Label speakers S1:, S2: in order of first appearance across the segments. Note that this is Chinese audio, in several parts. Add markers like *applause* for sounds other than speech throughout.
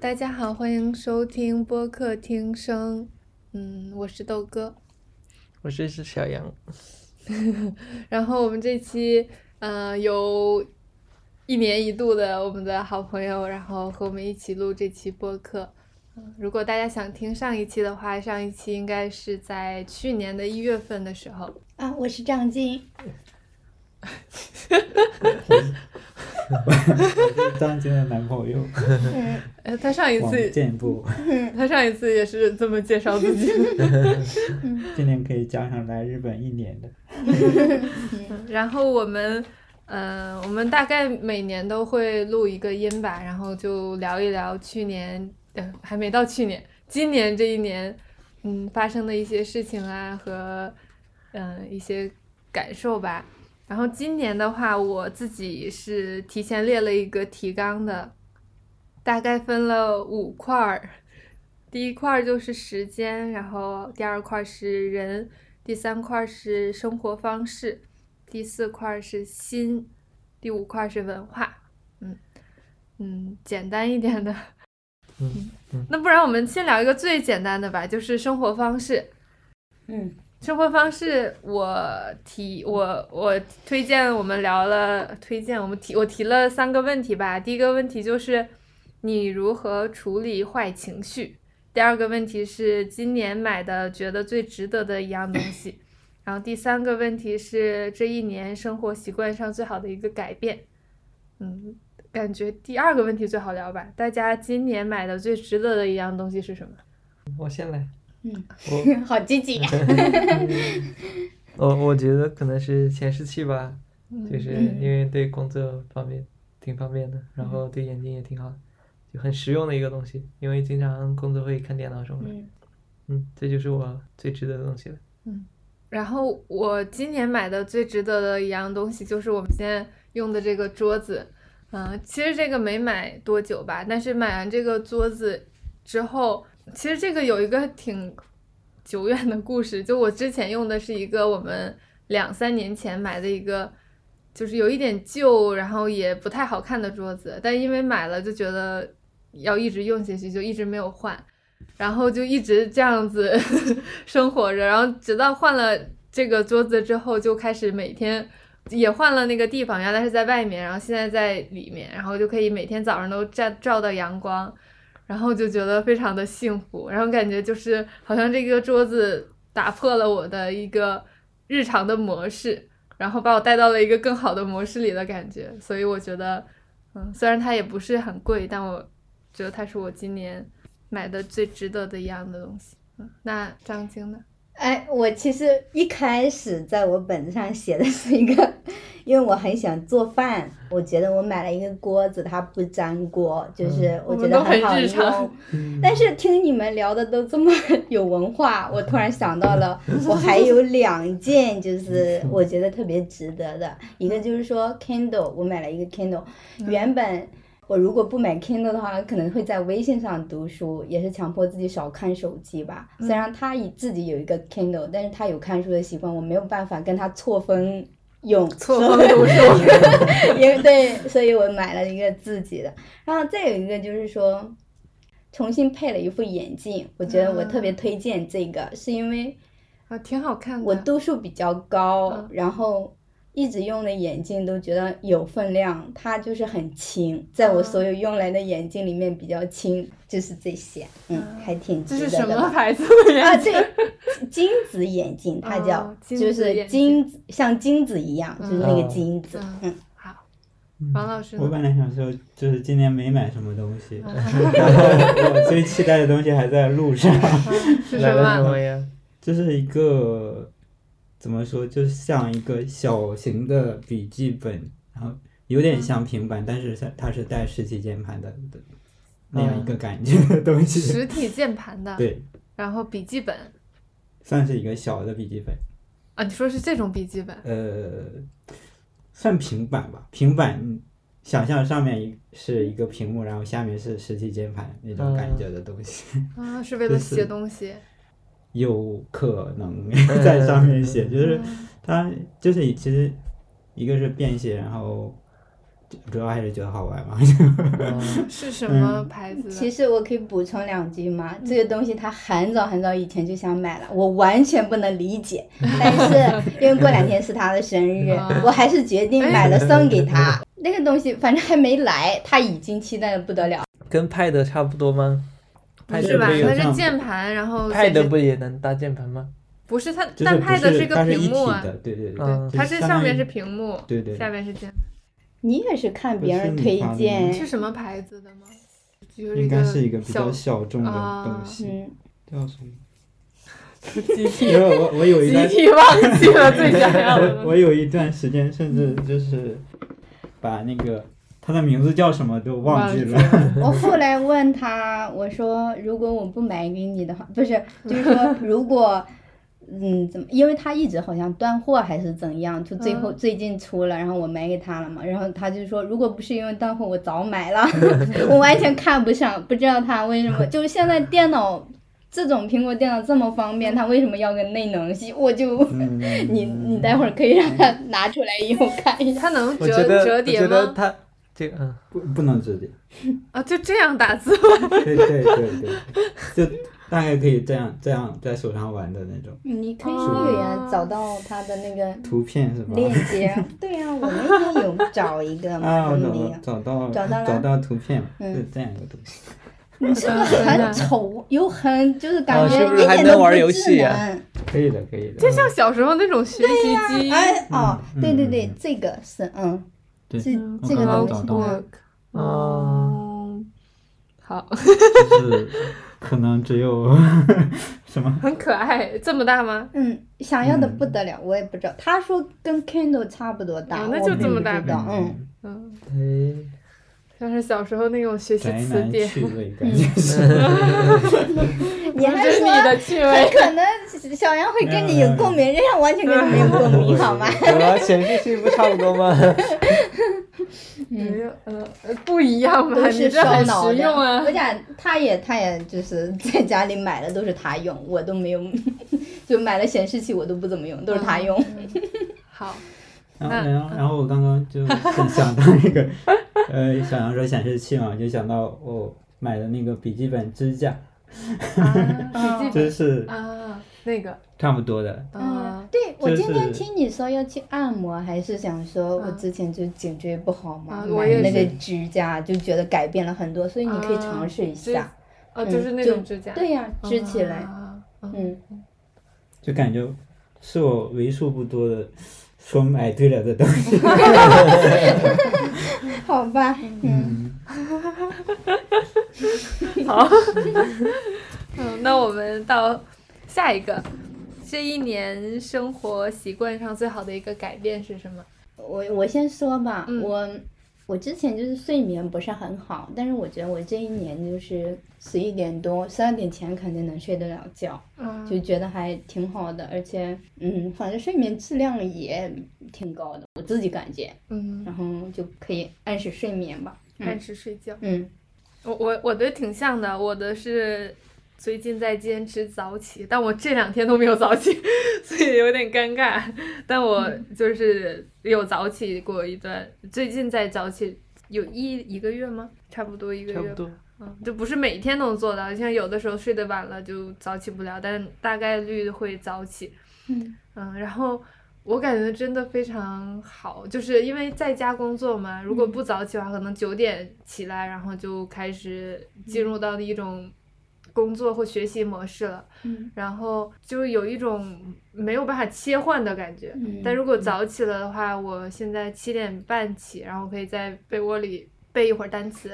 S1: 大家好，欢迎收听播客听声，嗯，我是豆哥，
S2: 我是是小杨，
S1: 然后我们这期呃由一年一度的我们的好朋友，然后和我们一起录这期播客。嗯如果大家想听上一期的话，上一期应该是在去年的一月份的时候，
S3: 啊，我是张晶，
S4: 我是张晶的男朋友，
S3: 嗯，
S1: 呃，他上一
S4: 王
S1: 次
S4: 健步，
S1: 他上一次也是这么介绍自己的，
S4: 今年可以加上来日本一年的。
S1: 然后我们，呃，我们大概每年都会录一个音吧，然后就聊一聊去年，呃，还没到去年，今年这一年，嗯，发生的一些事情啊和，嗯、一些感受吧。然后今年的话，我自己是提前列了一个提纲的，大概分了五块儿。第一块儿就是时间，然后第二块儿是人，第三块儿是生活方式，第四块儿是心，第五块儿是文化。嗯嗯，简单一点的。 *laughs*
S2: 嗯嗯
S1: 那不然我们先聊一个最简单的吧，就是生活方式。
S3: 嗯，
S1: 生活方式我提我我推荐我们聊了推荐我们提我提了三个问题吧。第一个问题就是你如何处理坏情绪。第二个问题是今年买的觉得最值得的一样东西。然后第三个问题是这一年生活习惯上最好的一个改变。嗯，感觉第二个问题最好聊吧。大家今年买的最值得的一样东西是什么？
S2: 我先来。
S3: 嗯，
S2: 我
S3: 好积极啊呀、
S2: 我哦我觉得可能是显示器吧，
S1: 嗯嗯
S2: 就是
S3: 嗯
S2: 因为对工作方面挺方便的，然后对眼睛也挺好的，就很实用的一个东西。因为经常工作会看电脑什么的，
S3: 嗯
S2: 嗯，这就是我最值得的东西了。
S1: 然后我今年买的最值得的一样东西就是我们现在用的这个桌子，嗯、其实这个没买多久吧，但是买完这个桌子之后，其实这个有一个挺久远的故事，就我之前用的是一个我们两三年前买的一个，就是有一点旧，然后也不太好看的桌子，但因为买了就觉得要一直用下去，就一直没有换。然后就一直这样子 *laughs* 生活着，然后直到换了这个桌子之后，就开始每天也换了那个地方，原来是在外面，然后现在在里面，然后就可以每天早上都照照到阳光，然后就觉得非常的幸福，然后感觉就是好像这个桌子打破了我的一个日常的模式，然后把我带到了一个更好的模式里的感觉，所以我觉得，嗯，虽然它也不是很贵，但我觉得它是我今年。买的最值得的一样的东西。嗯，那张晶
S3: *laughs*
S1: 呢？
S3: 哎，我其实一开始在我本子上写的是一个，因为我很喜欢做饭，我觉得我买了一个锅子，它不粘锅，就是
S1: 我
S3: 我
S1: 们
S3: 觉
S1: 都
S3: 得
S1: 很
S3: 好
S1: 日常
S3: 用。但是听你们聊的都这么 *laughs* 有文化，我突然想到了，我还有两件就是我觉得特别值得的，一个就是说 Kindle，我买了一个 Kindle，原本。我如果不买 Kindle 的话，可能会在微信上读书，也是强迫自己少看手机吧。虽然他以自己有一个 Kindle，但是他有看书的习惯，我没有办法跟他错峰用
S1: 错峰读书。
S3: *laughs* 因为对，所以我买了一个自己的，然后再有一个就是说，重新配了一副眼镜，我觉得我特别推荐这个，是因为
S1: *laughs* 啊，挺好看的。
S3: 我度数比较高，
S1: 嗯
S3: 然后一直用的眼镜都觉得有分量，它就是很轻，在我
S1: 嗯
S3: 所有用来的眼镜里面比较轻，就是这些，嗯，还
S1: *laughs*
S3: 挺
S1: 这
S3: 值
S1: 是
S3: 得
S1: 什
S3: 的
S1: 么 *laughs*
S3: 吧。
S1: 牌子的
S3: *laughs* 啊，
S1: 眼
S3: 这
S1: 镜？
S3: 个金子眼镜，它叫、
S1: 哦金
S3: 就
S1: 子
S3: 是
S1: 眼
S3: 金子，像金子一样，就是那个
S2: 嗯
S3: 金子，
S1: 嗯
S3: 嗯
S1: 好，
S4: 嗯
S1: 王老师
S4: 我
S1: 呢？
S4: 本来想说，就是今年没买什么东西， *laughs* 然后我最期待的东西还在路上， *laughs*
S1: 嗯是
S2: 来
S1: 什
S2: 了什
S1: 么？
S2: 么呀？
S4: 就是一个怎么说，就像一个小型的笔记本，然后有点像平板，但是它它是带实体键盘的的那样一个感觉的东西，
S1: 实体键盘的，
S4: 对，
S1: 然后笔记本
S4: 算是一个小的笔记本。
S1: 啊，你说是这种笔记本？
S4: 呃，算平板吧，平板，想象上面一是一个屏幕，然后下面是实体键盘那种感觉的东西，
S1: 啊，是为了
S4: 就是
S1: 写东西。
S4: *laughs*
S1: 嗯
S4: 有可能 *laughs* 在上面写，就是它就是其实一个是便携，然后主要还是觉得好玩嘛。
S2: 嗯
S1: 是什么牌子
S3: 其
S1: 的？嗯
S3: 实我可以补充两句吗？这个东西它很早很早以前就想买了，我完全不能
S1: *laughs*
S3: 理解。但是因为过两天是他的生日
S1: 啊，
S3: 我还是决定买了送给 *laughs* 他。那个东西反正还没来，他已经期待的不得了。
S2: *laughs* 跟 Pad 差不多吗
S1: 不
S2: ？Pad
S1: 是吧？
S2: 不
S1: 它
S2: 也
S1: 是键盘，然后显
S2: Pad
S1: 示
S2: 不也能搭键盘吗？
S1: 不是它，
S4: 就是
S1: 但
S4: 不
S1: Pad
S4: 是
S1: 一个
S4: 它是一
S1: 屏
S4: 体
S1: 幕啊，
S4: 的，对对对，
S2: 嗯
S4: 就
S1: 它
S4: 是
S1: 这
S4: 相
S1: 上面
S4: 当于
S1: 是屏幕，
S4: 对对
S1: 下
S4: 对，
S1: 面是键
S3: 你也是看别人推
S1: 盘。
S3: 荐
S1: 是，什么牌子的吗？就是
S4: 应该是一个比
S1: 小
S4: 较小众的
S1: 啊
S4: 东西，
S3: 嗯，
S4: 叫什么？ *laughs*
S1: 集体
S4: 因为我我有一段
S1: 集体
S4: *laughs*
S1: 忘记了啊最想要的
S4: 我我有一段时间甚至就是把那个它的名字叫什么都忘记了。
S3: 我后来问他，我说如果我不买给你的话，不是，就是说如果。嗯，怎么？因为他一直好像断货还是怎样，就最后
S1: 嗯
S3: 最近出了，然后我买给他了嘛。然后他就说，如果不是因为断货，我早买了。我完全看不上，不知道他为什么。就是现在电脑这种苹果电脑这么方便，他为什么要个内能系？我就
S4: 嗯，
S3: 你你待会儿可以让他拿出来以后看一下。
S1: 它能
S2: 我觉
S1: 折
S2: 得
S1: 折
S2: 我
S1: 叠
S2: 觉得
S1: 吗？
S2: 它这
S1: *laughs*
S2: 个嗯，
S4: 不不能直接，
S1: 啊，就这样打字吗？
S4: 对对对对，就大概可以这样这样在手上玩的那种
S3: 你可以
S1: 哦
S3: 呀，找到他的那个
S4: 图片是吧？
S3: 链接。对呀、我那天有找一个
S4: *laughs* 啊，
S3: 嘛，
S4: 我
S3: 怎
S4: 找
S3: 么
S4: 到
S3: 的？
S4: 找
S3: 找
S4: 到
S3: 到了
S4: 找到图片，
S3: 嗯
S4: 是这样一个东西。
S3: 你是不是很丑，又很就是
S2: 啊
S3: 感觉
S2: 是不是
S3: 一
S2: 还
S3: 点
S2: 能
S3: 都不
S2: 玩游
S3: 智
S2: 戏
S4: 啊
S2: 呀
S3: 能。
S4: 可以的，可以的。
S1: 就像小时候那种学习机，
S3: 哎哦，
S4: 嗯
S3: 对对
S4: 嗯
S3: 对
S4: 嗯，
S3: 这个是嗯，
S4: 对
S3: 这
S1: 嗯
S3: 这个东
S4: 我找
S3: 西
S4: 到
S3: 嗯
S4: 了。
S1: 哦，好， *laughs*
S4: 就是可能只有什么
S1: 很可爱，这么大吗？
S3: 嗯，想要的不得了，我也不知道。他说跟 Kindle 差不多大，
S1: 哦
S3: 我
S1: 那就这么大
S3: 并不知道嗯，
S1: 嗯，
S2: 哎，
S1: 像是小时候那种学习
S4: 宅
S1: 词
S4: 男
S1: 典，
S4: 趣味感觉
S3: 嗯
S4: *laughs* 是。
S3: 你还
S1: 这是
S3: 说
S1: 你的趣味。
S3: 可能小杨会跟你有共
S4: *laughs* 嗯
S3: 鸣，人家完全跟你没有共鸣，好吗？
S2: 有啊，显示器不差不
S1: *laughs*
S2: 多吗？
S1: 没有，呃，不一样吧？
S3: *laughs* 都
S1: 你
S3: 是
S1: 这
S3: 烧
S1: 很
S3: 脑
S1: 实
S3: 的。
S1: 用啊
S3: 我！讲他也他也就是 *laughs* 在家里买的都是他用，我都没有， *laughs* 就买了显示器我都不怎么用，都是他用。
S1: *laughs* 好，
S4: 然后，
S1: 那
S4: 然后，然后我刚刚就很想到那个，呃，小杨说显示器嘛，就想到我买的那个笔记本支架，
S3: *laughs*
S1: 啊笔记
S4: 就
S1: 本
S4: 是
S1: 啊，那个
S4: 差不多的。
S1: 啊，
S3: 嗯对，我
S4: 就
S3: 今天
S4: 是
S3: 听你说要去按摩，还是想说我之前就颈椎不好嘛，
S1: 啊我
S3: 买
S1: 也
S3: 那个
S1: 是
S3: 支架就觉得改变了很多，所以你可以尝试一下。
S1: 哦，就是那
S3: 嗯就
S1: 种指甲，
S3: 对呀、支起来，
S1: 啊。
S3: 嗯，
S4: 就感觉是我为数不多的说买对了的东西。
S3: 好吧，嗯，
S1: 好，嗯，那我们到下一个，这一年生活习惯上最好的一个改变是什么？
S3: 我我先说吧，
S1: 嗯
S3: 我我之前就是睡眠不是很好，但是我觉得我这一年就是十一点多、十二点前肯定能睡得了觉，
S1: 嗯
S3: 就觉得还挺好的，而且嗯，反正睡眠质量也挺高的，我自己感觉，
S1: 嗯，
S3: 然后就可以按时睡眠吧。
S1: 按时睡觉。
S3: 嗯，
S1: 我我我的挺像的，我的是最近在坚持早起，但我这两天都没有早起， *laughs* 所以有点尴尬。但我就是有早起过一段，最近在早起有一一个月吗？差不多一个
S2: 差
S1: 月
S2: 不多。
S1: 嗯，就不是每天都能做到，像有的时候睡得晚了就早起不了，但大概率会早起。
S3: 嗯
S1: 然后我感觉真的非常好，就是因为在家工作嘛，如果不早起的话，可能九点起来，然后就开始进入到一种工作或学习模式了，
S3: 嗯
S1: 然后就有一种没有办法切换的感觉。
S3: 嗯
S1: 但如果早起了的话，我现在七点半起，然后可以在被窝里背一会儿单词，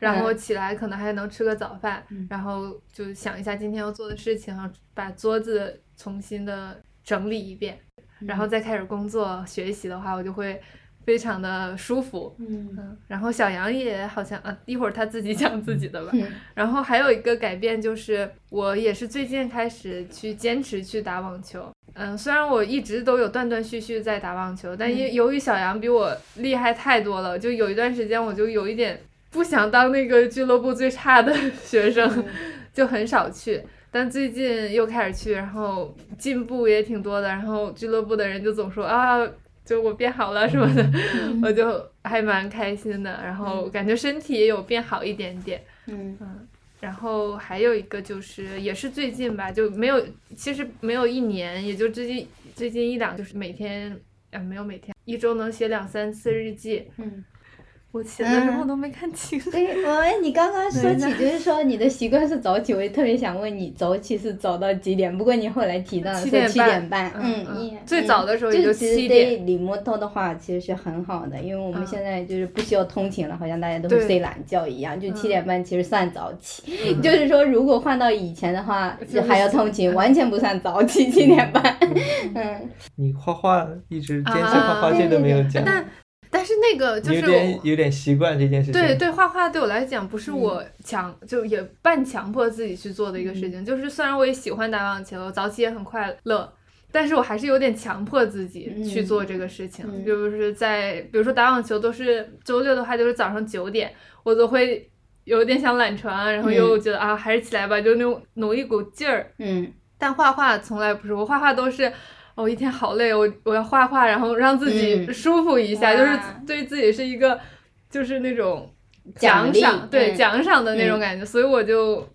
S1: 然后起来可能还能吃个早饭，
S3: 嗯
S1: 然后就想一下今天要做的事情，然后把桌子重新的整理一遍，
S3: 嗯
S1: 然后再开始工作学习的话，我就会非常的舒服。
S3: 嗯
S1: 嗯，然后小杨也好像啊，一会儿他自己讲自己的
S3: *laughs*
S1: 吧。
S3: 嗯
S1: 然后还有一个改变就是，我也是最近开始去坚持去打网球。嗯，虽然我一直都有断断续续在打网球，但因
S3: 嗯
S1: 由于小杨比我厉害太多了，就有一段时间我就有一点不想当那个俱乐部最差的学生， *laughs* 就很少去。但最近又开始去，然后进步也挺多的。然后俱乐部的人就总说啊，就我变好了什么的， *laughs* 我就还蛮开心的。然后感觉身体也有变好一点点。
S3: 嗯
S1: 然后还有一个就是，也是最近吧，就没有，其实没有一年，也就最近最近一两，就是每天，啊，没有每天，一周能写两三次日记。
S3: 嗯，
S1: 我写的时候都没看清。
S3: *laughs* 对，哎我们你刚刚说起就是说你的习惯是早起，我也特别想问你早起是早到几点？不过你后来提到了
S1: 7
S3: 说
S1: 点
S3: 七点半，
S1: 嗯嗯
S3: 一
S1: 最早的时候也
S3: 就
S1: 就
S3: 其实
S1: 7
S3: 对
S1: 点
S3: 李摩托的话其实是很好的，因为我们
S1: 嗯
S3: 现在就是不需要通勤了，好像大家都会
S1: 对
S3: 睡懒觉一样，就
S1: 嗯
S3: 七点半其实算早起。 *laughs* 就是说如果换到以前的话，
S1: 就是嗯
S3: 还要通勤，完全不算早起，七点半。 *laughs* 嗯，
S2: 你画画一直坚持画画，
S3: 啊
S2: 这都没有
S3: 对
S2: 讲，
S1: 但但是那个就
S2: 你
S1: 是我
S2: 有点有点习惯这件事情。
S1: 对对，画画对我来讲不
S3: 嗯
S1: 是我强，就也半强迫自己去做的一个
S3: 嗯
S1: 事情。就是虽然我也喜欢打网球，早起也很快乐，但是我还是有点强迫自己去做这个事情。
S3: 嗯嗯
S1: 就是在比如说打网球，都是周六的话，就是早上九点，我都会有点想懒床，然后又觉得、啊，还是起来吧，就那种努一股劲儿。
S3: 嗯，
S1: 但画画从来不是，我画画都是。我、一天好累，我我要画画，然后让自己
S3: 嗯
S1: 舒服一下，
S3: 哇
S1: 就是对自己是一个，就是那种
S3: 奖
S1: 奖
S3: 励
S1: 赏，对
S3: 嗯
S1: 奖赏的那种感觉，所以我就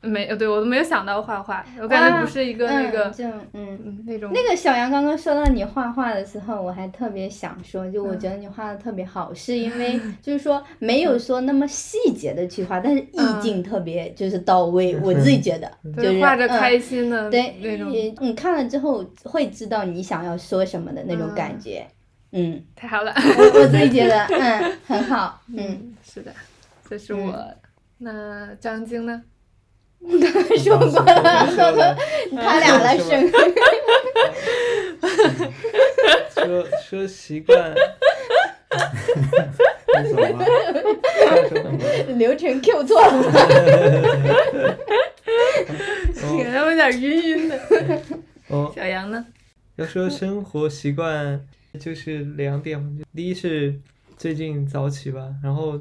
S1: 没，呃对我都没有想到画画，我感觉不是一个那个
S3: 嗯就嗯。
S1: 嗯那种
S3: 那个小杨刚刚说到你画画的时候，我还特别想说，就我
S1: 嗯
S3: 觉得你画的特别好，是因为就是说没有说那么细节的去画，但是意境特别就是到位，我自己觉得
S1: 就
S3: 就
S1: 是是嗯画着
S3: 嗯
S1: 开心的
S3: 对
S1: 那种，
S3: 你你看了之后会知道你想要说什么的那种感觉。嗯，
S1: 太好了，
S3: 我我自己觉得嗯很好，
S1: *laughs*
S3: 嗯，
S1: 是的，这是我。那张晶呢？
S3: 嗯 *laughs* 说过了，说过
S1: 嗯
S3: 他俩了
S2: 是吗 *laughs*
S3: 是。
S2: 说说习惯，
S4: 是什么？
S2: 说什么？
S3: 流程 Q 错了，
S1: 感 *laughs* 觉有点晕晕的。
S2: 哦，
S1: 小杨呢？
S2: 要说生活习惯，就是两点嘛，第一是最近早起吧，然后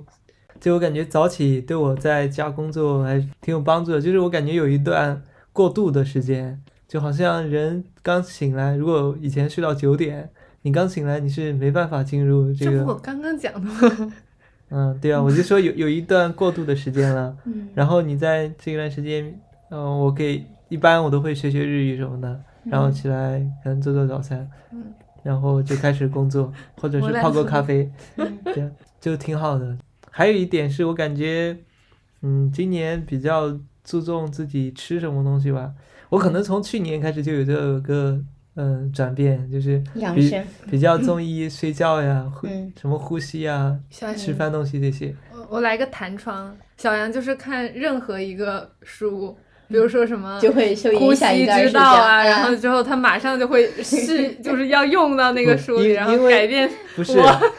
S2: 就我感觉早起对我在家工作还挺有帮助的，就是我感觉有一段过渡的时间，就好像人刚醒来，如果以前睡到九点，你刚醒来你是没办法进入这
S1: 这
S2: 个
S1: 不我刚刚讲的吗？ *laughs*
S2: 嗯，对啊，我就说有有一段过渡的时间了，
S3: 嗯
S2: 然后你在这段时间，嗯、我给一般我都会学学日语什么的，
S3: 嗯
S2: 然后起来可能做做早餐，
S1: 嗯
S2: 然后就开始工作，或者
S1: 我
S2: 是
S1: 懒
S2: 泡个
S1: 得
S2: 咖啡，
S3: 嗯
S2: 对啊，就挺好的。还有一点是我感觉，嗯，今年比较注重自己吃什么东西吧，我可能从去年开始就有这个嗯、呃转变，就是
S3: 嗯养
S2: 比
S3: 生，
S2: 比
S3: *laughs*
S2: 较中意睡觉呀，呼
S3: 嗯
S2: 什么呼吸呀，
S1: 小杨
S2: 吃饭东西这些。
S1: 我我来个弹窗，小杨就是看任何一个书，比如说什么
S3: 就会受
S1: 呼
S3: 影响
S1: 吸
S3: 一段
S1: 之
S3: 时间
S1: 道啊，
S3: 嗯
S1: 然后之后他马上就 *laughs* 会是就是要用到那个书
S2: 不
S1: 里，
S2: 因
S1: 然后
S2: 因为
S1: 改变。
S2: 不是，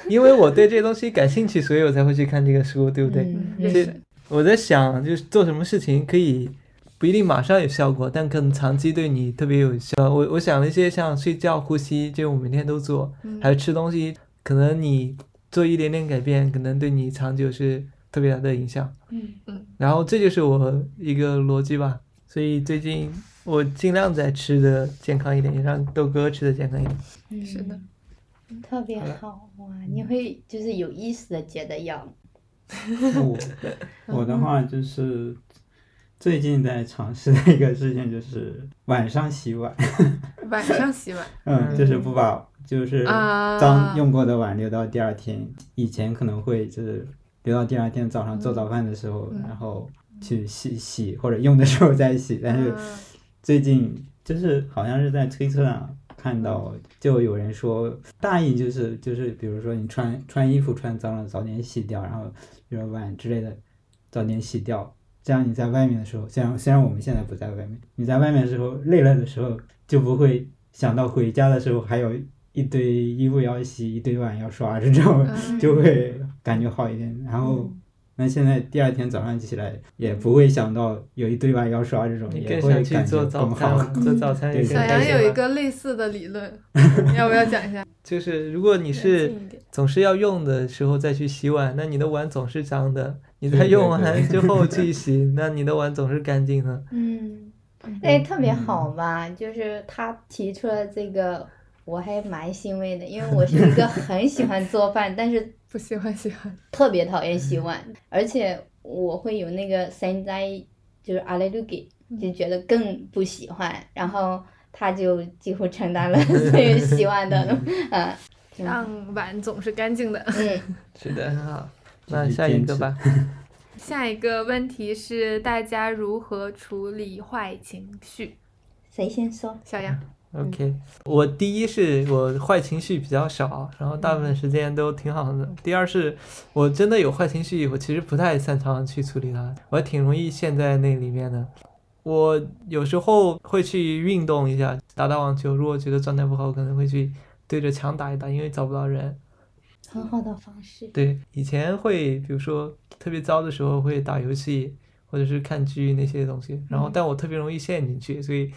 S2: 因为我对这东西感兴趣，所以我才会去看这个书，对不对？
S3: 嗯
S1: 也
S2: 这
S1: 是
S2: 我在想，就是做什么事情可以不一定马上有效果，但可能长期对你特别有效。我我想了一些像睡觉、呼吸这种我每天都做，还有吃东西，可能你做一点点改变，可能对你长久是特别大的影响。
S3: 嗯
S1: 嗯，
S2: 然后这就是我一个逻辑吧。所以最近我尽量在吃的健康一点，也让豆哥吃的健康一点。
S1: 是的，
S3: 特别
S2: 好了
S3: 好啊哇！你会就是有意识的觉得要，
S4: 我我的话就是最近在尝试的一个事情就是晚上洗碗，
S1: *laughs* 晚上洗碗
S4: 嗯，
S2: 嗯
S4: 就是不把就是
S1: 啊，
S4: 脏用过的碗留到第二天。以前可能会就是留到第二天早上做早饭的时候，
S1: 嗯
S4: 然后去洗洗或者用的时候再洗，
S2: 哎
S4: 但是
S1: 啊
S4: 最近就是好像是在推特上看到，就有人说大意就是就是，比如说你穿穿衣服穿脏了，早点洗掉，然后比如碗之类的，早点洗掉。这样你在外面的时候，虽然虽然我们现在不在外面，你在外面的时候累了的时候，就不会想到回家的时候还有一堆衣服要洗，一堆碗要刷，这种
S1: 嗯
S4: 就会感觉好一点。然
S2: 嗯
S4: 后，那现在第二天早上起来也不会想到有一堆碗要刷这种，
S2: 你
S4: 也
S2: 更
S4: 会
S2: 想去
S4: 感
S2: 做
S4: 觉
S2: 早
S4: 更
S2: 餐
S4: 好 *laughs*
S2: 了，。做早餐也
S4: 对
S2: 更
S1: 小
S2: 开
S1: 杨
S2: 心
S1: 有一
S2: 了
S1: 个类似的理
S2: *laughs*
S1: 论，要不要讲一下？
S2: 就是如果你
S1: 冷
S2: 是
S1: 静一点
S2: 总是要用的时候再去洗碗，那你的碗总是脏的；你在
S4: 对对
S2: 用
S4: 对
S2: 完之后去洗，那你的碗总是干净的。
S3: 嗯嗯，哎，特别好吧？就是他提出了这个我还蛮欣慰的，因为我是一个很喜欢做饭，但是
S1: 不喜欢喜欢，
S3: 特别讨厌洗碗，而且我会有那个三灾，就是阿莱鲁给，就觉得更不喜欢，然后他就几乎承
S2: *laughs*
S3: 担了这个洗碗的，嗯
S1: 让碗总是干净的。
S3: 嗯，
S2: 是的，很好。那下一个吧，
S1: 下一个问题是大家如何处理坏情绪？
S3: 谁先说？
S1: 小杨，
S2: 嗯 OK，我第一是我坏情绪比较少，然后大部分时间都挺好的。第二是我真的有坏情绪，我其实不太擅长去处理它，我挺容易陷在那里面的。我有时候会去运动一下，打打网球。如果觉得状态不好，我可能会去对着墙打一打，因为找不到人。
S3: 很好的方式。
S2: 对，以前会，比如说特别糟的时候会打游戏，或者是看剧那些东西。然后，但我特别容易陷进去，所以，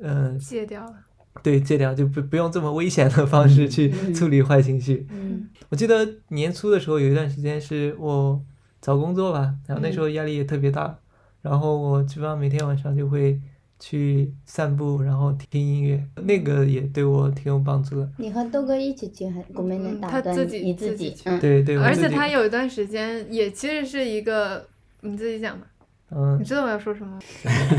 S2: 嗯、
S1: 戒掉了。
S2: 对，戒掉就不不用这么危险的方式去
S3: 嗯
S2: 处理坏情绪。
S3: 嗯
S2: 我记得年初的时候有一段时间是我找工作吧，然后那
S3: 嗯
S2: 时候压力也特别大，然后我基本上每天晚上就会去散步，然后听音乐，那个也对我挺有帮助的。
S3: 你和豆哥一起去，还我们能
S1: 嗯
S3: 打
S1: 他
S3: 断
S1: 自己
S3: 你
S1: 自己
S3: 己
S1: 去。
S3: 嗯， *laughs*
S2: 对对，我
S1: 而
S2: 自
S1: 且
S2: 己
S1: 他有一段时间也其实是一个，你自己讲吧。
S2: 嗯
S1: 你，知道我要说什么吗？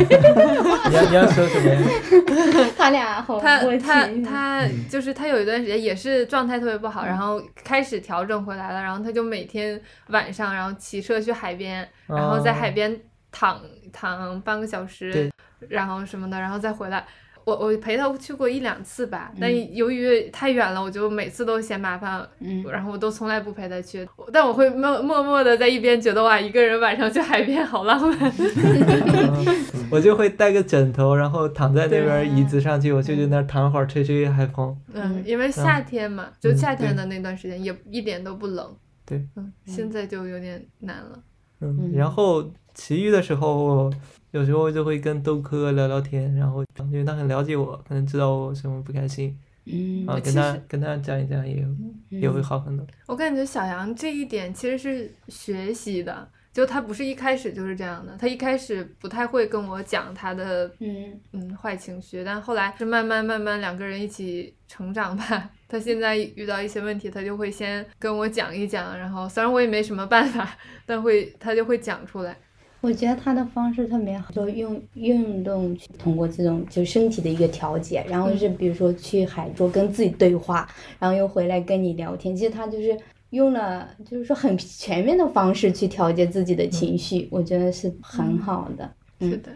S2: 你要你要说什么呀？
S3: 他俩好
S1: 他
S3: 哦默契。
S1: 他他
S3: 嗯
S1: 就是他有一段时间也是状态特别不好，然后开始调整回来了，然后他就每天晚上然后骑车去海边， *laughs* 然后在
S3: 哦
S1: 海
S2: 边
S1: 边躺躺半个小时
S2: 对，
S1: 然后什么的，然后再回来。我我陪他去过一两次吧，
S3: 嗯
S1: 但由于太远了，我就每次都嫌麻烦，
S3: 嗯，
S1: 然后我都从来不陪他去。但我会默默默的在一边觉得哇，一个人晚上去海边好浪漫。
S2: 嗯我就会带个枕头，然后躺在那
S3: 对
S2: 边椅子上去，我就在那儿躺会儿，吹吹海风。
S1: 嗯
S3: 嗯，
S1: 因为夏天嘛，就
S2: 嗯
S1: 夏天的那段时间也一点都不冷。
S2: 对，
S1: 嗯，现在就有点难了。
S2: 嗯
S3: 嗯，
S2: 然后其余的时候，有时候就会跟豆哥聊聊天，然后因为他很了解我，可能知道我什么不开心，
S3: 嗯
S2: 然后
S1: 其
S2: 跟他
S1: 实
S2: 跟他讲一讲也也会
S3: 嗯，
S2: 好很多。
S1: 我感觉小杨这一点其实是学习的，就他不是一开始就是这样的，他一开始不太会跟我讲他的
S3: 嗯
S1: 嗯坏情绪，但后来是慢慢慢慢两个人一起成长吧。他现在遇到一些问题，他就会先跟我讲一讲，然后虽然我也没什么办法， *laughs* 但会他就会讲出来。
S3: 我觉得他的方式特别好，就用运动去通过这种就身体的一个调节，然后是
S1: 嗯
S3: 比如说去海桌跟自己对话，然后又回来跟你聊天。其实他就是用了就是说很全面的方式去调节自己的情
S1: 嗯
S3: 绪，我觉得是很好的。嗯
S1: 是的，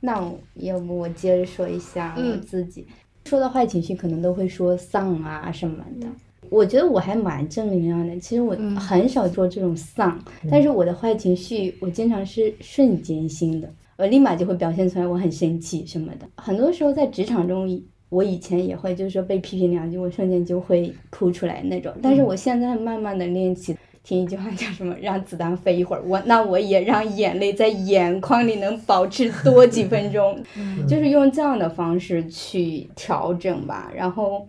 S3: 那我要不我接着说一下
S1: 嗯
S3: 我自己，说到坏情绪，可能都会说丧啊什么的。我觉得我还蛮正能量的，其实我
S1: 嗯
S3: 很少做这种丧，但是我的坏情绪，我经常是瞬间性的，我立马就会表现出来，我很生气什么的。很多时候在职场中，我以前也会就是说被批评两句，我瞬间就会哭出来那种。但是我现在慢慢的练习，听一句话叫什么“让子弹飞一会儿”，我那我也让眼泪在眼眶里能保持多几分钟，
S2: 嗯
S3: 就是用这样的方式去调整吧。然后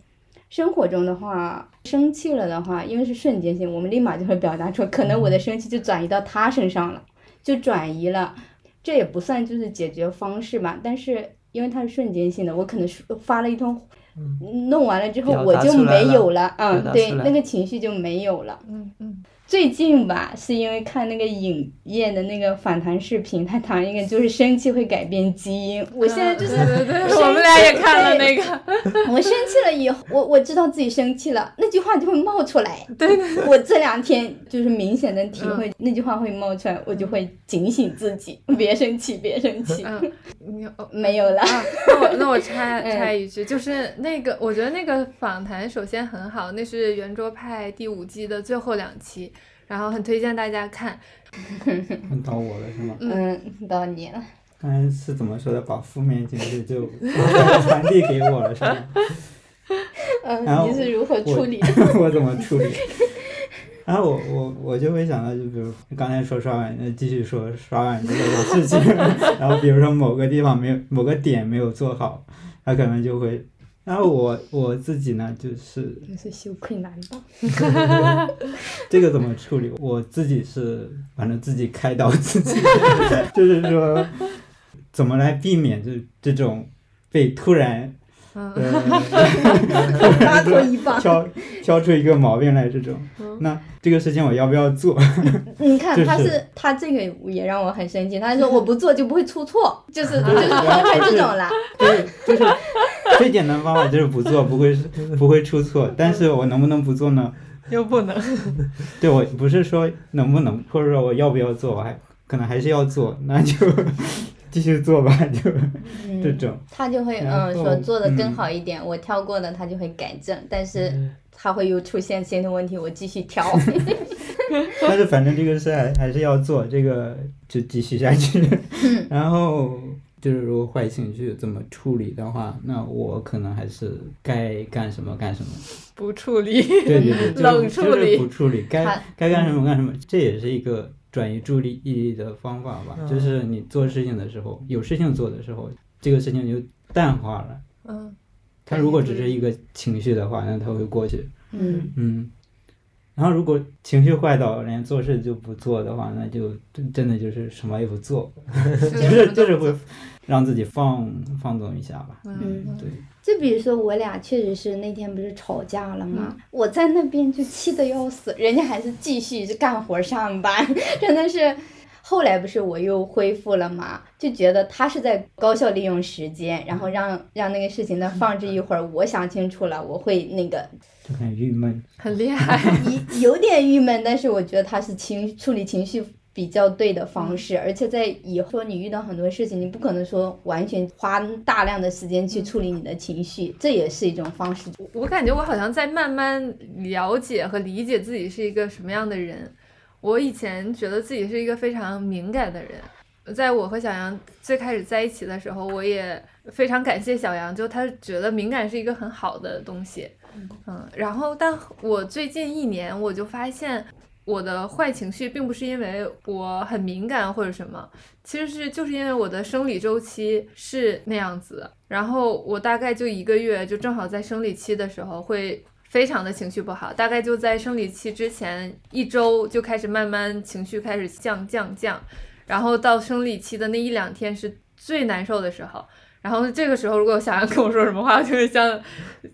S3: 生活中的话，生气了的话，因为是瞬间性，我们立马就会表达出，可能我的生气就转移到他身上了，就转移了，这也不算就是解决方式吧，但是。因为它是瞬间性的，我可能是发了一通，弄完了之后
S2: 嗯表达
S3: 我就
S2: 出来
S3: 没
S2: 了
S3: 有了，
S2: 表
S3: 嗯，
S2: 达
S3: 对，
S2: 出来
S3: 那个情绪就没有了。
S1: 嗯嗯，
S3: 最近吧，是因为看那个影业的那个反弹视频，他谈一个就是生气会改变基因。我现在就是
S1: 对对
S3: *laughs*
S1: 对，我们俩也看了那个。
S3: 我生气了以后，我我知道自己生气了，那句话就会冒出来。对对，我这两天就是明显的体会、
S1: 嗯
S3: 那句话会冒出来，我就会警醒自己，别生气，别生气。
S1: 嗯，你哦
S3: 没有了，
S1: *laughs* 啊，那我那我
S3: *laughs*
S1: 插
S3: 嗯
S1: 插一句，就是那个，我觉得那个访谈首先很好，那是《圆桌派》第五季的最后两期，然后很推荐大家看。
S4: 轮到我了是吗？
S3: 嗯，到你了。
S4: 刚才是怎么说的？把负面情绪就传递给我了是吗？ *laughs* 然
S3: 嗯，
S4: 后
S3: 你是如何处理的？ *laughs*
S4: 我怎么处理？然后我我我就会想到，就比如刚才说刷碗，那继续说刷碗这个事情。 *laughs* 然后比如说某个地方没有某个点没有做好，他可能就会。然后我我自己呢，就是
S3: 真是羞愧难
S4: *laughs*
S3: 当。
S4: 这个怎么处理？我自己是反正自己开导自己， *laughs* 就是说怎么来避免这这种被突然
S1: 嗯
S4: *laughs*
S3: 大错一棒。
S4: 挑挑出一个毛病来这种。
S1: 嗯
S4: 那这个事情我要不要做？ *laughs*
S3: 你看，
S4: 就是
S3: 他是他这个也让我很生气。
S4: *laughs*
S3: 他说我不做就不会出错，就是就是
S4: 啊
S3: 说成这种了。
S4: 对，就是最简单的方法就是不做，不会不会出错。但是我能不能不做呢？
S1: 又不能，
S4: 对我不是说能不能，或者说我要不要做，我还可能还是要做，那就 *laughs* 继续做吧，就这
S3: 嗯，
S4: 种。
S3: 他就会
S4: 然
S3: 嗯
S4: 后嗯
S3: 说做的更好一点，我挑过的他就会改正，但是
S2: 嗯
S3: 他会又出现新的问题，我继续挑。
S4: 但是反正这个事还还是要做，这个就继续
S1: *laughs*
S4: 下去。
S1: 嗯
S4: 然后就是如果坏情绪怎么处理的话，那我可能还是该干什么干
S1: *laughs*
S4: 什么。
S1: 不处理。
S4: 对对对，就是
S1: 冷处理
S4: 就是不处理，
S3: 他
S4: 该该干什么干什么，这也是一个转移注意力的方法吧。
S2: 嗯
S4: 就是你做事情的时候，有事情做的时候，这个事情就淡化了。
S1: 嗯，
S4: 它如果只是一个情绪的话，那它会过去。
S3: 嗯，
S4: *laughs* 嗯，然后如果情绪坏到连做事就不做的话，那就真真的就是什么也
S3: *laughs*
S4: 不做，就是就是会让自己放放纵一下吧。
S3: 嗯
S4: 对，
S3: 就比如说我俩确实是那天不是吵架了吗？我在那边就气得要死，人家还是继续就干活上班， *laughs* 真的是。后来不是我又恢复了嘛，就觉得他是在高效利用时间，然后让让那个事情再放置一会儿。我想清楚了，我会那个
S4: 就很郁闷。
S1: 很厉害。
S3: 一有点郁闷，但是我觉得他是情处理情绪比较对的方式，而且在以后你遇到很多事情，你不可能说完全花大量的时间去处理你的情绪，这也是一种方式。
S1: 我我感觉我好像在慢慢了解和理解自己是一个什么样的人。我以前觉得自己是一个非常敏感的人，在我和小杨最开始在一起的时候，我也非常感谢小杨，就他觉得敏感是一个很好的东西。嗯，然后但我最近一年我就发现。我的坏情绪并不是因为我很敏感或者什么，其实是就是因为我的生理周期是那样子，然后我大概就一个月，就正好在生理期的时候会非常的情绪不好，大概就在生理期之前一周就开始慢慢情绪开始降降降，然后到生理期的那一两天是最难受的时候。然后这个时候，如果小杨跟我说什么话，就会像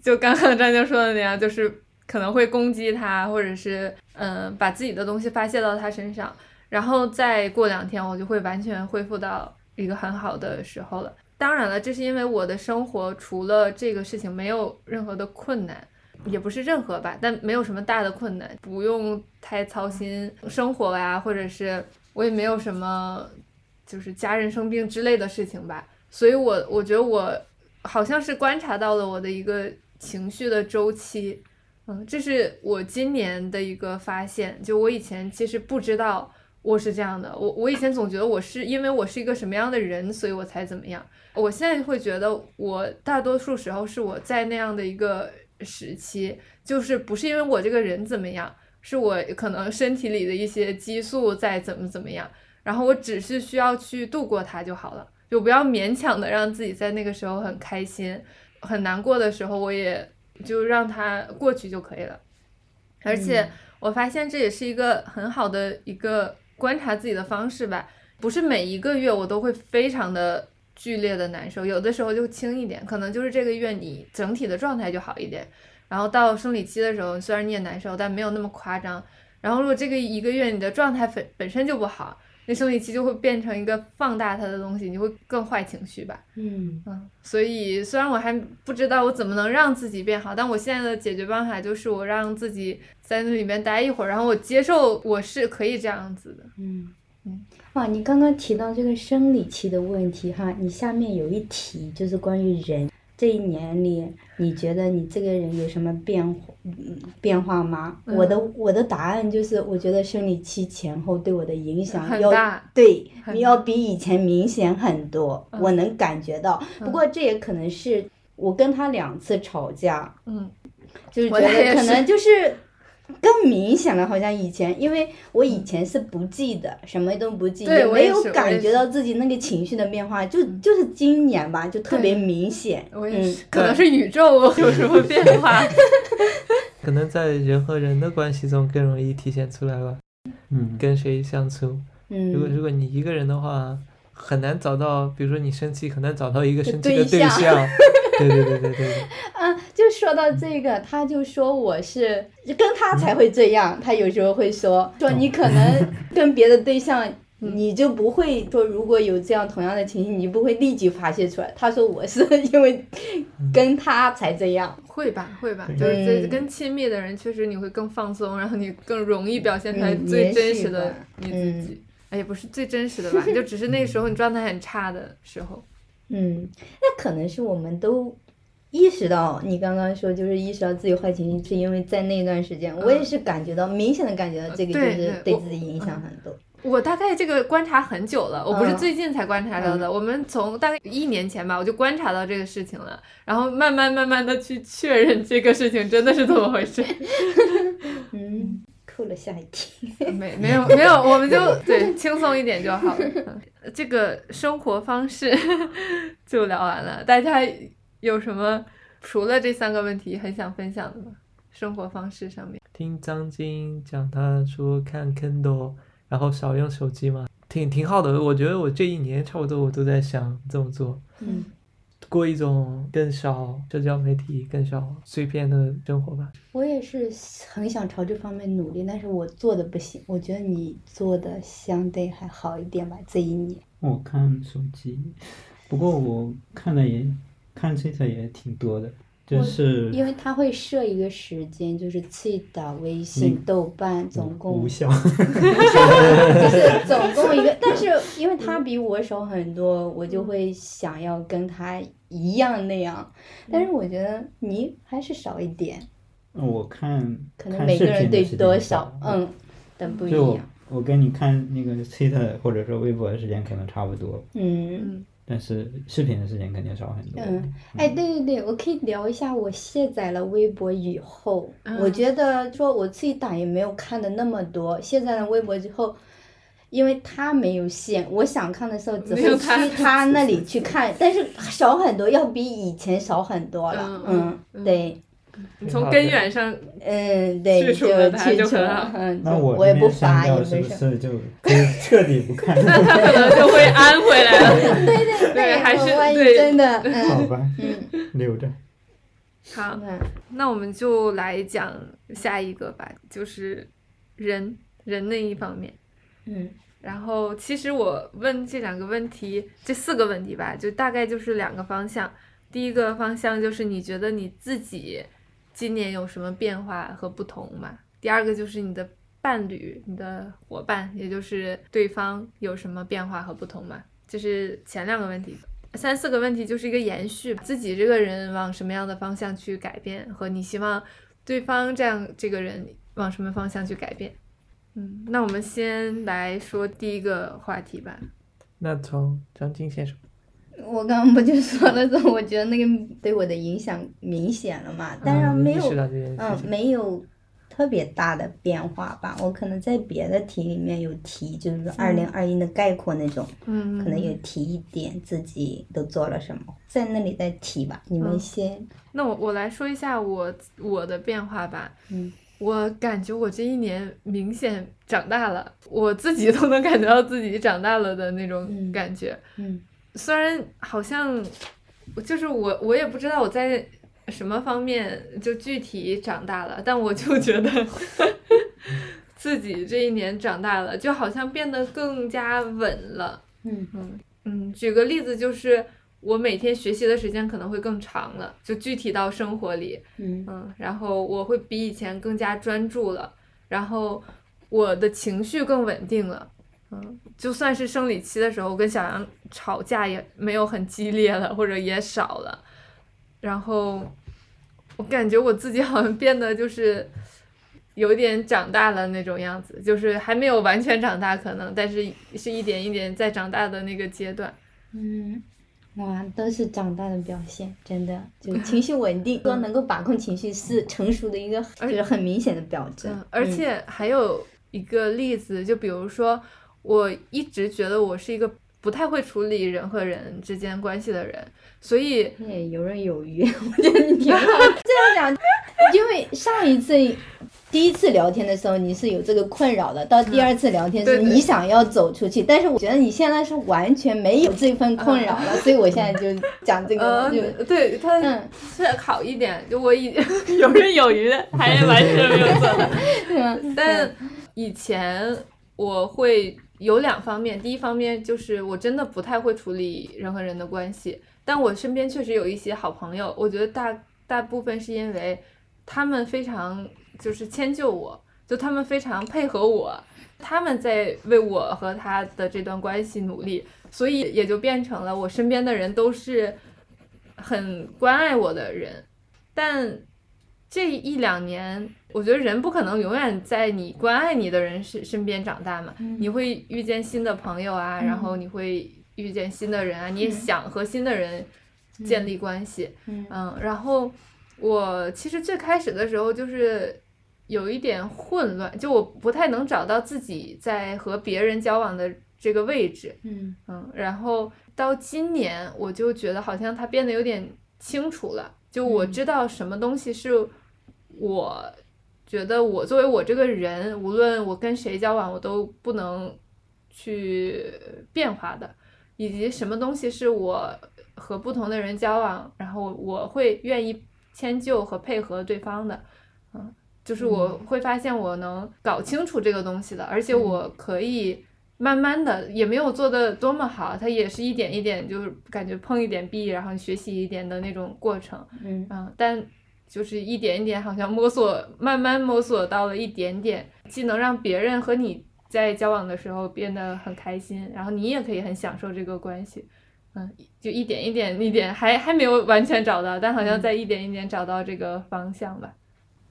S1: 就刚刚张晶说的那样，就是可能会攻击他，或者是嗯、呃把自己的东西发泄到他身上。然后再过两天，我就会完全恢复到一个很好的时候了。当然了，这是因为我的生活除了这个事情没有任何的困难，也不是任何吧，但没有什么大的困难，不用太操心生活呀、或者是我也没有什么就是家人生病之类的事情吧。所以我我觉得我好像是观察到了我的一个情绪的周期，嗯，这是我今年的一个发现。就我以前其实不知道我是这样的，我我以前总觉得我是因为我是一个什么样的人，所以我才怎么样。我现在会觉得，我大多数时候是我在那样的一个时期，就是不是因为我这个人怎么样，是我可能身体里的一些激素在怎么怎么样，然后我只是需要去度过它就好了，就不要勉强的让自己在那个时候很开心，很难过的时候我也就让它过去就可以了。而且我发现这也是一个很好的一个观察自己的方式吧，不是每一个月我都会非常的剧烈的难受，有的时候就轻一点，可能就是这个月你整体的状态就好一点。然后到生理期的时候，虽然你也难受，但没有那么夸张。然后如果这个一个月你的状态本本身就不好，那生理期就会变成一个放大它的东西，你会更坏情绪吧。
S3: 嗯
S1: 嗯，所以虽然我还不知道我怎么能让自己变好，但我现在的解决办法就是我让自己在那里面待一会儿，然后我接受我是可以这样子的。
S3: 嗯
S1: 嗯。
S3: 哇，你刚刚提到这个生理期的问题哈，你下面有一题就是关于人这一年里，你觉得你这个人有什么变化嗯变化吗？
S1: 嗯
S3: 我的我的答案就是，我觉得生理期前后对我的影响
S1: 很
S3: 要
S1: 大
S3: 对
S1: 很，
S3: 你
S1: 大
S3: 要比以前明显很多，
S1: 嗯
S3: 我能感觉到。不过这也可能是我跟他两次吵架，
S1: 嗯
S3: 就是觉
S1: 我俩也
S3: 得可
S1: 是
S3: 能就是更明显了，好像以前，因为我以前是不记得，什么都不记，
S1: 对
S3: 也
S1: 我也
S3: 没有
S1: 是我也
S3: 感
S1: 是
S3: 觉到自己那个情绪的变化，就就是今年吧，就特别明显。
S1: 我也是，
S3: 嗯
S1: 可能是宇宙 *laughs* 有什么变化。
S2: 可能在人和人的关系中更容易体现出来吧，
S4: 嗯，
S2: 跟谁相处。如果
S3: 嗯
S2: 如果你一个人的话，很难找到，比如说你生气很难找到一个生气
S3: 对
S2: 的对
S3: 象 *laughs*
S2: 象。对对对对对，
S3: 啊，就说到这个，他就说我是跟他才会这样，他有时候会说说你可能跟别的对 *laughs* 象。你就不会说，如果有这样同样的情形，你不会立即发泄出来。他说我是 *laughs* 因为跟他才这样，
S1: 会吧，会吧，
S2: 对
S1: 就是这
S3: 嗯
S1: 跟亲密的人，确实你会更放松，然后你更容易表现出来
S3: 嗯
S1: 最
S3: 也
S1: 真
S3: 许
S1: 实的
S3: 吧嗯
S1: 你自己。哎，也不是最真实的吧，就只是那时候你状态很差的时候。
S3: 嗯，那可能是我们都意识到，你刚刚说就是意识到自己坏情绪，是因为在那段时间，我也是感觉到明显的感觉到这个就
S1: 对
S3: 是
S1: 对
S3: 嗯对
S1: 我
S3: 自己影响很多。
S1: 我大概这个观察很久了，我不是
S3: 嗯
S1: 最近才观察到的，我们从大概一年前吧，我就观察到这个事情了，然后慢慢慢慢的去确认这个事情真的是怎么回事。
S3: 嗯，扣了下一 *laughs* 题。
S1: *laughs* 没没有没有，我们就
S3: *laughs*
S1: 对轻松一点就好了。 *laughs* 嗯这个生活方式 *laughs* 就聊完了，大家有什么除了这三个问题很想分享的吗？生活方式上面，
S2: 听张晶讲，他说看 Kindle，然后少用手机嘛，挺挺好的。我觉得我这一年差不多我都在想这么做，
S3: 嗯，
S2: 过一种更少社交媒体、更少碎片的生活吧。
S3: 我也是很想朝这方面努力，但是我做的不行。我觉得你做的相对还好一点吧，这一年。
S4: 我看手机，不过我看了也看 Twitter 也挺多的，就
S3: 我
S4: 是
S3: 因为它会设一个时间，就是 Twitter、微
S4: 你
S3: 信、豆瓣，总共 *laughs*
S4: 无效。
S3: 就是总共一个，但是因为他比我少很多，我就会想要跟他一样那样。但是我觉得你还是少一点，
S4: 我看
S3: 可能
S4: 看
S3: 每
S4: 视
S3: 个人
S4: 频
S3: 对
S4: 的时间
S3: 多
S4: 比较
S3: 少
S4: 少，，
S3: 嗯的不一
S4: 就我
S3: 样。
S4: 我跟你看那个 Twitter 或者说微博的时间可能差不多，
S3: 嗯
S4: 但是视频的时间肯定少很多。
S3: 嗯，哎，对对对，我可以聊一下我卸载了微博以后，
S1: 嗯
S3: 我觉得说我自己打也没有看的那么多，卸载了微博之后。因为它没有限，我想看的时候只
S1: 没
S3: 会
S1: 有 *laughs*
S3: 去
S1: 它
S3: 它那里去看，但是少很多，要比以前少很多了。
S1: 嗯
S3: 嗯，
S1: 嗯
S3: 对，
S1: 你从根源上，
S3: 嗯，对，
S1: 去除了它
S3: 去
S1: 就
S3: 除
S1: 很
S3: 了
S1: 好
S3: 嗯，
S4: 那
S3: 对
S4: 我
S3: 我也
S4: 这
S3: 不
S4: 边删
S3: 发，也
S4: 掉
S3: 不
S4: 是
S3: 是
S4: 不。是就可以彻底不看？ *laughs*
S1: 那他可能就会安回来了。
S3: *laughs* 对对
S1: 对还是
S3: 我万一
S1: 对
S3: 真的，
S1: *laughs*
S4: 好
S3: 嗯
S4: 吧，
S3: 嗯
S4: 留着。
S1: 好，
S3: 嗯，
S1: 那我们就来讲下一个吧，就是人人那一方面。
S3: 嗯，
S1: 然后其实我问这两个问题，这四个问题吧，就大概就是两个方向。第一个方向就是你觉得你自己今年有什么变化和不同嘛？第二个就是你的伴侣、你的伙伴，也就是对方有什么变化和不同嘛？这是前两个问题。三四个问题就是一个延续，自己这个人往什么样的方向去改变，和你希望对方这样这个人往什么方向去改变。嗯，那我们先来说第一个话题吧。
S2: 那从张晶先生，
S3: 我刚刚不就说了说，我觉得那个对我的影响明显了嘛，当然
S2: 嗯
S3: 没
S2: 意识
S3: 有，
S2: 到这件事
S3: 嗯，
S2: 情，
S3: 没有特别大的变化吧。我可能在别的题里面有提，就是二零二一的概括那种，
S1: 嗯，
S3: 可能有提一点自己都做了什么，在那里再提吧。你
S1: 嗯
S3: 们先，
S1: 那我我来说一下我我的变化吧。
S3: 嗯，
S1: 我感觉我这一年明显长大了，我自己都能感觉到自己长大了的那种
S3: 嗯
S1: 感觉。
S3: 嗯
S1: 虽然好像就是我我也不知道我在什么方面就具体长大了，但我就觉得 *laughs* 自己这一年长大了，就好像变得更加稳了。
S3: 嗯
S1: 嗯，举个例子，就是我每天学习的时间可能会更长了，就具体到生活里，
S3: 嗯
S1: 嗯，然后我会比以前更加专注了，然后我的情绪更稳定了，嗯，就算是生理期的时候，我跟小杨吵架也没有很激烈了，或者也少了，然后我感觉我自己好像变得就是。有点长大了那种样子，就是还没有完全长大，可能，但是是一点一点在长大的那个阶段。
S3: 嗯，哇，都是长大的表现，真的就情绪稳定，说能够把控情绪是成熟的一个，
S1: *laughs* 而
S3: 就是很明显的表征
S1: 嗯，。而
S3: 嗯
S1: 且还有一个例子，就比如说，我一直觉得我是一个不太会处理人和人之间关系的人，所以
S3: *laughs* 对，游刃有余，我觉得你挺好。这样讲，因为上一次第一次聊天的时候你是有这个困扰的，到第二次聊天的时
S1: 嗯
S3: 候
S1: 对对
S3: 你想要走出去，但是我觉得你现在是完全没有这份困扰了，所以我现在就讲这个就。
S1: 嗯，对，他
S3: 嗯，
S1: 是好一点，就我已 *laughs* 游刃有余的，还是完全没有做到。
S3: 对吧？
S1: *laughs* 但以前我会有两方面，第一方面就是我真的不太会处理人和人的关系，但我身边确实有一些好朋友，我觉得大大部分是因为他们非常就是迁就我，就他们非常配合我，他们在为我和他的这段关系努力，所以也就变成了我身边的人都是很关爱我的人，但这一两年，我觉得人不可能永远在你关爱你的人身身边长大嘛，你会遇见新的朋友啊，
S3: 嗯
S1: 然后你会遇见新的人啊，你也想和新的人建立关系，
S3: 嗯
S1: 嗯，然后我其实最开始的时候就是有一点混乱，就我不太能找到自己在和别人交往的这个位置，
S3: 嗯
S1: 嗯，然后到今年我就觉得好像它变得有点清楚了，就我
S3: 嗯
S1: 知道什么东西是我觉得我作为我这个人，无论我跟谁交往，我都不能去变化的，以及什么东西是我和不同的人交往，然后我会愿意迁就和配合对方的，嗯，就是我会发现我能搞清楚这个东西的，而
S3: 嗯
S1: 且我可以慢慢的，也没有做的多么好，它也是一点一点，就是感觉碰一点壁，然后学习一点的那种过程，
S3: 嗯
S1: 嗯，但就是一点一点，好像摸索，慢慢摸索到了一点点，既能让别人和你在交往的时候变得很开心，然后你也可以很享受这个关系，嗯，就一点一点一点，还还没有完全找到，但好像在一点一点找到这个方向吧。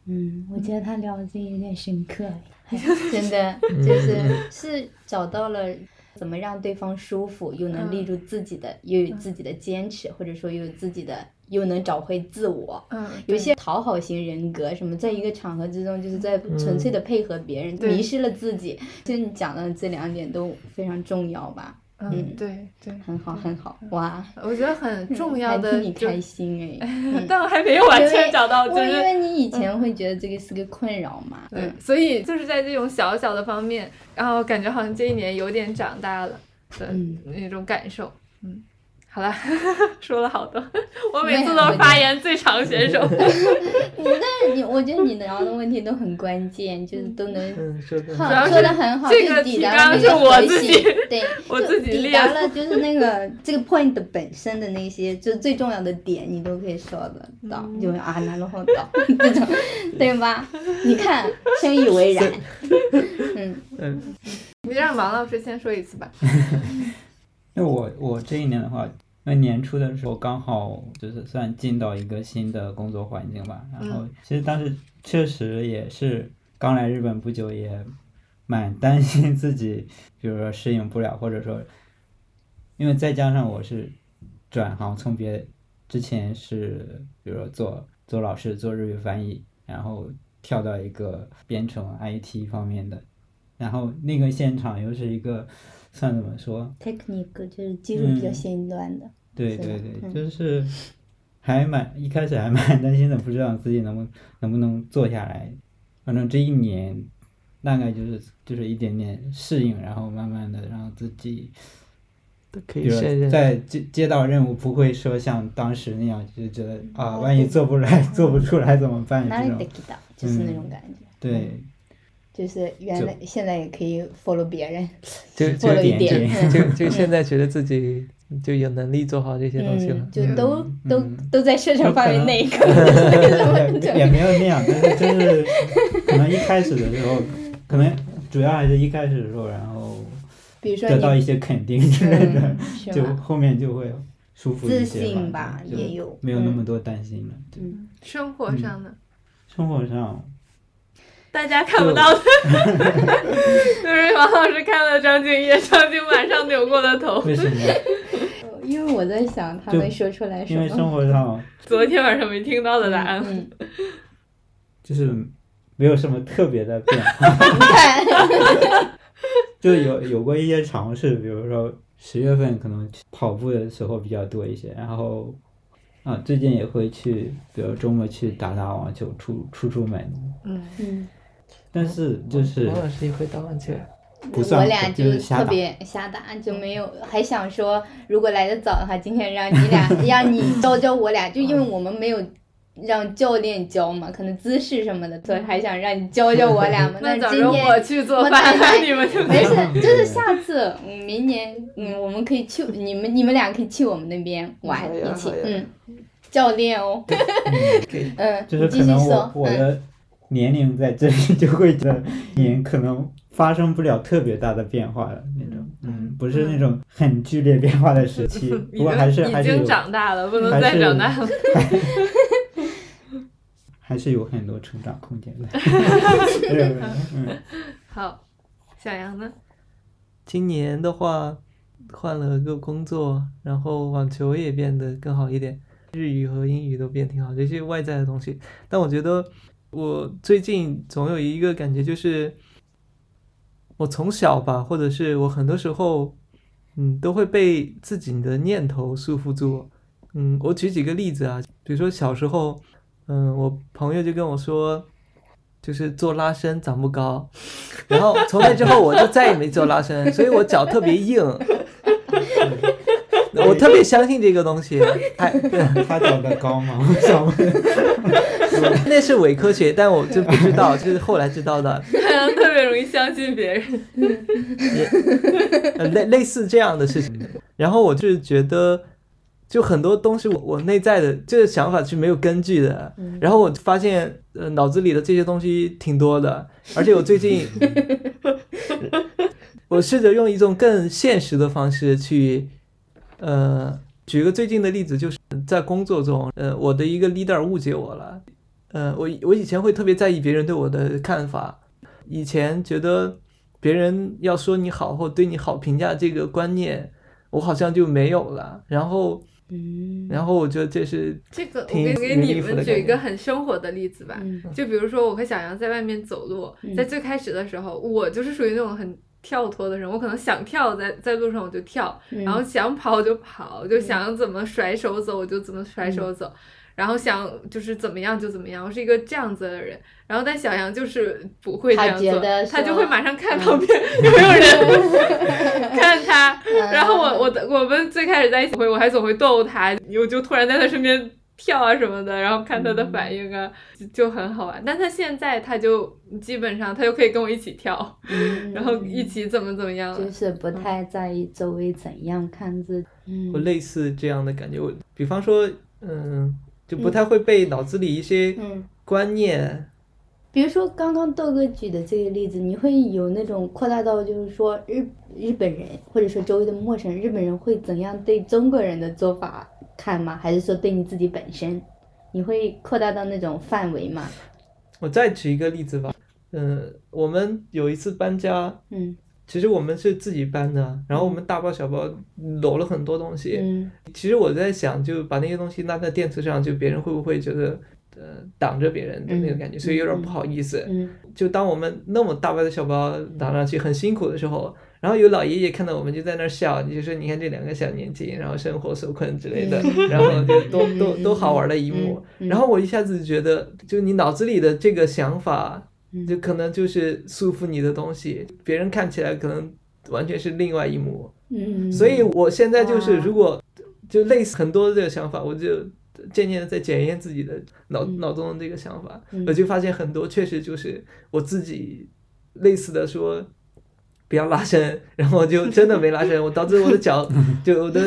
S3: 嗯，我觉得他聊的这有点深刻， *laughs* 哎真的就是是找到了怎么让对方舒服，又能立住自己的，又有自己的坚持，或者说又有自己的，又能找回自我。
S1: 嗯，
S3: 有
S1: 对
S3: 一些讨好型人格，什么在一个场合之中，就是在纯粹的配合别人，
S1: 对
S3: 迷失了自己。其实你讲的这两点都非常重要吧？
S1: 嗯，对对，
S3: 很好，很好，哇，嗯
S1: 我觉得很重要
S3: 还
S1: 的
S3: 替你
S1: 就， *laughs*
S3: 开 *laughs* 心哎！嗯
S1: 但我还没有完全找到，就
S3: 我因嗯
S1: 是
S3: 为你以前会觉得这个是个困扰嘛，
S1: 对，所以就是在这种小小的方面，然后感觉好像这一年有点长大了的
S3: 嗯
S1: 那种感受。嗯，好了， *laughs* 说了好多， *laughs* 我
S3: 没
S1: 每次
S3: 有
S1: 都
S3: 没
S1: 是
S3: 有
S1: 发言最长选手。 *laughs* 主
S3: 你 *laughs* 但是你，我觉得你聊的问题都很关键，就是都能
S2: 嗯，说的
S1: 要
S3: 好
S1: 是
S3: 说的很好，
S1: 这
S3: 就
S1: 个
S3: 抵
S1: 提
S3: 达了
S1: 纲
S3: 那个
S1: 是我
S3: 核
S1: 自己
S3: 心对，
S1: 我
S3: 就
S1: 自己
S3: 抵
S1: 列
S3: 达
S1: 的
S3: 了就是那个这个 point 本身的那些，就最重要的点，你都可以说得
S1: 嗯
S3: 到，就啊，拿了后到 *laughs* 这种，对吧？你看，深以
S1: *laughs*
S3: 为然，嗯
S2: 嗯，
S1: *laughs* 你让王老师先说一次吧。
S4: 那我我这一年的话，因为年初的时候刚好就是算进到一个新的工作环境吧，然后其实当时确实也是刚来日本不久，也蛮担心自己，比如说适应不了，或者说，因为再加上我是转行，从别之前是比如说做做老师做日语翻译，然后跳到一个编程 IT 方面的，然后那个现场又是一个算怎么说？
S3: ，technique 就是技术
S1: 嗯
S3: 比较先端的，
S4: 对
S3: 是
S4: 对
S3: 吧
S4: 对，
S3: 嗯
S4: 就是还蛮一开始还蛮担心的，不知道自己能不能不能做下来。反正这一年大概就是就是一点点适应，然后慢慢的让自己，
S2: 都可
S4: 比
S2: 以
S4: 如
S2: 胜任。
S4: 在接接到任务不会说像当时那样就觉得啊，万一做不来做不出来怎么办
S3: 嗯
S1: 嗯
S3: 哪
S4: 这
S3: 里得嗯
S4: 种。
S3: 给到，就是那种感觉，
S4: 对，
S3: 就是原来现在也可以 follow 别人，
S2: 就
S3: 做
S2: 就
S3: 了一点
S4: 点
S2: 就就现在觉得自己就有能力做好这些东西了
S3: 嗯，。就都都
S4: 嗯
S3: 都在射程范围内，可
S4: 也
S3: *laughs*
S4: 也没有那样，但是就是可能一开始的时候，可能主要还是一开始的时候，然后
S3: 比如说
S4: 得到一
S3: 你嗯
S4: 些肯定之类的。
S3: 是
S4: 就
S3: 吧？
S4: 后面就会舒服一
S3: 自
S4: 些
S3: 信吧，
S4: 就
S3: 也有
S4: 没有那么
S3: 嗯
S4: 多担心了。对
S3: 嗯
S1: 生活上的，
S4: 生活上，
S1: 大家看不到的， *laughs* 就是王老师看了张敬业，张敬马上扭过了头。
S4: 为
S3: *laughs*
S4: 什么？
S3: 因为我在想他
S4: 就
S3: 能说出来什
S4: 因为
S3: 么
S4: 生活上
S1: 昨天晚上没听到的答案，
S3: *laughs* 嗯，
S4: 就是没有什么特别的变化， *laughs*
S3: *laughs* 看，
S4: 就有有过一些尝试，比如说十月份可能去跑步的时候比较多一些，然后啊最近也会去，比如周末去打打网球，出出出门。
S1: 嗯，。
S3: 嗯，
S4: 但是就是
S2: 王老师也会打网球，
S4: 不算
S3: 我俩
S4: 就
S3: 就是
S4: 瞎
S3: 特
S4: 打
S3: 别瞎打，就没有还想说，如果来的早的话，今天让你
S4: *laughs*
S3: 俩让你教教我俩，就因为我们没有让教练教嘛，可能姿势什么的，所以还想让你教教我俩嘛
S1: 那
S3: 但
S1: 早
S3: 是
S1: 上
S3: 今
S1: 我
S3: 天。
S1: 去做
S3: 我
S1: 饭
S3: 奶，奶
S1: 你们就
S3: *laughs* 没
S1: 没
S3: 事
S1: 有。，
S4: *laughs*
S3: 就是下次，嗯，明年，嗯，我们可以去，你们你们俩可以去我们那边玩
S2: 好呀
S3: 一起
S2: 好呀，
S3: 嗯，教练哦，嗯，
S4: 就是
S3: 你继
S4: 可
S3: 续
S4: 能
S3: 说
S4: 我，我
S3: 嗯，
S4: 的年龄在这里就会觉得年可能发生不了特别大的变化了那种，嗯，不是那种很剧烈变化的 *laughs* 时期，
S1: 已
S4: 不
S1: 经
S4: 过还是还
S1: 已
S4: 是
S1: 经
S4: 有
S1: 长大了，不能
S4: 还
S1: 再
S4: 是
S1: 长大了。
S4: 还是有很多成长空 *laughs* 间的。 *laughs* 对嗯，
S1: 好，小杨呢？ *laughs*
S2: 今年的话，换了个工作，然后网球也变得更好一点，日语和英语都变挺好，这些外在的东西。但我觉得我最近总有一个感觉，就是我从小吧，或者是我很多时候，嗯，都会被自己的念头束缚住。嗯，我举几个例子啊，比如说小时候，嗯，我朋友就跟我说，就是做拉伸长不高，然后从那之后我就再也没做拉伸，所以我脚特别硬。我特别相信这个东西，哎还
S4: 他长得高吗？我想问，
S2: *laughs* 那是伪科学，但我就不知道，就是后来知道的，
S1: 小杨特别容易相信别人。
S2: 呃类类似这样的事情。
S4: 嗯
S2: 然后我就是觉得，就很多东西我我内在的这个想法是没有根据的。然后我发现，呃，脑子里的这些东西挺多的，而且我最近，我试着用一种更现实的方式去，呃，举个最近的例子，就是在工作中，呃，我的一个 leader 误解我了。呃，我我以前会特别在意别人对我的看法，以前觉得别人要说你好或对你好评价这个观念，我好像就没有了。然后，
S3: 嗯
S2: 然后我觉得这是
S1: 这个我
S2: 挺
S1: 给给你
S2: 挺有意思的
S1: 们
S2: 感
S1: 举
S2: 觉
S1: 一个很生活的例子吧，
S3: 嗯
S1: 就比如说我和小杨在外面走路，
S3: 嗯
S1: 在最开始的时候，我就是属于那种很跳脱的人，我可能想跳在在路上我就跳，
S3: 嗯
S1: 然后想跑我就跑，就想怎么甩手走我就怎么甩
S3: 嗯
S1: 手走，然后想就是怎么样就怎么样，我是一个这样子的人。然后但小杨就是不会这
S3: 他
S1: 样
S3: 觉
S1: 做
S3: 得，
S1: 他就
S3: 说
S1: 会马上看
S3: 嗯
S1: 旁边有没有人 *laughs* 看他，
S3: 嗯
S1: 然后我我的我们最开始在一起会，我还总会逗他，我就突然在他身边跳啊什么的，然后看他的
S3: 嗯
S1: 反应啊，就就很好玩。但他现在他就基本上他就可以跟我一起跳，
S3: 嗯
S1: 然后一起怎么怎么样了。
S3: 就是不太在意周围怎样看自己，嗯
S2: 我类似这样的感觉。我比方说，嗯，就不太会被脑子里一些
S3: 嗯。
S2: 观念，
S3: 比如说刚刚豆哥举的这个例子，你会有那种扩大到，就是说日日本人或者说周围的陌生人，日本人会怎样对中国人的做法看吗？还是说对你自己本身，你会扩大到那种范围吗？
S2: 我再举一个例子吧。嗯，我们有一次搬家，
S3: 嗯
S2: 其实我们是自己搬的，然后我们大包小包搂了很多东西。
S3: 嗯
S2: 其实我在想，就把那些东西拉在电车上，就别人会不会觉得，呃，挡着别人的那个感觉，
S3: 嗯
S2: 所以有点不好意思。
S3: 嗯
S2: 就当我们那么大包的小包拿上去很辛苦的时候，然后有老爷爷看到我们就在那儿笑，就说你看这两个小年轻，然后生活受困之类的， *laughs* 然后就多
S3: 嗯
S2: 多
S3: 嗯
S2: 多好玩的一幕。然后我一下子觉得，就你脑子里的这个想法，
S3: 嗯
S2: 就可能就是束缚你的东西，别人看起来可能完全是另外一幕。
S3: 嗯，
S2: 所以我现在就是，
S3: 哇
S2: 如果就类似很多这个想法，我就渐渐的在检验自己的脑、
S3: 嗯
S2: 脑中的这个想法，
S3: 嗯
S2: 我就发现很多确实就是我自己类似的说。不要拉伸，然后我就真的没拉伸，我导致我的
S3: *laughs*
S2: 脚就我的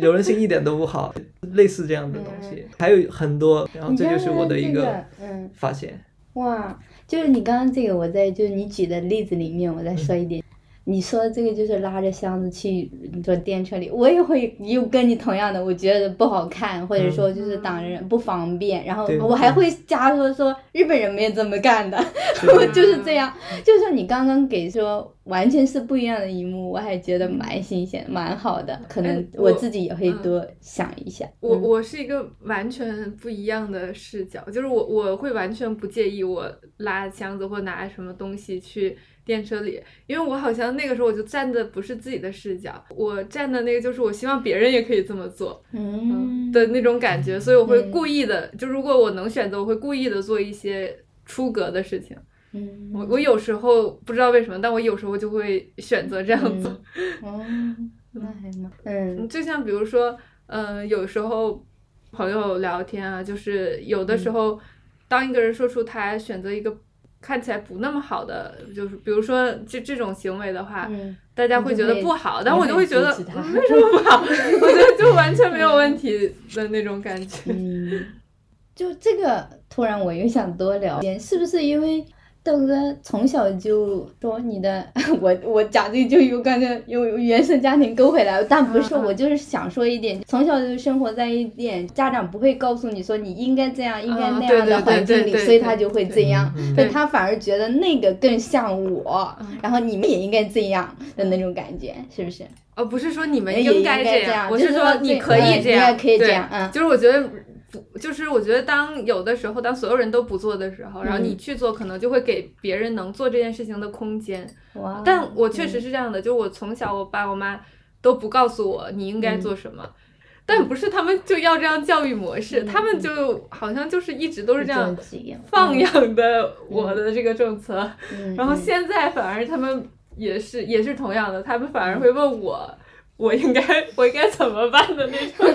S2: 柔韧性一点都不好，类似这样的
S3: 嗯
S2: 东西还有很多，然后
S3: 你
S2: 这
S3: 刚
S2: 就是我
S3: 刚
S2: 的一
S3: 这
S2: 个
S3: 嗯。
S2: 发
S3: *laughs*
S2: 现。
S3: 哇，就是你刚刚这个，我在就是你举的例子里面，
S1: 嗯
S3: 我再说一点。你说的这个就是拉着箱子去坐电车里，我也会又跟你同样的，我觉得不好看，或者
S1: 嗯
S3: 说就是挡着人不方便，然后
S2: 对
S3: 我还会加说说日本人没有这么干的，
S2: 是
S3: *laughs* 就是这样。就是你刚刚给说完全是不一样的一幕，我还觉得蛮新鲜，蛮好的。可能我
S1: 嗯哎我
S3: 自己也会
S1: 嗯
S3: 多想一下。
S1: 我
S3: 嗯
S1: 我是一个完全不一样的视角，就是我我会完全不介意我拉箱子或拿什么东西去电车里，因为我好像那个时候我就站的不是自己的视角，我站的那个就是我希望别人也可以这么做
S3: 嗯
S1: 的那种感觉，所以我会
S3: 嗯
S1: 故意的，就如果我能选择，我会故意的做一些出格的事情，
S3: 嗯，
S1: 我我有时候不知道为什么，但我有时候就会选择这样做。
S3: 嗯哦，那还蛮嗯
S1: 嗯就像比如说，呃，有时候朋友聊天啊，就是有的
S3: 嗯
S1: 时候，当一个人说出他选择一个看起来不那么好的，就是比如说这这种行为的话，
S3: 嗯
S1: 大家会觉得不好，但我就会觉得
S3: 你会支持他
S1: 嗯为什么不好？ *laughs* 我觉得就完全没有问题的那种感觉。
S3: 嗯， *laughs* 就这个突然我又想多聊点，是不是因为？豆哥从小就说你的， *laughs* 我我讲这个就有感觉有有原生家庭勾回来，但不是，
S1: 嗯嗯
S3: 我就是想说一点，从小就生活在一点家长不会告诉你说你应该这样，应该那样的
S1: 对
S3: 环
S1: 啊对对
S3: 境里，
S1: 对
S3: 所以
S1: 对
S3: 他就会这样。
S2: 嗯
S3: 但
S1: 对
S3: 他反而觉得那个更像我
S1: 嗯，
S3: 然后你们也应该这样的那种感觉，是不是？
S1: *laughs* 哦，不是说你们
S3: 哎也
S1: 应
S3: 应
S1: 该
S3: 该
S1: 这
S3: 这样
S1: 我
S3: 就是是
S1: 说
S3: 说
S1: 你
S3: 这
S1: 可以
S3: 嗯
S1: 这
S3: 你
S1: 样，
S3: 也可以这
S1: 对
S3: 样嗯
S1: 就是我觉得不，就是我觉得当有的时候，当所有人都不做的时候，然后你
S3: 嗯
S1: 去做，可能就会给别人能做这件事情的空间。
S3: 哇！
S1: 但我确实是这样的，就我从小我爸我妈都不告诉我你应该
S3: 嗯
S1: 做什么。但不是他们就要这样教育模式，
S3: 嗯
S1: 他们就好像就是一直都是这样
S3: 这样
S1: 放养的我的这个政策，
S3: 嗯
S1: 然后
S3: 嗯
S1: 现在反而他们也是也是同样的，他们反
S3: 嗯
S1: 而会问我，我应该我应该怎么办的那种。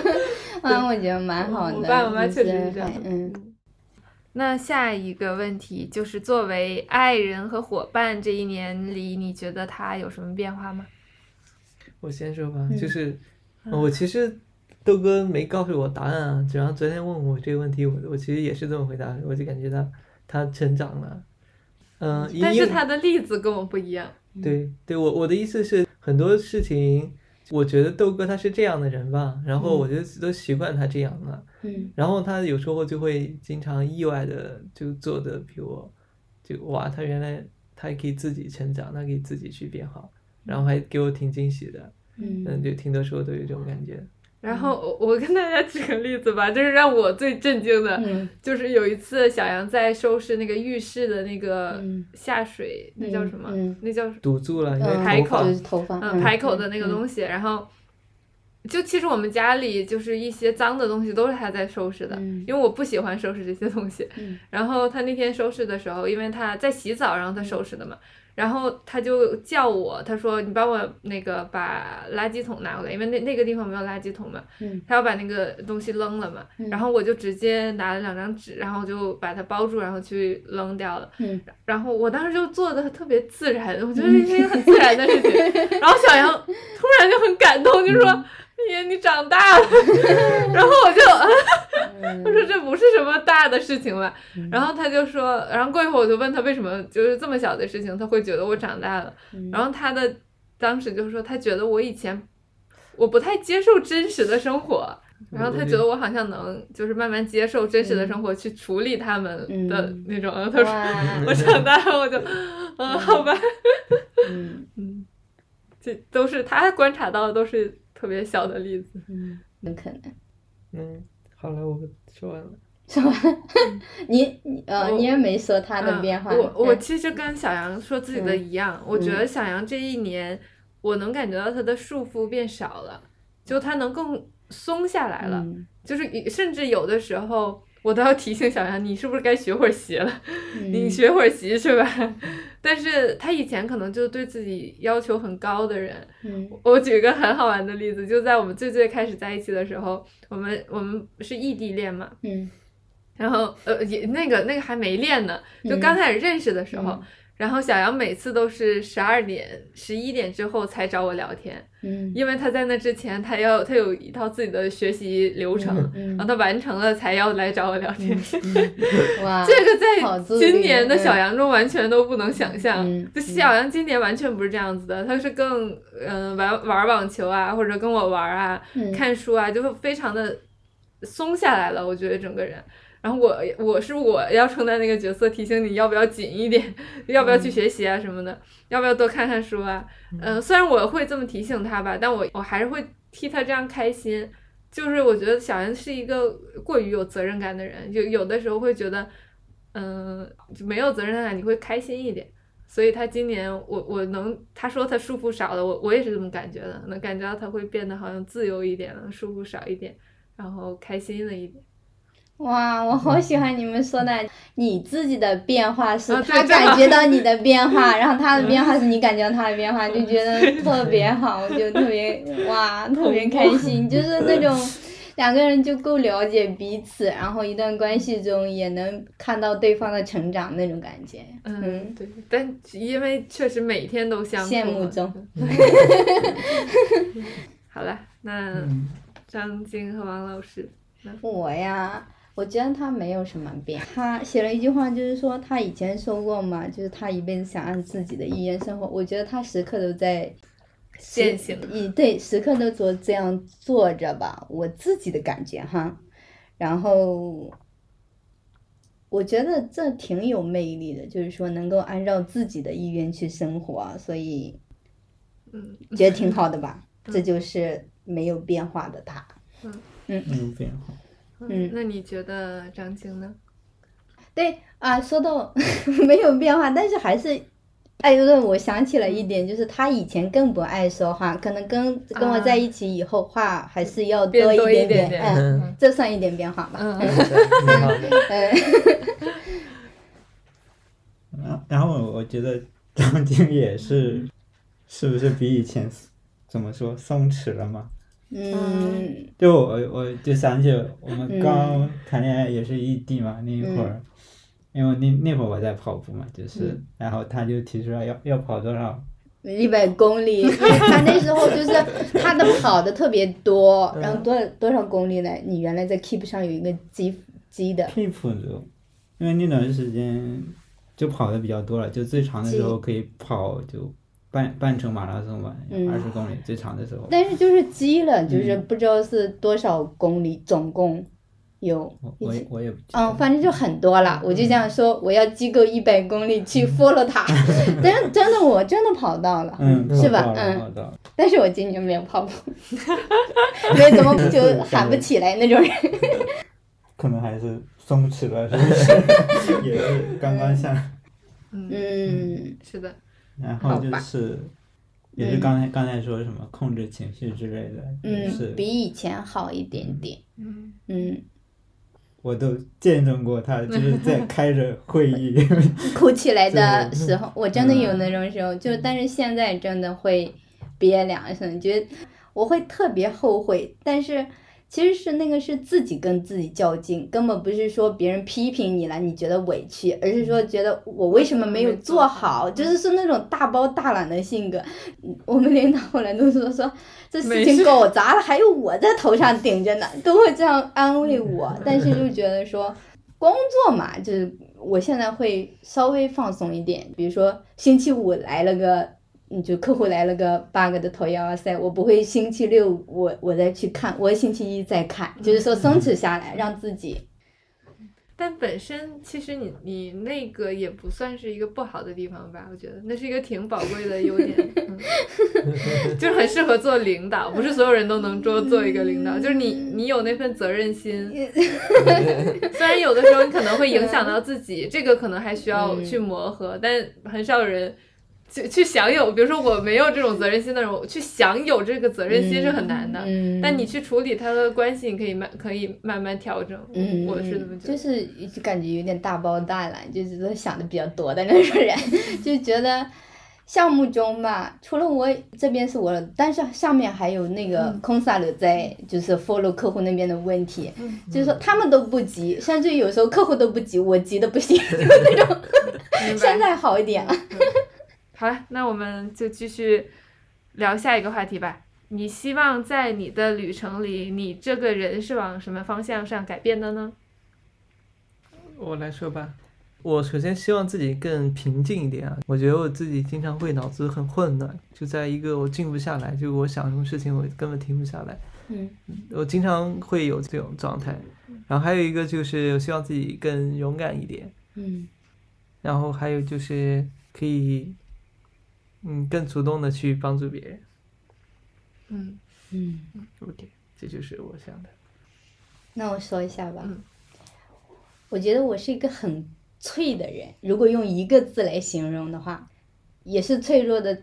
S3: 嗯，我觉得蛮好的。
S1: 我爸我妈
S3: 就
S1: 确实是这样
S3: 很嗯，
S1: 那下一个问题就是，作为爱人和伙伴，这一年里你觉得他有什么变化吗？
S2: 我先说吧，
S3: 嗯
S2: 就是、呃我其实豆哥没告诉我答案啊，只要昨天问我这个问题，我我其实也是这么回答的，我就感觉他他成长了，嗯、一
S1: 但是
S2: 因
S1: 他的例子跟我不一样，
S2: 对对，我我的意思是很多事情，我觉得豆哥他是这样的人吧，然后
S3: 嗯
S2: 我就都习惯他这样了，
S3: 嗯
S2: 然后他有时候就会经常意外的就做的比我，就哇，他原来他还可以自己成长，他可以自己去变好，然后还给我挺惊喜的，嗯，
S3: 嗯
S2: 就听的时候都有这种感觉。
S1: 然后我我跟大家举个例子吧，就是让我最震惊的，
S3: 嗯
S1: 就是有一次小杨在收拾那个浴室的那个
S3: 嗯
S1: 下水，那叫什么？
S3: 嗯
S1: 那叫
S2: 堵住了，因
S3: 嗯，
S2: 为头
S1: 口
S2: 发
S3: 就是头发，
S1: 嗯，排口的那个东西，然后就其实我们家里就是一些脏的东西都是他在收拾的，
S3: 嗯
S1: 因为我不喜欢收拾这些东西。
S3: 嗯
S1: 然后他那天收拾的时候，因为他在洗澡，然后他收拾的嘛，然后他就叫我，他说你帮我那个把垃圾桶拿过来，因为那那个地方没有垃圾桶嘛，
S3: 嗯
S1: 他要把那个东西扔了嘛，
S3: 嗯
S1: 然后我就直接拿了两张纸，然后就把它包住，然后去扔掉了。
S3: 嗯
S1: 然后我当时就做的特别自然，我觉得这是一个很自然的
S3: *laughs*
S1: 事情。然后小杨突然就很感动，就说：“哎呀，你长大了。” *laughs* 然后我就 *laughs* 啊
S3: 嗯
S1: 我说这不是什么大的事情吧。然后他就说，然后过一会儿我就问他为什么就是这么小的事情他会觉得我长大了。
S3: 嗯
S1: 然后他的当时就说他觉得我以前我不太接受真实的生活，
S3: 嗯
S1: 然后他觉得我好像能就是慢慢接受真实的生活，去处理他们的
S3: 嗯
S1: 那种。然后他说
S3: 哇
S1: 我长大了，我就嗯好吧， *laughs*
S3: 嗯
S1: 嗯，这都是他观察到的都是特别小的例子。
S3: 嗯，有可能。
S2: 嗯，好了，我说完了。
S3: 你你呃，
S1: 我
S3: 你也没说他的变化。
S1: 嗯我我
S3: 嗯
S1: 其实跟小杨说自己的一样，我觉得小杨这一年，我能感觉到他的束缚变少了，就他能更松下来了。
S3: 嗯
S1: 就是甚至有的时候，我都要提醒小杨，你是不是该学会儿习了？ *laughs*
S3: 嗯
S1: 你学会儿习是吧？ *laughs* 但是他以前可能就对自己要求很高的人，
S3: 嗯
S1: 我举一个很好玩的例子，就在我们最最开始在一起的时候，我们我们是异地恋嘛，
S3: 嗯
S1: 然后呃也那个那个还没练呢，就
S3: 嗯
S1: 刚开始认识的时候，
S3: 嗯
S1: 然后小杨每次都是十二点、十一点之后才找我聊天，
S3: 嗯
S1: 因为他在那之前他要他有一套自己的学习流程，*laughs*
S3: 嗯
S1: 然后他完成了才要来找我聊天。
S3: 哇，
S1: 这个
S3: 好
S1: 在
S3: 自律
S1: 今年的
S3: 嗯
S1: 小杨中完全都不能想象，
S3: 嗯
S1: 就
S3: 嗯
S1: 小杨今年完全不是这样子的，他是更嗯、呃玩玩网球啊，或者跟我玩啊，
S3: 嗯
S1: 看书啊，就是非常的松下来了，我觉得整个人。然后我我是我要承担那个角色，提醒你要不要紧一点， *laughs* 要不要去学习啊什么的，要不要多看看书啊。嗯、虽然我会这么提醒他吧，但我我还是会替他这样开心。就是我觉得小杨是一个过于有责任感的人，就有的时候会觉得，嗯、就没有责任感你会开心一点。所以他今年我我能他说他束缚少了，我我也是这么感觉的，能感觉到他会变得好像自由一点了，束缚少一点，然后开心了一点。
S3: 哇，我好喜欢你们说的，你自己的变化是
S1: 嗯啊对嗯
S3: 他
S1: 对
S3: 感觉到你的变化，然后他的变化是你感觉到他的变化，就觉
S1: 嗯
S3: 得特别好，就特别哇，特别开
S1: *laughs*
S3: 心，就是那种两个人就够了解彼此，然后一段关系中也能看到对方的成长那种感觉，
S1: 嗯，
S3: 嗯，
S1: 对，但因为确实每天都相处
S3: 羡
S1: 嘛嗯
S3: 慕中。
S1: 好了，那
S2: 嗯，
S1: 张晶和王老师，
S3: 我呀，我觉得他没有什么变。他写了一句话，就是说他以前说过嘛，就是他一辈子想按自己的意愿生活。我觉得他时刻都在
S1: 践行
S3: 以对，时刻都做这样做着吧，我自己的感觉哈。然后，我觉得这挺有魅力的，就是说能够按照自己的意愿去生活，啊所以
S1: 嗯，
S3: 觉得挺好的吧。
S1: *laughs* 嗯
S3: 这就是没有变化的他。
S4: 没有变化。
S3: 嗯
S1: 那你觉得张晶呢？
S3: 对啊，说到 *laughs* 没有变化，但是还是艾顿，我想起了一点，就是他以前更不爱说话，可能跟跟我在一起以后，话还是要
S1: 啊变
S3: 多
S1: 多一
S3: 一
S1: 点
S3: 点
S1: 点
S3: 嗯，
S2: 嗯，
S1: 嗯
S3: 这算一点变化吧。
S1: 嗯，
S2: 挺好的，
S3: 嗯，
S4: 然后然后我觉得张晶也是，是不是比以前怎么说松弛了嘛？
S3: 嗯
S4: 就我我就想起我们刚谈恋爱也是异地嘛，那一
S3: 嗯
S4: 会儿，因为那那会儿我在跑步嘛，就是，
S3: 嗯
S4: 然后他就提出来要要跑多少，
S1: 啊
S3: 一百公里， *laughs* 他那时候就是他的跑的特别多，然后多
S1: 嗯
S3: 多少公里呢？你原来在 Keep 上有一个积积的，
S4: 佩服的，因为那段时间就跑的比较多了，就最长的时候可以跑就半半程马拉松吧，
S3: 嗯
S4: 二十公里最长的时候，
S3: 但是就是积了，就是
S1: 嗯
S3: 不知道是多少公里，总共有一
S4: 我我
S3: 千
S4: 也我也不记得
S3: 嗯，反正就很多了。
S4: 嗯
S3: 我就这样说，我要机构一百公里去 follow 他， *laughs* 真真的我真的跑到了，
S4: 嗯，
S3: 是吧
S4: 跑？到了
S3: 嗯，
S4: 跑到了 *laughs*
S3: 但是我今年没有跑步，没怎么就喊不起来那种人。
S4: 可能还是松弛了，是不是？也 *laughs* 是刚刚下来。
S1: 嗯，
S3: 嗯
S1: 是的，
S4: 然
S3: 好
S4: 后就
S3: 吧
S4: 是，也是
S3: 嗯
S4: 刚才刚才说什么控制情绪之类的，也
S3: 嗯，
S4: 是
S3: 比以前好一点点。
S1: 嗯，
S3: 嗯，
S4: 我都见证过他，就是
S3: *laughs*
S4: 在开着会议，
S3: 哭起来的时候，我真的有那种时候，就但是现在真的会憋两声，觉得我会特别后悔，但是。其实是那个是自己跟自己较劲，根本不是说别人批评你了，你觉得委屈，而是说觉得我为什么没有做好，就是是那种大包大揽的性格。我们领导后来都说说这事
S1: 没事
S3: 情搞砸了，还有我在头上顶着呢，都会这样安慰我，但是就觉得说工作嘛，就是我现在会稍微放松一点，比如说星期五来了个，嗯，就客户来了个 bug 的头摇赛，我不会星期六我我再去看，我星期一再看，就是说松弛下来，让自己
S1: 但本身其实你你那个也不算是一个不好的地方吧，我觉得那是一个挺宝贵的
S3: *laughs*
S1: 优点，嗯、就是很适合做领导，不是所有人都能做做一个领导，就是你你有那份责任
S3: 嗯
S1: 心，虽然有的时候你可能会影响到自
S3: *laughs*
S1: 己，这个可能还需要
S3: 嗯
S1: 去磨合，但很少有人去去享有，比如说我没有这种责任心的人，我去享有这个责任心是很难的。
S3: 嗯，
S1: 但你去处理他的关系，你可以慢可以慢慢调整。
S3: 嗯，
S1: 我是这么觉
S3: 就
S1: 得。
S3: 是就感觉有点大包大揽，就是都想的比较多的那种人， *laughs* 就觉得项目中吧，除了我这边是我的，但是上面还有那个
S1: 嗯
S3: c o n s a l 在，就是 follow 客户那边的问题，
S1: 嗯
S3: 就是说他们都不急，甚至有时候客户都不急，我急的不行， *laughs* 就那种。
S1: 明白
S3: 现在好一点了。
S1: 好了，那我们就继续聊下一个话题吧。你希望在你的旅程里，你这个人是往什么方向上改变的呢？
S2: *laughs* 我来说吧。我首先希望自己更平静一点啊！我觉得我自己经常会脑子很混乱，就在一个我静不下来，就我想什么事情我根本停不下来，
S3: 嗯
S2: 我经常会有这种状态。然后还有一个就是，我希望自己更勇敢一点，
S3: 嗯
S2: 然后还有就是可以，嗯，更主动的去帮助别人。
S1: 嗯，
S3: 嗯，
S2: OK，这就是我想的。
S3: 那我说一下吧。
S1: 嗯
S3: 我觉得我是一个很脆的人，如果用一个字来形容的话，也是脆弱的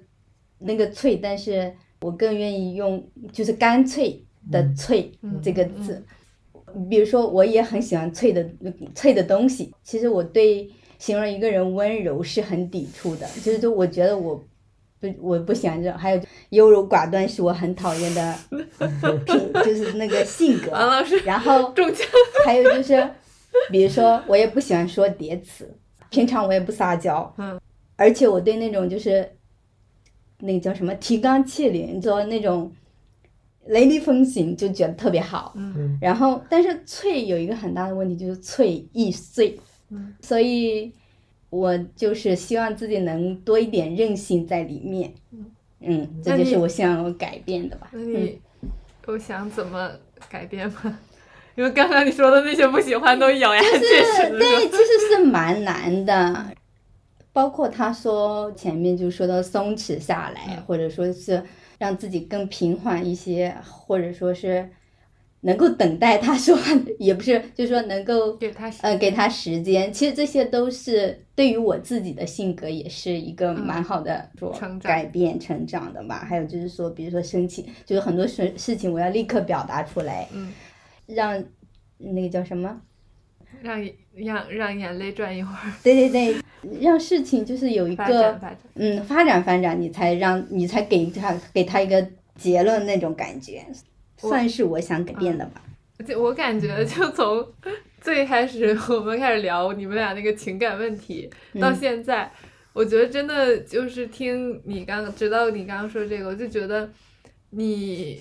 S3: 那个脆，但是我更愿意用就是干脆的脆
S1: 嗯
S3: 这个字。比如说，我也很喜欢脆的脆的东西。其实我对形容一个人温柔是很抵触的，就是就我觉得我不我不喜欢这种。还有优柔寡断是我很讨厌的品， *laughs* 就是那个性
S1: *laughs*
S3: 格。
S1: 王老师
S3: 然后
S1: 中枪，
S3: 还有就是，比如说我也不喜欢说叠词，平常我也不撒娇。
S1: 嗯，
S3: 而且我对那种就是那个叫什么提纲挈领，就那种雷厉风行，就觉得特别好。
S1: 嗯
S2: 嗯
S3: 然后，但是脆有一个很大的问题，就是脆易碎，
S1: 嗯
S3: 所以我就是希望自己能多一点韧性在里面
S1: 嗯。
S3: 嗯，
S1: 那
S3: 这就
S1: 你
S3: 是我希望我改变的吧。嗯
S1: 那你有想怎么改变吗？因为刚刚你说的那些不喜欢都咬牙 *laughs*
S3: 但是
S1: 切齿的
S3: 对，
S1: 说，
S3: 其实是蛮难的。包括他说前面就说到松弛下来，或者说是让自己更平缓一些，或者说是能够等待他说话，也不是， *laughs* 就是说能够
S1: 给他时
S3: 呃，给他时间，其实这些都是对于我自己的性格也是一个蛮好的说
S1: 成长
S3: 改变、成长的吧。还有就是说，比如说生气，就是很多事事情我要立刻表达出来，
S1: 嗯，
S3: 让那个叫什么？
S1: 让让让眼泪转一会儿，
S3: 对对对，让事情就是有一
S1: 发展
S3: 个
S1: 发展。
S3: 嗯发展发展，你才让你才给他给他一个结论那种感觉，
S1: 我啊
S3: 算是我想改变的吧。
S1: 就我感
S3: 嗯
S1: 觉，就从 *laughs* 最开始 *laughs* 我们开始聊你们俩那个情感问题，到
S3: 嗯
S1: 现在，我觉得真的就是听你刚直到你刚刚说这个，我就觉得你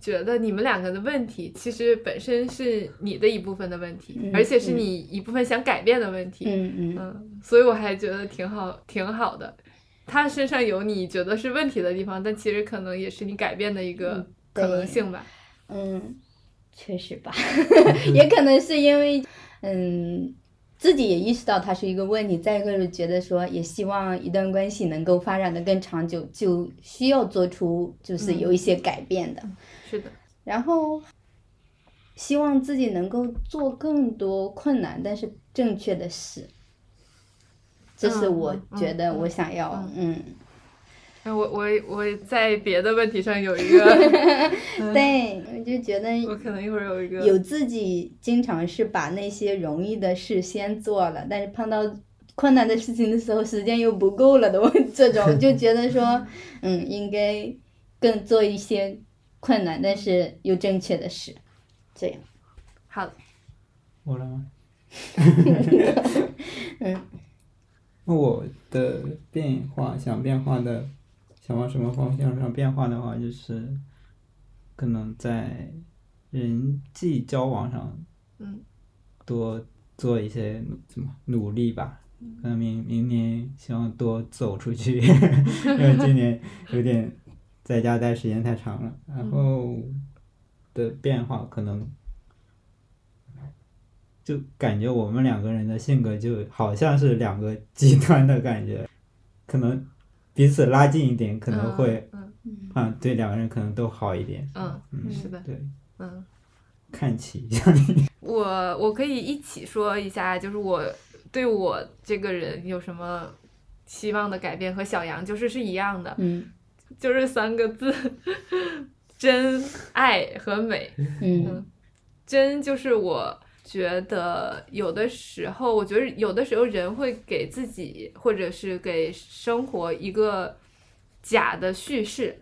S1: 觉得你们两个的问题，其实本身是你的一部分的问题，
S3: 嗯
S1: 而且是
S3: 嗯
S1: 你一部分想改变的问题。
S3: 嗯嗯。
S1: 嗯，所以我还觉得挺好，挺好的。他身上有你觉得是问题的地方，但其实可能也是你改变的一个
S3: 嗯
S1: 可能
S3: 对
S1: 性吧。
S3: 嗯，确实吧，
S1: 嗯
S3: *laughs* 也可能是因为嗯自己也意识到它是一个问题，再一个是觉得说也希望一段关系能够发展的更长久，就需要做出
S1: 嗯
S3: 就是有一些改变的，
S1: 是的，
S3: 然后希望自己能够做更多困难但是正确的事。这是
S1: 嗯
S3: 我
S1: 嗯嗯
S3: 觉得
S1: 嗯
S3: 我想要，嗯，
S1: 那哎我我我在别的问题上有一个，
S3: 嗯 *laughs* 对，我就觉得
S1: 我可能一会儿有一个
S3: 有自己经常是把那些容易的事先做了，但是碰到困难的事情的时候，时间又不够了的， *laughs* 我这种就觉得 *laughs* 说，嗯，应该更做一些困难但是又正确的事，这样，
S1: 好的，
S4: 我了吗？
S3: *laughs* 嗯
S4: *laughs* 那我的变化，想变化的，想往什么方向上变化的话，就是可能在人际交往上
S1: 嗯，
S4: 多做一些努怎么努力吧。
S1: 嗯
S4: 可能明明年希望多走出
S1: *laughs*
S4: 去，因为今年有点在家待时间太长了。
S1: 嗯
S4: 然后的变化可能就感觉我们两个人的性格就好像是两个极端的感觉，可能彼此拉近一点，可能会
S1: 嗯
S3: 嗯
S4: 啊对两个人可能都好一点。
S1: 嗯，
S4: 嗯，
S1: 是的，
S4: 对，
S1: 嗯。
S4: 看齐一下你。
S1: 我我可以一起说一下，就是我对我这个人有什么希望的改变和小杨就是是一样的，
S3: 嗯
S1: 就是三个字： *laughs* 真爱和美。
S3: 嗯
S1: 真就是我觉得有的时候，我觉得有的时候人会给自己或者是给生活一个假的叙事，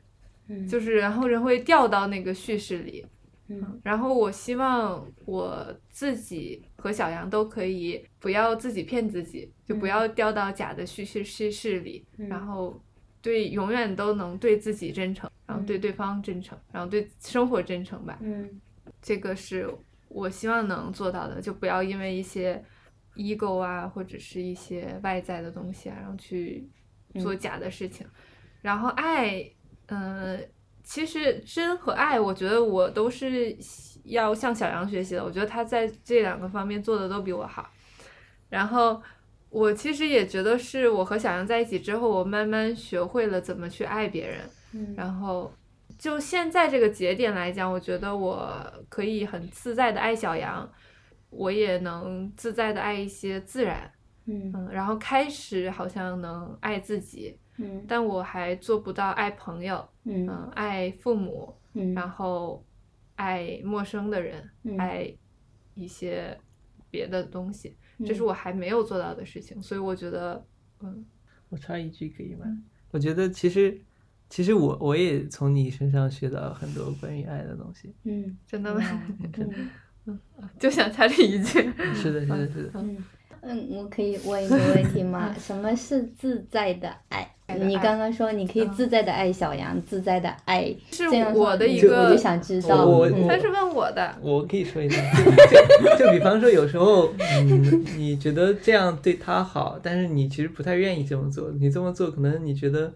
S3: 嗯
S1: 就是然后人会掉到那个叙事里。
S3: 嗯
S1: 然后我希望我自己和小杨都可以不要自己骗自己，就不要掉到假的叙事叙事里，
S3: 嗯
S1: 然后对永远都能对自己真诚，然后对对方真诚，然后对生活真诚吧。
S3: 嗯
S1: 这个是我希望能做到的，就不要因为一些 ego 啊，或者是一些外在的东西啊，然后去做假的事情。然后爱，嗯、其实真和爱，我觉得我都是要向小杨学习的。我觉得他在这两个方面做的都比我好。然后我其实也觉得是我和小杨在一起之后，我慢慢学会了怎么去爱别人。
S3: 嗯
S1: 然后就现在这个节点来讲，我觉得我可以很自在的爱小羊，我也能自在的爱一些自然，
S3: 嗯
S1: 嗯，然后开始好像能爱自己，
S3: 嗯
S1: 但我还做不到爱朋友，
S3: 嗯
S1: 嗯，爱父母，
S3: 嗯，
S1: 然后爱陌生的人，
S3: 嗯
S1: 爱一些别的东西，这是我还没有做到的事情，所以我觉得，嗯，
S2: 我插一句可以吗
S1: 嗯？
S2: 我觉得其实，其实我我也从你身上学到很多关于爱的东西。
S3: 嗯
S1: 真的吗？
S3: 嗯
S1: *laughs* 就想插这一
S3: *laughs*
S1: 句，
S2: 是的，是的，是的。
S3: 嗯嗯，我可以问一个问题吗？什么是自在的爱？
S1: 爱的
S3: 你
S1: 爱
S3: 刚刚说你可以
S1: 嗯
S3: 自在的爱小羊，自在的爱，
S1: 是
S3: 这样
S1: 我的
S3: 你
S1: 一
S3: 就
S1: 个，
S3: 我就想知道，
S2: 哦我
S3: 嗯
S1: 他是问我的，
S2: 我可以说一下， *laughs* 就就就比方说，有时候，嗯，你觉得这样对他好，但是你其实不太愿意这么做。你这么做，可能你觉得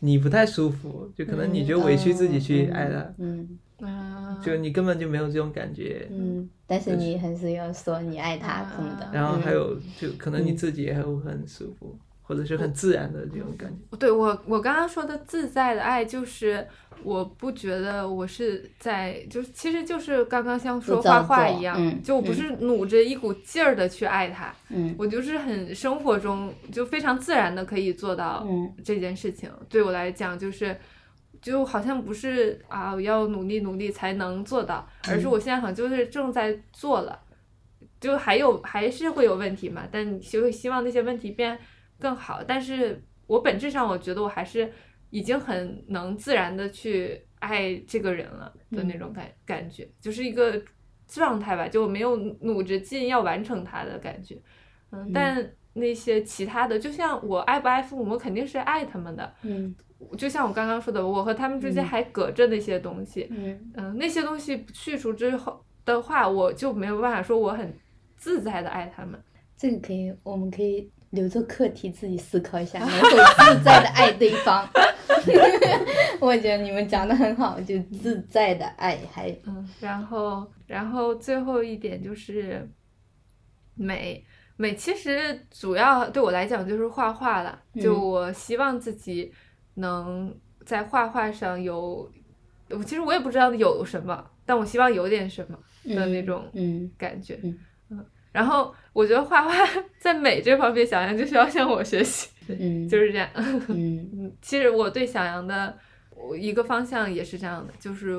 S2: 你不太舒服，就可能你觉得委屈自己去爱他，
S3: 嗯
S1: 嗯，
S2: 就你根本就没有这种感觉。
S3: 嗯，但是你还是要说你爱他什么的，
S1: 嗯
S2: 然后还有，就可能你自己也会很舒服，或者
S3: 嗯
S2: 是很自然的这种感觉。
S1: 对我，我刚刚说的自在的爱，就是我不觉得我是在，就是其实就是刚刚像说
S3: 不造
S1: 画画
S3: 作
S1: 一样，
S3: 嗯
S1: 就我不
S3: 嗯
S1: 是努着一股劲儿的去爱他，
S3: 嗯
S1: 我就是很生活中就非常自然的可以做到
S3: 嗯
S1: 这件事情。对我来讲，就是就好像不是啊，我要努力努力才能做到，而是我现在好像就是正在做了，就还有还是会有问题嘛，但就希望那些问题变更好。但是我本质上，我觉得我还是已经很能自然的去爱这个人了的那种感、感觉，就是一个状态吧，就我没有努着劲要完成它的感觉。嗯，但那些其他的，就像我爱不爱父母，我肯定是爱他们的。
S3: 嗯
S1: 就像我刚刚说的，我和他们之间
S3: 嗯
S1: 还隔着那些东西。
S3: 嗯
S1: 嗯、那些东西去除之后的话，我就没有办法说我很自在的爱他们。
S3: 这个可以，我们可以留作课题自己思考一下，能 *laughs* 否自在的爱对方。 *laughs* 我觉得你们讲的很好，就自在的爱，还
S1: 嗯，然后，然后最后一点就是美，美其实主要对我来讲就是画画了。就
S3: 嗯
S1: 我希望自己能在画画上有，我其实我也不知道有什么，但我希望有点什么的那种
S3: 嗯
S1: 感觉。
S3: 嗯
S1: 嗯然后我觉得画画 *laughs* 在美这方面，小杨就需要向我学习，
S3: 嗯，
S1: 就是这样。
S3: 嗯
S1: 嗯，其实我对小杨的我一个方向也是这样的，就是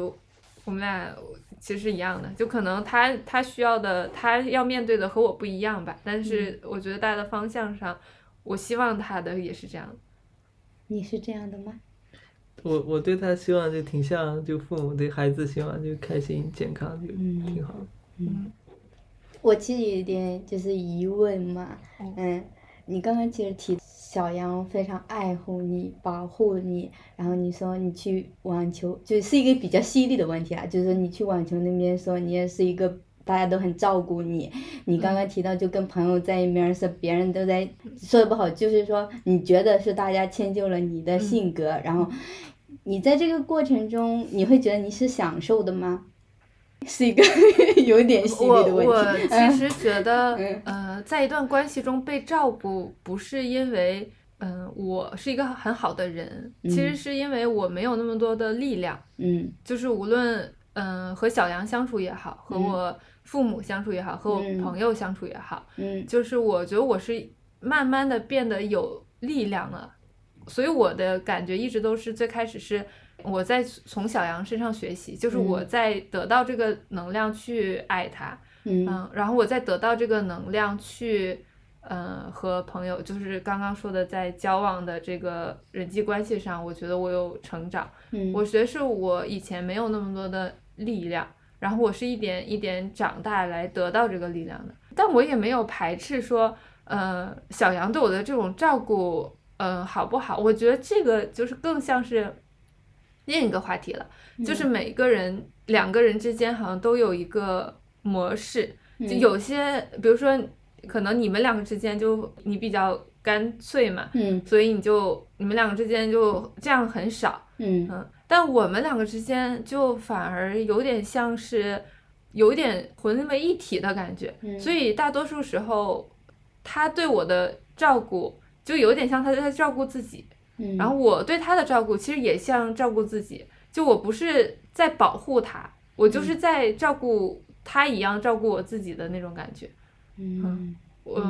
S1: 我们俩其实一样的，就可能他他需要的他要面对的和我不一样吧，但
S3: 嗯
S1: 是我觉得大的方向上，我希望他的也是这样。
S3: 你是这样的吗？
S2: 我我对他希望就挺像，就父母对孩子希望就开心健康就
S3: 嗯
S2: 挺好的。
S3: 我其实有一点就是疑问嘛
S1: 嗯，
S3: 嗯，你刚刚其实提小羊非常爱护你、保护你，然后你说你去网球，就是一个比较犀利的问题啊，就是说你去网球那边说你也是一个大家都很照顾你，你刚刚
S1: 嗯
S3: 提到就跟朋友在一面是别人都在说的不好，就是说你觉得是大家迁就了你
S1: 嗯
S3: 的性格，然后你在这个过程中，你会觉得你是享受的吗？是一个 *laughs* 有点犀利
S1: 我
S3: 的问
S1: 我
S3: 题。 *laughs*
S1: 其实觉得，
S3: 嗯
S1: 呃，在一段关系中被照顾，不是因为，嗯、我是一个很好的人，其实
S3: 嗯
S1: 是因为我没有那么多的力量。
S3: 嗯
S1: 就是无论嗯、呃和小杨相处也好，和
S3: 嗯
S1: 我父母相处也好，和我
S3: 嗯
S1: 朋友相处也好，
S3: 嗯
S1: 就是我觉得我是慢慢的变得有力量了，所以我的感觉一直都是最开始是。我在从小杨身上学习，就是我
S3: 嗯
S1: 在得到这个能量去爱他，
S3: 嗯
S1: 嗯，然后我再得到这个能量去，呃，和朋友，就是刚刚说的在交往的这个人际关系上，我觉得我有成长，
S3: 嗯，
S1: 我觉得是我以前没有那么多的力量，然后我是一点一点长大来得到这个力量的。但我也没有排斥说，呃，小杨对我的这种照顾，呃，好不好？我觉得这个就是更像是另一个话题了，就是每个人两个人之间好像都有一个模式，就
S3: 嗯
S1: 有些，比如说，可能你们两个之间就你比较干脆嘛，
S3: 嗯
S1: 所以你就你们两个之间就这样很少。
S3: 嗯
S1: 嗯，但我们两个之间就反而有点像是有点混为一体的感觉，
S3: 嗯
S1: 所以大多数时候他对我的照顾就有点像他在照顾自己，
S3: 嗯，
S1: 然后我对他的照顾其实也像照顾自己，就我不是在保护他，我
S3: 嗯
S1: 就是在照顾他一样照顾我自己的那种感觉。
S3: 嗯
S1: 我、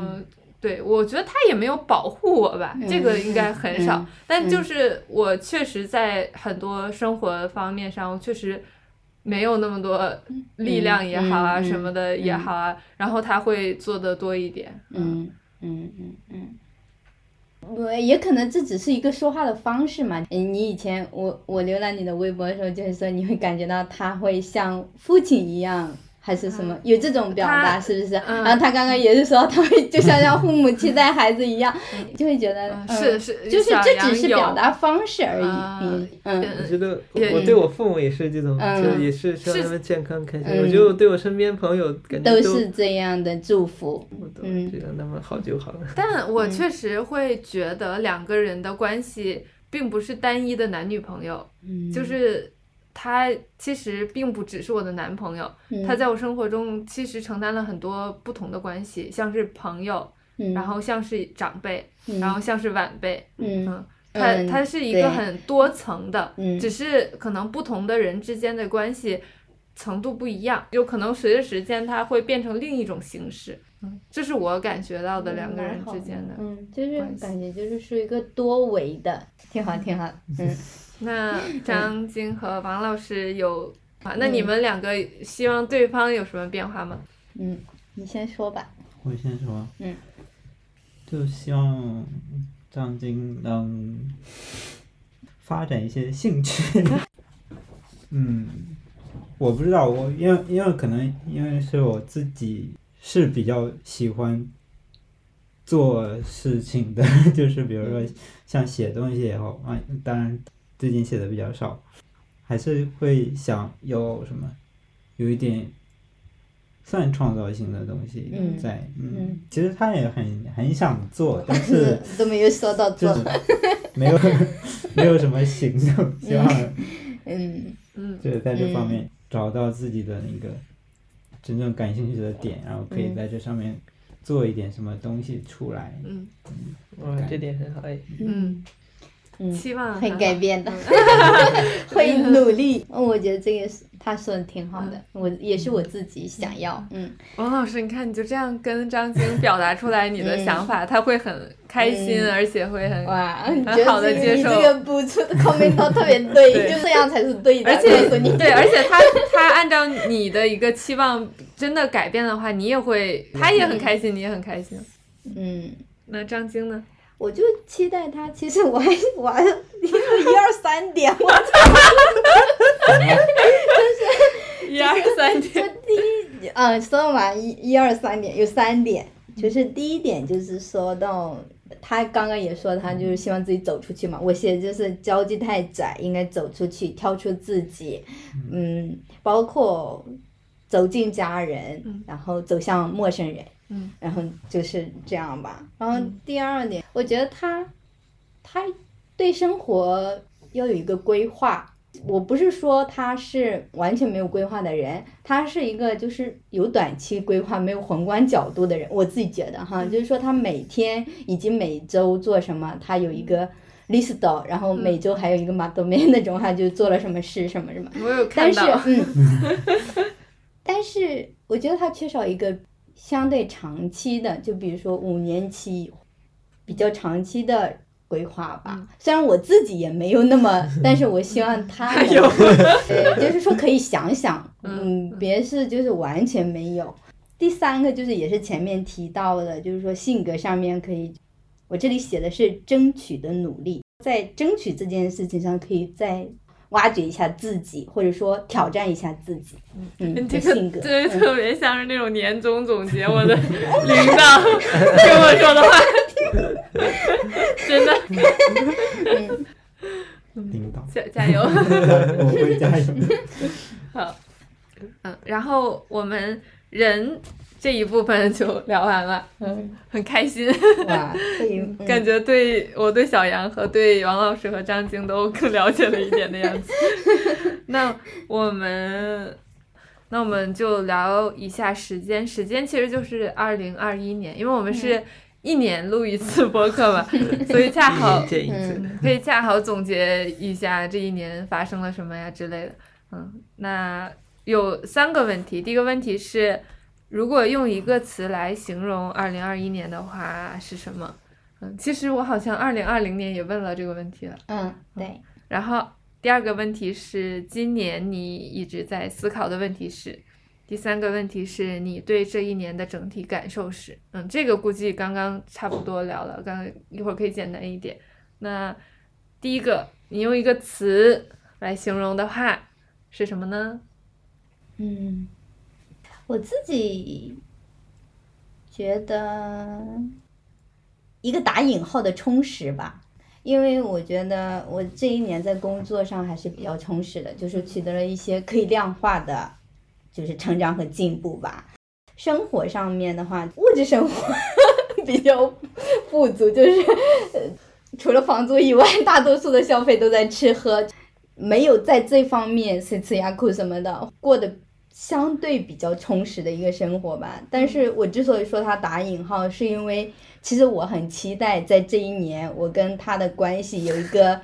S1: 对我觉得他也没有保护我吧，这个
S3: 嗯
S1: 应该很少。但就是我确实在很多生活方面上，我确实没有那么多力量也好啊，
S3: 嗯嗯嗯
S1: 什么的也好啊，然后他会做的多一点。
S3: 嗯嗯嗯嗯，我也可能这只是一个说话的方式嘛。嗯，你以前我我浏览你的微博的时候，就是说你会感觉到他会像父亲一样。还是什么、有这种表达
S1: 他
S3: 是不是？
S1: 嗯
S3: 然后他刚刚也是说他会就像让父母期待孩子一样，就会觉得、
S1: 嗯
S3: 嗯
S1: 是是，
S3: 就是
S1: 小
S3: 这
S1: 杨
S3: 只是
S1: 有
S3: 表达方式而已。
S1: 啊
S3: 嗯嗯
S2: 我觉得
S1: 也
S2: 我对我父母也是这种，
S3: 嗯
S2: 就是也是希望
S1: 是
S2: 他们健康开心。
S3: 嗯
S2: 我觉得我对我身边朋友感觉
S3: 都
S2: 都
S3: 是这样的祝福。
S2: 我都
S3: 嗯
S2: 觉得那么好就好了。
S1: 但我确实会觉得两个人的关系并不是单一的男女朋友，
S3: 嗯，
S1: 就是他其实并不只是我的男朋友，
S3: 嗯
S1: 他在我生活中其实承担了很多不同的关系，像是朋友，
S3: 嗯
S1: 然后像是长辈，
S3: 嗯
S1: 然后像是晚辈，
S3: 嗯
S1: 嗯，他
S3: 嗯
S1: 他是一个
S3: 对
S1: 很多层的，
S3: 嗯
S1: 只是可能不同的人之间的关系程度不一样，有可能随着时间它会变成另一种形式。嗯，这是我感觉到的两个人之间的。
S3: 嗯，就是
S1: 关系
S3: 感觉就是是一个多维的，挺好，挺好。嗯，
S1: 那张晶和王老师有啊？那你们两个希望对方有什么变化吗？
S3: 嗯，你先说吧。
S4: 我先说，
S3: 嗯，
S4: 就希望张晶能发展一些
S3: *laughs*
S4: 兴趣。嗯，我不知道，我因为因为可能因为是我自己是比较喜欢做事情的， *laughs* 就是比如说
S3: 嗯
S4: 像写东西也好啊，当然最近写的比较少，还是会想有什么有一点算创造性的东西
S3: 嗯
S4: 在。嗯，
S3: 嗯
S4: 其实他也很很想做，但
S3: *laughs*
S4: 是
S3: 都没有说到
S4: 就
S3: 做
S4: 是，没有 *laughs* 没有什么行动，希望
S3: 嗯
S1: 嗯
S4: 就是在这方面找到自己的那个真正感兴趣的点，然后可以
S3: 嗯
S4: 在这上面做一点什么东西出来。
S1: 嗯
S2: *laughs* 哇，这点很好哎。
S1: 嗯，
S3: 嗯，
S1: 期望
S3: 会
S1: 很
S3: 改
S1: 好。
S3: 变的，
S1: *laughs*
S3: 会努力。嗯我觉得这个是他说的挺好的，
S1: 嗯
S3: 我也是我自己想要。嗯，
S1: 王老师，你看你就这样跟张晶表达出来你的
S3: 嗯
S1: 想法，他会很开心，而且会很
S3: 哇，你
S1: 嗯很
S3: 觉
S1: 好
S3: 得
S1: 地
S3: 这
S1: 接
S3: 个你
S1: 受
S3: 这个补出的 comment 都
S1: *laughs*
S3: 特别对，
S1: 对
S3: 就这样才是对的。
S1: 而且
S3: 告诉你，
S1: 对，而且他他按照你的一个期望真的改变的话，你也会，他也很开心，你也很开心。
S3: 嗯。
S1: 那张晶呢？
S3: 我就期待他，其实我还我还一二三点，
S1: *laughs*
S3: 我
S1: 一二三
S3: 就
S1: 点，
S3: 第 *laughs* 一，嗯，说到嘛，一一二三点有三点，就是第一点就是说到他刚刚也说他就是希望自己走出去嘛，我写的就是交际太窄，应该走出去，跳出自己，嗯，包括走进家人，
S1: 嗯
S3: 然后走向陌生人，
S1: 嗯，
S3: 然后就是这样吧。然后
S1: 嗯
S3: 第二点，我觉得他他对生活要有一个规划。我不是说他是完全没有规划的人，他是一个就是有短期规划、没有宏观角度的人。我自己觉得
S1: 嗯
S3: 哈，就是说他每天以及每周做什么，他有一
S1: 嗯
S3: 个 list，到然后每周还有一个 m a d o m e 那种哈，就做了什么事什么什么。
S1: *laughs* 我有看
S3: 但是
S1: 到，
S3: 嗯， *laughs* 但是我觉得他缺少一个相对长期的，就比如说五年期，比较长期的规划吧。
S1: 嗯
S3: 虽然我自己也没有那么，但是我希望他
S1: 还
S3: 能
S1: 有，
S3: *laughs* 对，就是说可以想想，
S1: *laughs* 嗯
S3: 嗯，别是就是完全没有。第三个就是也是前面提到的，就是说性格上面可以，我这里写的是争取的努力，在争取这件事情上可以再挖掘一下自己，或者说挑战一下自己，
S1: 你
S3: 嗯，的
S1: *laughs* 这个
S3: 性格，
S1: 对
S3: 嗯哎
S1: 特别像是那种年终总结，我的领导 *laughs* 跟我说的话， *laughs* 真的
S4: 领导， *laughs*
S1: 加加油。
S4: 我会加油。 *laughs*
S1: 好，嗯，然后我们人这一部分就聊完了，
S3: 嗯，
S1: 很开心，
S3: 哇，可以，嗯
S1: *laughs* 感觉对我对小杨和对王老师和张晶都更了解了一点的样子。 *laughs* 那我们。那我们就聊一下时间，时间其实就是二零二一年，因为我
S3: 嗯
S1: 们是一年录一次播客嘛，所以恰好
S2: 一年见一次。
S1: 嗯，可以恰好总结一下这一年发生了什么呀之类的。嗯，那有三个问题，第一个问题是，如果用一个词来形容二零二一年的话是什么？嗯，其实我好像二零二零年也问了这个问题了。
S3: 嗯，对，
S1: 然后第二个问题是今年你一直在思考的问题是，第三个问题是你对这一年的整体感受是，嗯，这个估计刚刚差不多聊了，刚刚一会儿可以简单一点。那第一个，你用一个词来形容的话是什么呢？
S3: 嗯，我自己觉得一个打引号的充实吧，因为我觉得我这一年在工作上还是比较充实的，就是取得了一些可以量化的，就是成长和进步吧。生活上面的话，物质生活 *laughs* 比较富足，就是呃除了房租以外，大多数的消费都在吃喝，没有在这方面吃吃牙苦什么的，过得相对比较充实的一个生活吧。但是我之所以说他打引号，是因为其实我很期待在这一年，我跟他的关系有一个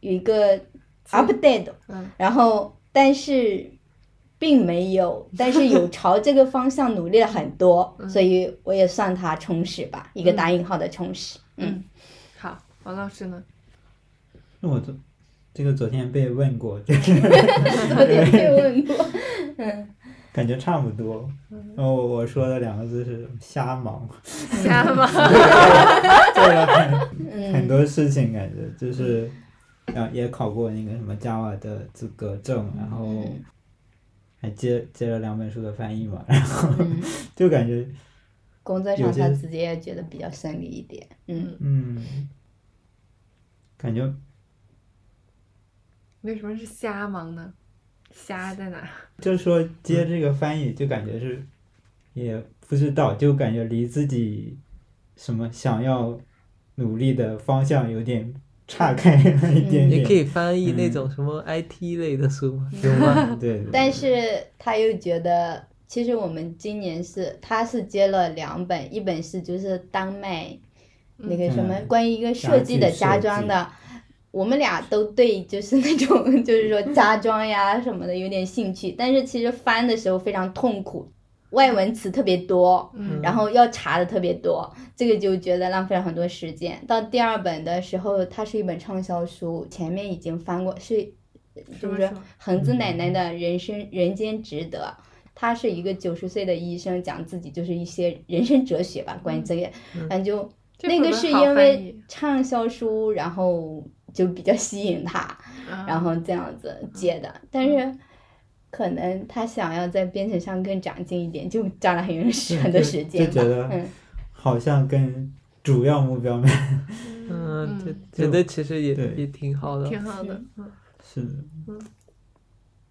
S3: 有一个 update，
S1: 嗯
S3: 然后但是并没有，但是有朝这个方向努力了很 *laughs* 多，所以我也算他充实吧，一个打引号的充实。嗯，
S1: 好，王老师呢？
S4: 那我昨这个昨天被问过，就是
S3: *laughs* 昨天被问过，
S4: 感觉差不多。 *laughs* 然后我说的两个字是瞎忙， *laughs*
S1: 瞎吗？
S4: 做了很很
S3: 嗯
S4: 多事情，感觉就是，啊，也考过那个什么 Java 的资格证，然后
S3: 嗯
S4: 还接接了两本书的翻译嘛，然 *laughs* 后
S3: 嗯，
S4: 就感觉
S3: 工作上
S4: 有些
S3: 他自己也觉得比较顺利一点。嗯，
S4: 嗯，感觉
S1: *laughs* 为什么是瞎忙呢？瞎在哪儿？
S4: 就是说接这个翻译，就感觉是也不知道，就感觉离自己什么想要努力的方向有点岔开了一点
S2: 嗯也
S4: 点。
S2: 可以翻译那
S4: 嗯
S2: 种什么 IT 类的书吗？嗯
S4: 有吗？对。对
S3: 但是他又觉得，其实我们今年是他是接了两本，一本是就是丹麦那个什么
S4: 嗯
S3: 关于一个设计的
S4: 家
S3: 家
S4: 具
S3: 装的。我们俩都对，就是那种，就是说家装呀什么的有点兴趣，但是其实翻的时候非常痛苦，外文词特别多，
S1: 嗯
S3: 然后要查的特别多，这个就觉得浪费了很多时间。到第二本的时候，它是一本畅销书，前面已经翻过，是
S1: 什
S3: 就
S1: 么
S3: 是
S1: 书
S3: 恒子奶奶的人生人间值得。她是一个九十岁的医生，讲自己就是一些人生哲学吧，关于这个，反正就
S1: 这
S3: 那
S1: 本
S3: 个
S1: 本
S3: 是
S1: 好
S3: 因
S1: 翻
S3: 为
S1: 译
S3: 畅销书，然后就比较吸引他，
S1: 啊嗯
S3: 然后这样子接的。但是可能他想要在编程上更长进一点，就占了很多时
S4: 嗯
S3: 很多
S4: 就
S3: 时
S4: 就
S3: 间吧。
S4: 觉得
S3: 嗯
S4: 好像跟主要目标没
S2: 嗯，
S1: 嗯
S2: 觉觉得其实也
S4: 对
S2: 也挺好的。
S1: 挺好的，嗯
S4: 是的
S1: 嗯，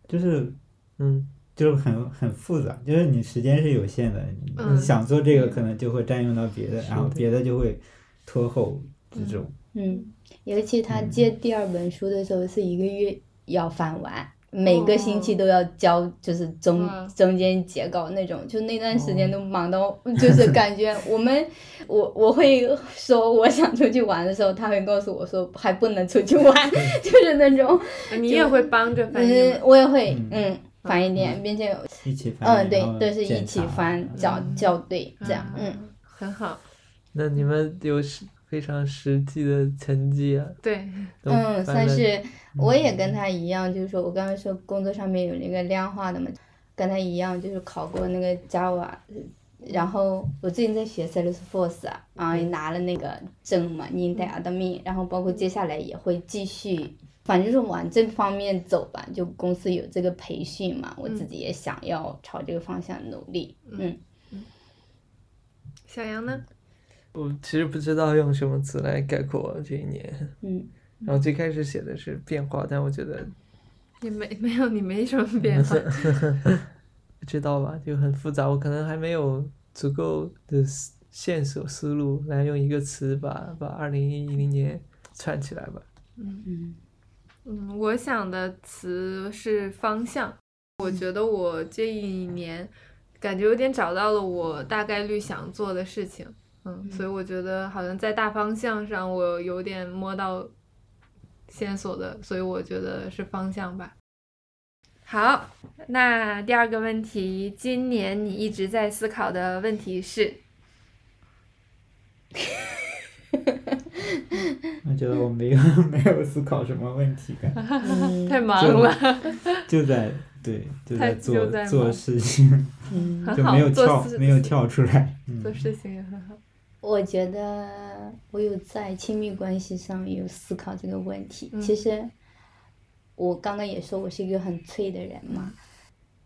S4: 就是
S2: 嗯，
S4: 就是很很复杂，就是你时间是有限的，你
S1: 嗯
S4: 你想做这个可能就会占用到别的，
S2: 是
S4: 然后
S2: 的
S4: 别的就会拖后这种。
S3: 嗯，尤其他接
S4: 嗯
S3: 第二本书的时候是一个月要翻完，每个星
S4: 哦
S3: 期都要交，就是中、
S4: 嗯
S1: 哇
S3: 中间截稿那种，就那段时间
S4: 哦
S3: 都忙到， *laughs* 就是感觉我们我我会说我想出去玩的时候，他会告诉我说还不能出去
S4: *laughs*
S3: 玩，就是那种，
S1: 你也会帮着翻译
S3: 嗯
S1: 吗，
S3: 我也会
S4: 嗯
S3: 嗯翻一点，并且
S4: 一起翻，
S3: 嗯对
S4: 然后，
S3: 都是一
S4: 检
S3: 起
S4: 查
S3: 翻校
S1: 嗯
S3: 校对这样，嗯，
S1: 很好，
S2: 那你们有实非常实际的成绩啊？
S3: *laughs*
S1: 对，
S2: 都
S3: 嗯，
S2: 翻
S3: 算
S2: 了
S3: 是我也跟他一样，就是说我刚才说工作上面有那个量化的嘛，跟他一样就是考过那个 Java，然后我最近在学 Salesforce，啊啊，也拿了那个证嘛 n i n t Admin，然后包括接下来也会继续，反正就是往这方面走吧，就公司有这个培训嘛，我自己也想要朝这个方向努力，嗯
S1: 小杨呢？
S2: 我其实不知道用什么词来概括我这一年。
S3: 嗯
S2: 然后最开始写的是变化，但我觉得
S1: 也没没有，你没什么变
S3: *laughs*
S1: 化，
S2: 不知道吧，就很复杂。我可能还没有足够的思线索思路来用一个词把把二零一零年串起来吧。
S3: 嗯
S1: 嗯，我想的词是方
S3: 嗯
S1: 向。我觉得我这一年感觉有点找到了我大概率想做的事情，嗯，所以我觉得好像在大方向上我有点摸到线索的，所以我觉得是方向吧。好，那第二个问题，今年你一直在思考的问题是？
S4: 我觉得我没有 *laughs* 没有思考什么问题感，
S3: 嗯
S1: 太忙了，
S4: 就在对就
S1: 太
S4: 在
S1: 就
S4: 做
S1: 在
S4: 做
S1: 忙
S4: 事情， *laughs*
S3: 嗯
S1: 很
S4: 就
S1: 好
S4: 没有
S1: 做
S4: 跳
S1: 事
S4: 没有跳出来。嗯
S1: 做事情也很好。
S3: 我觉得我有在亲密关系上有思考这个问题。
S1: 嗯
S3: 其实我刚刚也说我是一个很脆的人嘛，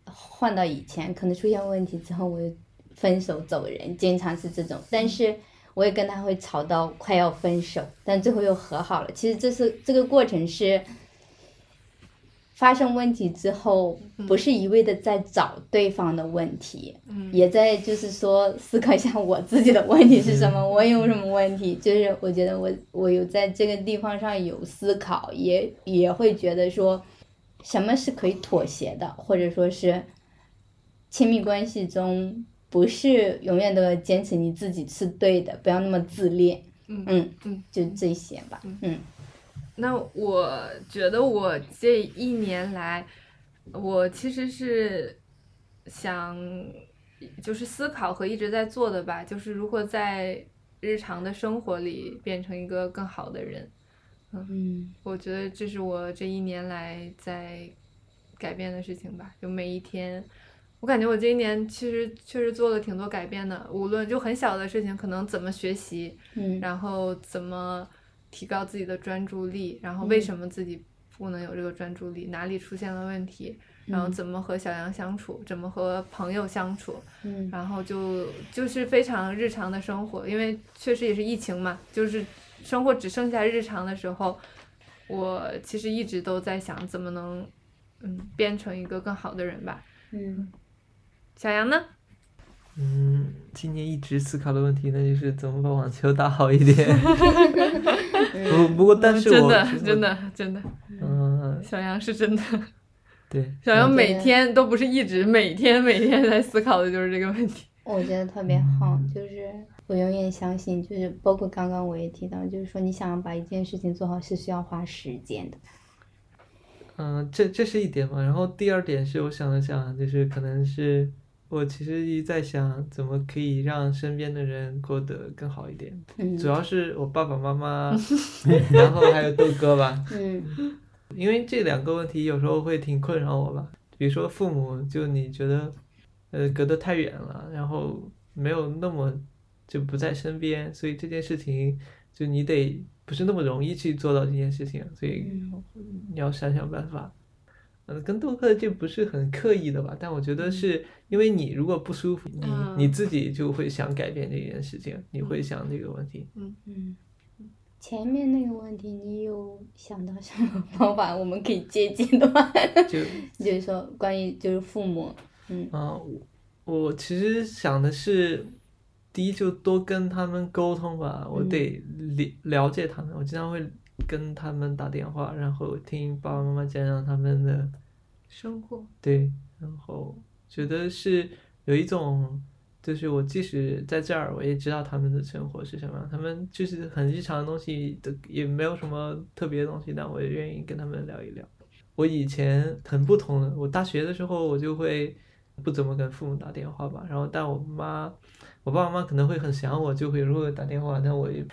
S3: 换到以前可能出现问题之后，我就分手走人，经常是这种。但是我也跟他会吵到快要分手，但最后又和好了。其实这是这个过程是。发生问题之后，不是一味的在找对方的问题，
S1: 嗯
S3: 也在就是说思考一下我自己的问题是什么， *laughs* 我有什么问题？就是我觉得我我有在这个地方上有思考，也也会觉得说，什么是可以妥协的，或者说是亲密关系中不是永远都要坚持你自己是对的，不要那么自恋。
S1: 嗯
S3: 嗯
S1: 嗯，
S3: 就这些吧。嗯
S1: 那我觉得我这一年来，我其实是想就是思考和一直在做的吧，就是如何在日常的生活里变成一个更好的人。
S3: 嗯
S1: 我觉得这是我这一年来在改变的事情吧。就每一天，我感觉我这一年其实确实做了挺多改变的，无论就很小的事情，可能怎么学习，
S3: 嗯
S1: 然后怎么提高自己的专注力，然后为什么自己不能有这个专注力，哪里出现了问题，然后怎么和小杨相处，怎么和朋友相处，
S3: 嗯
S1: 然后就就是非常日常的生活，因为确实也是疫情嘛，就是生活只剩下日常的时候，我其实一直都在想怎么能嗯变成一个更好的人吧。
S3: 嗯
S1: 小杨呢？
S2: 嗯，今年一直思考的问题，那就是怎么把网球打好一点。
S1: *laughs*
S2: 不不过，但是
S1: 真
S2: 我
S1: 的
S2: 我
S1: 真的真的，
S2: 嗯，
S1: 小杨是真的。
S2: 对，
S1: 小杨
S3: 我觉
S1: 每
S3: 得
S1: 天都不是一直每天每天在思考的就是这个问
S2: *laughs*
S1: 题。
S3: 我觉得特别好，就是我永远相信，就是包括刚刚我也提到，就是说你想要把一件事情做好是需要花时间的。
S2: 嗯，这这是一点嘛。然后第二点是我想了想，啊就是可能是我其实一直在想怎么可以让身边的人过得更好一点，
S3: 嗯
S2: 主要是啊我爸爸妈妈，然后还有豆哥吧，
S3: 嗯
S2: 因为这两个问题有时候会挺困扰我吧。比如说父母，就你觉得，呃，隔得太远了，然后没有那么就不在身边，所以这件事情就你得不是那么容易去做到这件事情，啊所以
S3: 嗯
S2: 你要想想办法。嗯，跟豆哥这不是很刻意的吧？但我觉得是因为你如果不舒服，你、
S1: 嗯
S2: 你自己就会想改变这件事情，你会想这个问题。
S3: 嗯，前面那个问题你有想到什么方法我们可以借鉴的吗？
S2: 就
S3: *laughs* 就是说关于就是父母，嗯
S2: 啊、我我其实想的是，第一就多跟他们沟通吧，我
S3: 嗯
S2: 得了了解他们，我经常会跟他们打电话，然后听爸爸妈妈讲讲他们的
S1: 生活，
S2: 对，然后觉得是有一种，就是我即使在这儿，我也知道他们的生活是什么样，他们就是很日常的东西的，也没有什么特别的东西，但我也愿意跟他们聊一聊。我以前很不同的，我大学的时候我就会不怎么跟父母打电话吧，然后但我妈，我爸妈可能会很想我，就会如果打电话，但我也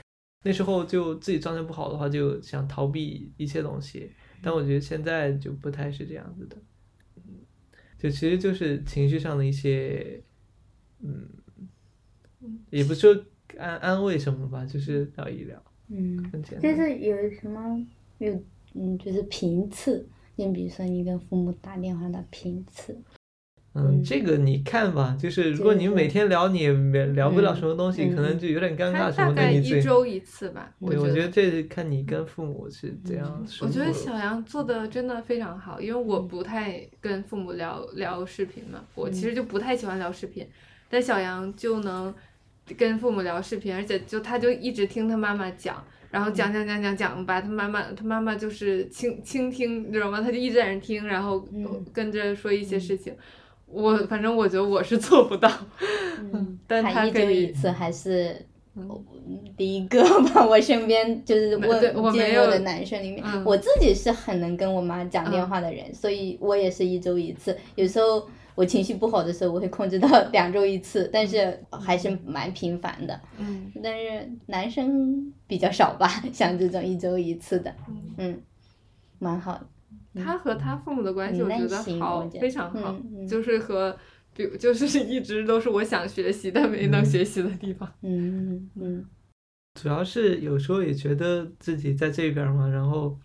S2: 那时候就自己状态不好的话，就想逃避一切东西，但我觉得现在就不太是这样子的。嗯就其实就是情绪上的一些，嗯，也不是说安安慰什么吧，就是聊一聊，
S3: 嗯，
S2: 很简单。
S3: 就是有什么有嗯就是频次，你比如说你跟父母打电话的频次，
S2: 嗯，
S3: 嗯
S2: 这个你看吧，就是如果
S3: 这个
S2: 你每天聊，你也没聊不了什么东西，
S3: 嗯嗯
S2: 可能就有点尴
S1: 他
S2: 尬什
S1: 大
S2: 么的。
S1: 概
S2: 你
S1: 一
S2: 最
S1: 周一次吧，我
S2: 对，我觉
S1: 觉嗯
S2: 得。这是看你跟父母是怎样
S1: 我
S2: 生活
S1: 觉
S2: 的。
S1: 得小杨做的真的非常好，因为我不太跟父母聊聊视频嘛，我其实
S2: 嗯
S1: 就不太喜欢聊视频，但小杨就能跟父母聊视频，而且就他就一直听他妈妈讲，然后讲讲讲讲讲，把他妈妈他妈妈就是倾倾听，你知道吗？他就一直在那听，然后
S3: 嗯
S1: 跟着说一些事情。我反正我觉得我是做不到，
S3: 嗯，
S1: 但他
S3: 还一
S1: 可
S3: 周
S1: 以嗯
S3: 一次还是第一个吧。 *laughs* 我身边就是
S1: 没对我
S3: 我
S1: 没
S3: 见
S1: 有
S3: 过的男生里面
S1: 嗯，
S3: 我自己是很能跟我妈讲电话的人，所以我也是一周一次。有时候我情绪不好的时候，我会控制到 *laughs* 两周一次，但是还是蛮频繁的。
S1: 嗯
S3: 但是男生比较少吧，像这种一周一次的，
S1: 嗯，
S3: 嗯，蛮好的。
S1: 他和他父母的关系，
S3: 嗯
S1: 我觉
S3: 那
S1: 得
S3: 行
S1: 好
S3: 我，觉得
S1: 非常好，
S3: 嗯嗯
S1: 就是和。比如就是一直都是我想学习但没能学习的地方。
S3: 嗯嗯
S2: 主要是有时候也觉得自己在这边嘛，然后，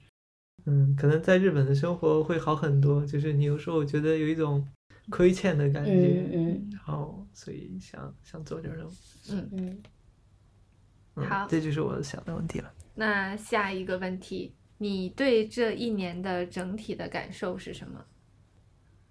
S2: 嗯，可能在日本的生活会好很多，就是你有时候觉得有一种亏欠的感觉，
S3: 嗯嗯
S2: 然后所以想想做点什么。
S3: 嗯，
S2: 嗯、
S1: 好
S2: 这就是我想的问题了。
S1: 那下一个问题，你对这一年的整体的感受是什么？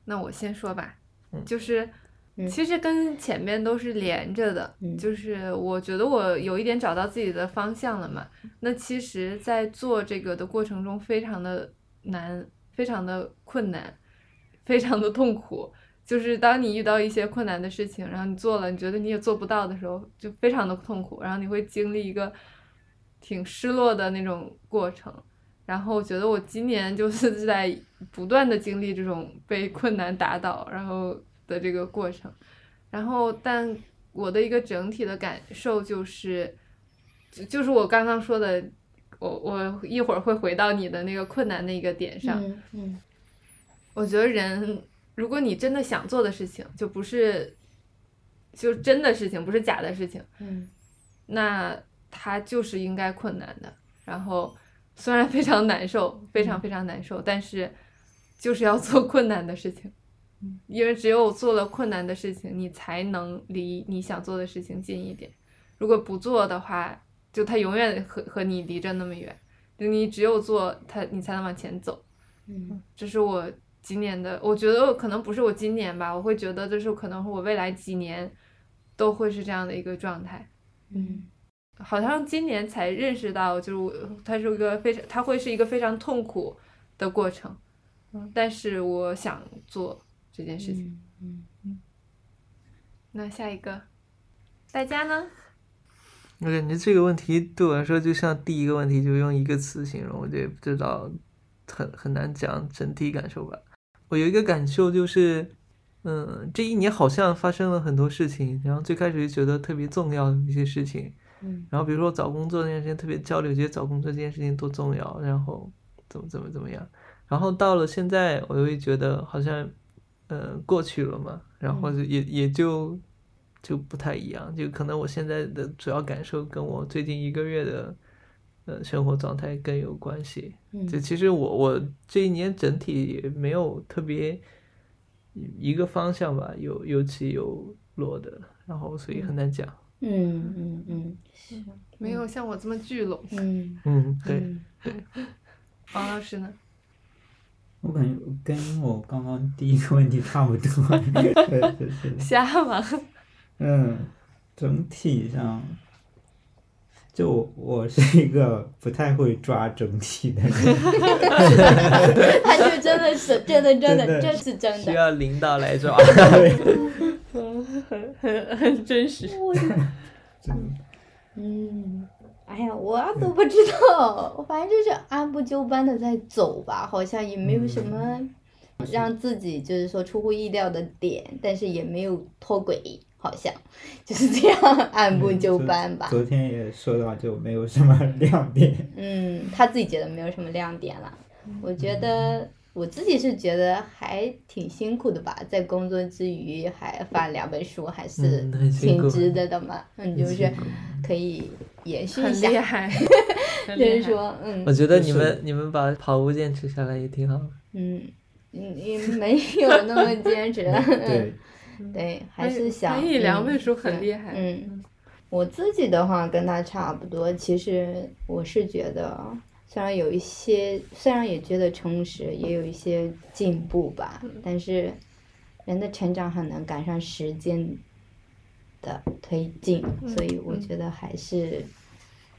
S1: 那我先说吧，
S2: 嗯
S1: 就是
S3: 嗯
S1: 其实跟前面都是连着的，
S3: 嗯
S1: 就是我觉得我有一点找到自己的方向了嘛。那其实，在做这个的过程中，非常的难，非常的困难，非常的痛苦。就是当你遇到一些困难的事情，然后你做了，你觉得你也做不到的时候，就非常的痛苦，然后你会经历一个挺失落的那种过程。然后我觉得我今年就是在不断的经历这种被困难打倒，然后的这个过程。然后，但我的一个整体的感受就是，就就是我刚刚说的，我我一会儿会回到你的那个困难的一个点上。
S3: 嗯嗯
S1: 我觉得人，如果你真的想做的事情，就不是就真的事情，不是假的事情，
S3: 嗯
S1: 那它就是应该困难的。然后虽然非常难受，非常非常难受，但是就是要做困难的事情，因为只有做了困难的事情，你才能离你想做的事情近一点。如果不做的话，就它永远和和你离着那么远。就你只有做它，你才能往前走。
S3: 嗯
S1: 这是我今年的，我觉得可能不是我今年吧，我会觉得这是可能我未来几年都会是这样的一个状态。
S3: 嗯
S1: 好像今年才认识到，就是我它是一个非常，它会是一个非常痛苦的过程。嗯，但是我想做这件事情。
S3: 嗯
S1: 那下一个，大家呢？
S2: 我感觉这个问题对我来说，就像第一个问题，就用一个词形容，我觉得也不知道很很难讲整体感受吧。我有一个感受就是，嗯，这一年好像发生了很多事情，然后最开始就觉得特别重要的一些事情，
S3: 嗯
S2: 然后比如说找工作那段时间特别焦虑，觉得找工作这件事情多重要，然后怎么怎么怎么样，然后到了现在，我就会觉得好像，呃，过去了嘛，然后就也也就就不太一样，就可能我现在的主要感受跟我最近一个月的，呃，生活状态更有关系。就
S3: 嗯
S2: 其实我我这一年整体也没有特别一个方向吧，有有起有落的，然后所以很难讲。
S3: 嗯嗯是
S1: 没有像我这么聚拢。
S3: 嗯
S2: 嗯，对。
S3: 嗯
S1: 王老师呢？
S4: 我感觉跟我刚刚第一个问题差不多， *laughs* 对对对，
S1: 瞎忙。
S4: 嗯，整体上，就我我是一个不太会抓整体的人， *laughs*
S3: 他就真的是真的真的
S4: 真的
S3: 这是真
S2: 需
S3: 的，
S2: 要领导来
S3: *laughs*
S2: 啊抓。
S1: 很很很真实。
S3: 我的嗯，哎呀，我都不知道，我反正就是按部就班的在走吧，好像也没有什么让自己就是说出乎意料的点，但是也没有脱轨，好像就是这样按部就班吧。
S4: 昨天也说到，就没有什么 *laughs* 亮点。
S3: 嗯，他自己觉得没有什么亮点了，
S1: 嗯
S3: 我觉得。我自己是觉得还挺辛苦的吧，在工作之余还翻两本书，还是
S2: 嗯很辛
S3: 挺
S2: 苦
S3: 值得的嘛。嗯，就是可以延续一
S1: 很
S3: 下，
S1: 厉害，很
S3: 就
S1: 厉
S3: 是
S1: 害。
S3: 说，嗯
S2: 我觉得你
S4: 就
S2: 们
S4: 是
S2: 你们把跑步坚持下来也挺好。
S3: 嗯，嗯也没有那么
S1: *laughs*
S3: 坚持，
S4: 对，
S3: 对，还是想
S1: 嗯翻译两本
S3: 嗯
S1: 书很厉害。
S3: 嗯，我自己的话跟他差不多。其实我是觉得，虽然有一些，虽然也觉得充实，也有一些进步吧，
S1: 嗯
S3: 但是人的成长很难赶上时间的推进，
S1: 嗯
S3: 所以我觉得还是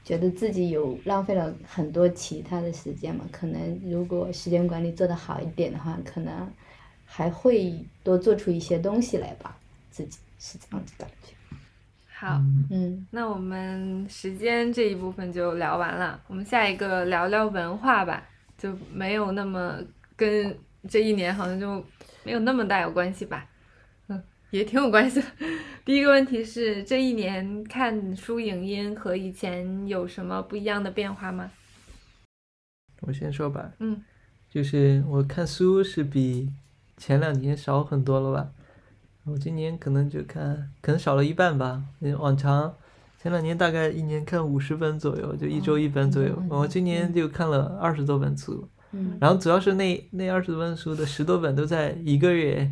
S3: 觉得自己有浪费了很多其他的时间嘛。可能如果时间管理做得好一点的话，可能还会多做出一些东西来吧。自己是这样子感觉。
S1: 好，
S3: 嗯
S1: 那我们时间这一部分就聊完了，我们下一个聊聊文化吧，就没有那么跟这一年好像就没有那么大有关系吧。
S5: 嗯也挺有关系的。 *laughs* 第一个问题是，这一年看书影音和以前有什么不一样的变化吗？
S2: 我先说吧，
S5: 嗯，
S2: 就是我看书是比前两年少很多了吧，我今年可能就看，可能少了一半吧。嗯往常前两年大概一年看五十本左右，就一周一本
S3: 哦
S2: 左右，我今年就看了二十多本书，
S3: 嗯
S2: 然后主要是那那二十多本书的十多本都在一个月、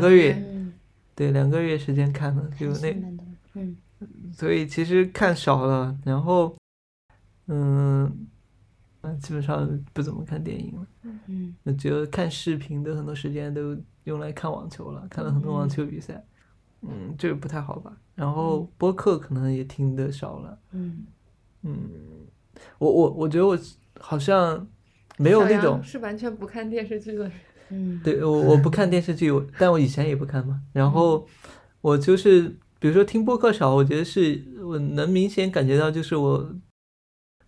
S5: 两
S2: 个
S5: 个
S2: 月，
S5: 月
S3: 嗯，
S2: 对，两个月时间看的，就那
S3: 嗯
S2: 所以其实看少了，然后，嗯，呃基本上不怎么看电影了。
S3: 嗯，
S2: 我觉得看视频的很多时间都用来看网球了，看了很多网球比赛，嗯，这个不太好吧。然后播客可能也听得少了，
S3: 嗯
S2: 嗯，我我我觉得我好像没有
S5: 小
S2: 那
S5: 杨
S2: 种，
S5: 是完全不看电视剧的人，
S3: 嗯，
S2: 对我我不看电视剧，我但我以前也不看嘛。然
S3: 嗯
S2: 后我就是比如说听播客少，我觉得是我能明显感觉到，就是我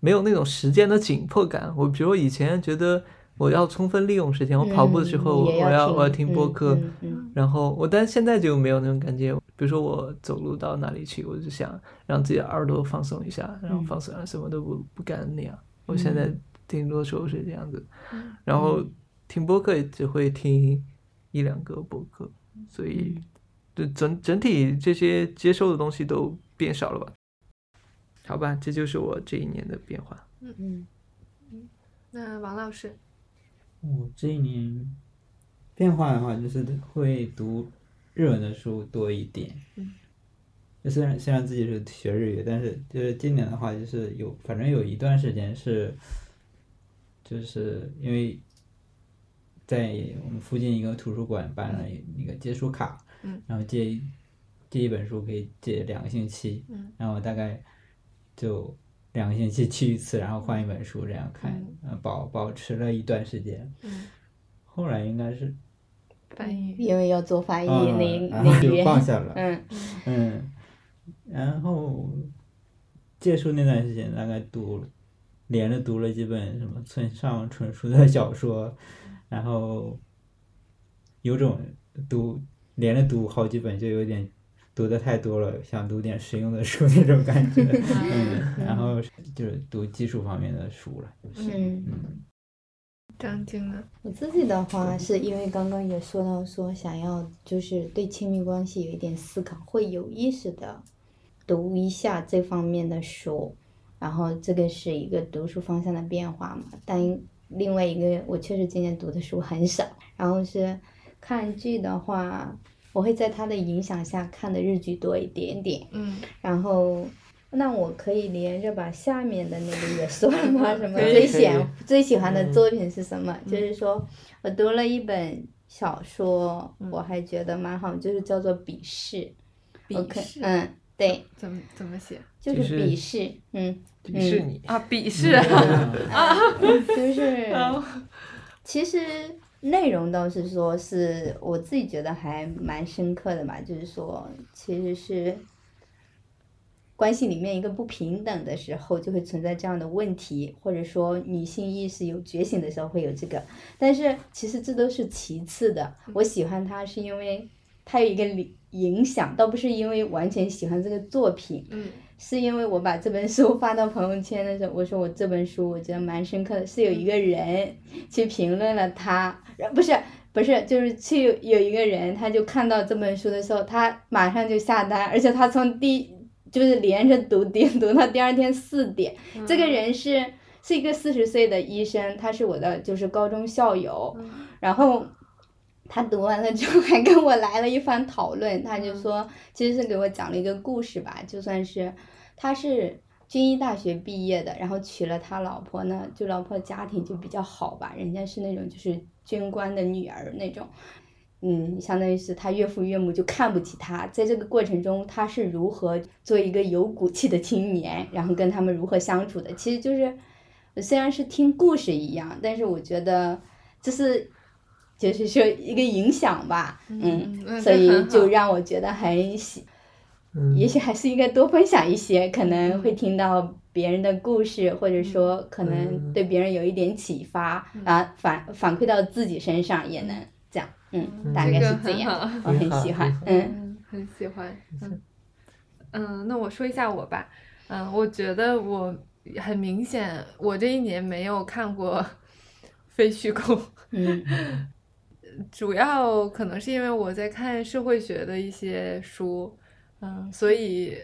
S2: 没有那种时间的紧迫感。我比如我以前觉得我要充分利用时间，我跑步的时候我
S3: 嗯也
S2: 我要我要
S3: 听
S2: 听播客，，
S3: 嗯
S2: 然后我但现在就没有那种感觉。比如说我走路到哪里去，我就想让自己的耳朵放松一下，然后
S3: 嗯
S2: 放松，什么都不不干那样。我现在听多时候是这样子，然后听播客也只会听一两个播客，所以就整整体这些接收的东西都变少了吧？好吧，这就是我这一年的变化。
S3: 嗯
S5: 那王老师，
S4: 我这一年变化的话，就是会读日文的书多一点。
S5: 嗯
S4: 就虽然虽然自己是学日语，但是就是今年的话，就是有反正有一段时间是，就是因为在我们附近一个图书馆办了那个借书卡，
S5: 嗯
S4: 然后借借一本书可以借两个星期，
S5: 嗯
S4: 然后大概就两个星期去一次，然后换一本书这样看，呃，保保持了一段时间，
S5: 嗯，
S4: 后来应该是
S5: 翻译，
S3: 因为要做翻译
S4: 嗯
S3: 哎那
S4: 然后
S3: 那
S4: 就
S3: 边，
S4: 放下
S3: *laughs*
S4: 了，
S3: 嗯
S4: 嗯，然后借书那段时间大概读，连着读了几本什么村上春树的小说，然后有种读连着读好几本就有点读的太多了，想读点实用的书那种感觉，嗯，然后就是读技术方面的书了，
S3: 嗯。
S4: 嗯，
S5: 张晶呢？
S3: 我自己的话，是因为刚刚也说到说想要就是对亲密关系有一点思考，会有意识的读一下这方面的书，然后这个是一个读书方向的变化嘛。但另外一个，我确实今年读的书很少，然后是看剧的话，我会在它的影响下看的日剧多一点点。
S5: 嗯，
S3: 然后，那我可以连着把下面的那个也说
S2: *laughs*
S3: 了吗？什么
S2: 可以可
S3: 最喜
S2: 以嗯
S3: 最喜欢的作品是什么？就是说我读了一本小说，我还觉得蛮好，就是叫做《鄙视》。我
S5: 鄙
S3: 看
S5: 视，
S3: 嗯，对，
S5: 怎么怎么写
S3: 就
S2: 就是是
S3: 鄙视，
S2: *laughs*
S3: 嗯，
S2: 鄙视你，
S5: 啊？鄙视，
S2: *laughs*
S3: 就是
S5: *laughs*
S2: 啊
S5: 哦
S3: 其实内容倒是说是我自己觉得还蛮深刻的吧，就是说其实是关系里面一个不平等的时候就会存在这样的问题，或者说女性意识有觉醒的时候会有这个，但是其实这都是其次的。我喜欢它是因为它有一个理影响，倒不是因为完全喜欢这个作品，
S5: 嗯
S3: 是因为我把这本书发到朋友圈的时候，我说我这本书我觉得蛮深刻的，是有一个人去评论了它，呃 *laughs* 不是不是，就是去有一个人，他就看到这本书的时候，他马上就下单，而且他从第就是连着读 *laughs* 第读到第二天四点，这个人是是一个四十岁的医生，他是我的就是高中校友，然后。他读完了之后还跟我来了一番讨论，他就说，其实是给我讲了一个故事吧，就算是他是军医大学毕业的，然后娶了他老婆呢，就老婆家庭就比较好吧，人家是那种就是军官的女儿那种，嗯，相当于是他岳父岳母就看不起他，在这个过程中他是如何做一个有骨气的青年，然后跟他们如何相处的，其实就是虽然是听故事一样，但是我觉得这是。就是说一个影响吧，嗯，
S5: 嗯
S3: 所
S5: 这很
S3: 以
S5: 好
S3: 就让我觉得很喜
S2: 嗯，
S3: 也许还是应该多分享一些，可能会听到别人的故事，或者说可能
S2: 嗯
S3: 对别人有一点启发，啊，反反馈到自己身上也能这样，嗯，大概
S5: 这
S3: 是
S5: 个
S3: 这
S5: 很
S3: 样，
S5: 好，
S3: 我很喜欢，嗯
S5: 嗯，
S6: 很喜欢。
S1: 嗯，那我说一下我吧。嗯，我觉得我很明显，我这一年没有看过 *laughs* 非虚构，
S3: 嗯
S1: 主要可能是因为我在看社会学的一些书，嗯，所以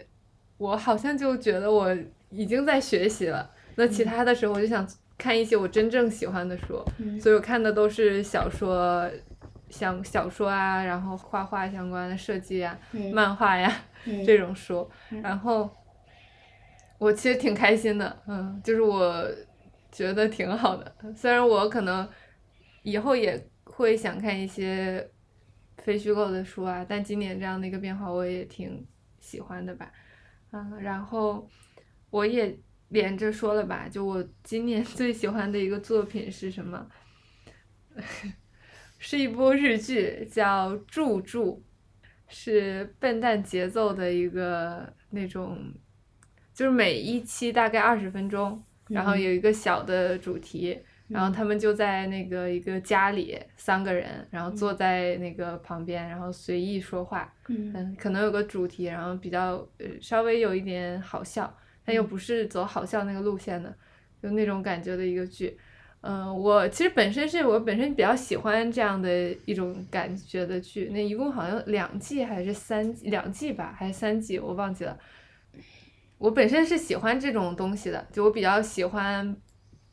S1: 我好像就觉得我已经在学习了。那其他的时候，我就想看一些我真正喜欢的书，
S3: 嗯
S1: 所以我看的都是小说，像小说啊，然后画画相关的设计啊、
S3: 嗯
S1: 漫画呀、
S3: 嗯
S1: 这种书
S3: 嗯，
S1: 然后我其实挺开心的，嗯，就是我觉得挺好的，虽然我可能以后也会想看一些非虚构的书啊，但今年这样的一个变化我也挺喜欢的吧，嗯，然后我也连着说了吧，就我今年 *laughs* 最喜欢的一个作品是什么？ *laughs* 是一部日剧，叫《住住》，是笨蛋节奏的一个那种，就是每一期大概二十分钟，然后
S3: 嗯
S1: 有一个小的主题，然后他们就在那个一个家里三个人，然后坐在那个旁边，然后随意说话，
S3: 嗯
S1: 嗯，可能有个主题，然后比较呃稍微有一点好笑，但又不是走好笑那个路线的，就那种感觉的一个剧。嗯、我其实本身是我本身比较喜欢这样的一种感觉的剧，那一共好像两季还是三季两季吧，还是三季，我忘记了。我本身是喜欢这种东西的，就我比较喜欢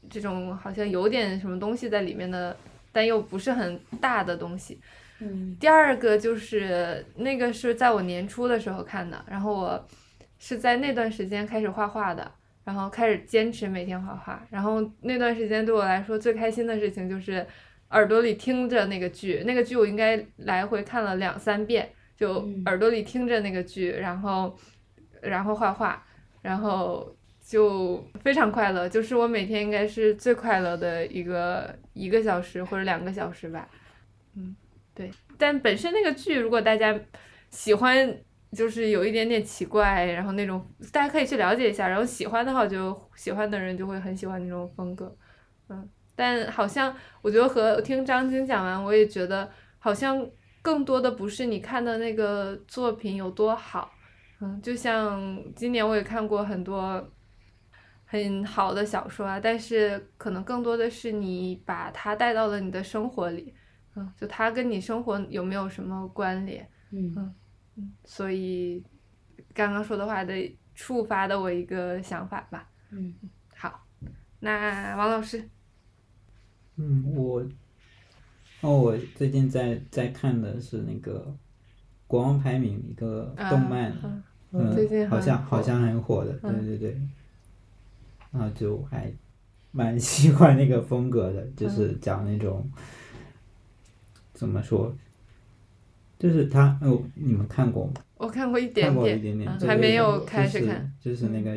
S1: 这种好像有点什么东西在里面的，但又不是很大的东西。
S3: 嗯
S1: 第二个就是那个是在我年初的时候看的，然后我是在那段时间开始画画的，然后开始坚持每天画画，然后那段时间对我来说最开心的事情就是耳朵里听着那个剧，那个剧我应该来回看了两三遍，就
S3: 嗯
S1: 耳朵里听着那个剧，然后然后画画，然后。就非常快乐，就是我每天应该是最快乐的一个一个小时或者两个小时吧，但本身那个剧，如果大家喜欢，就是有一点点奇怪，然后那种大家可以去了解一下，然后喜欢的话就喜欢的人就会很喜欢那种风格，嗯，但好像我觉得和听张晶讲完，我也觉得好像更多的不是你看的那个作品有多好，嗯，就像今年我也看过很多。很好的小说啊，但是可能更多的是你把它带到了你的生活里，嗯，就它跟你生活有没有什么关联？
S3: 嗯
S1: 所以刚刚说的话的触发的我一个想法吧。
S3: 嗯，
S1: 好，那王老师，
S4: 嗯，我，哦，我最近在在看的是那个《国王排名》一个动漫，
S1: 嗯
S4: 嗯，
S1: 最近
S4: 好
S1: 很
S4: 像
S1: 火
S4: 好像很火的，
S1: 嗯
S4: 对对对，然后就还蛮 *laughs* 喜欢那个风格的，
S1: 嗯
S4: 就是讲那种、怎么说，就是他哦，你们看过吗？
S1: 我看过一
S4: 看
S1: 点
S4: 过一
S1: 点，
S4: 点点，
S1: 嗯
S4: 对
S1: 还
S4: 对
S1: 没
S4: 对
S1: 有开始看。嗯
S4: 就是，就是那个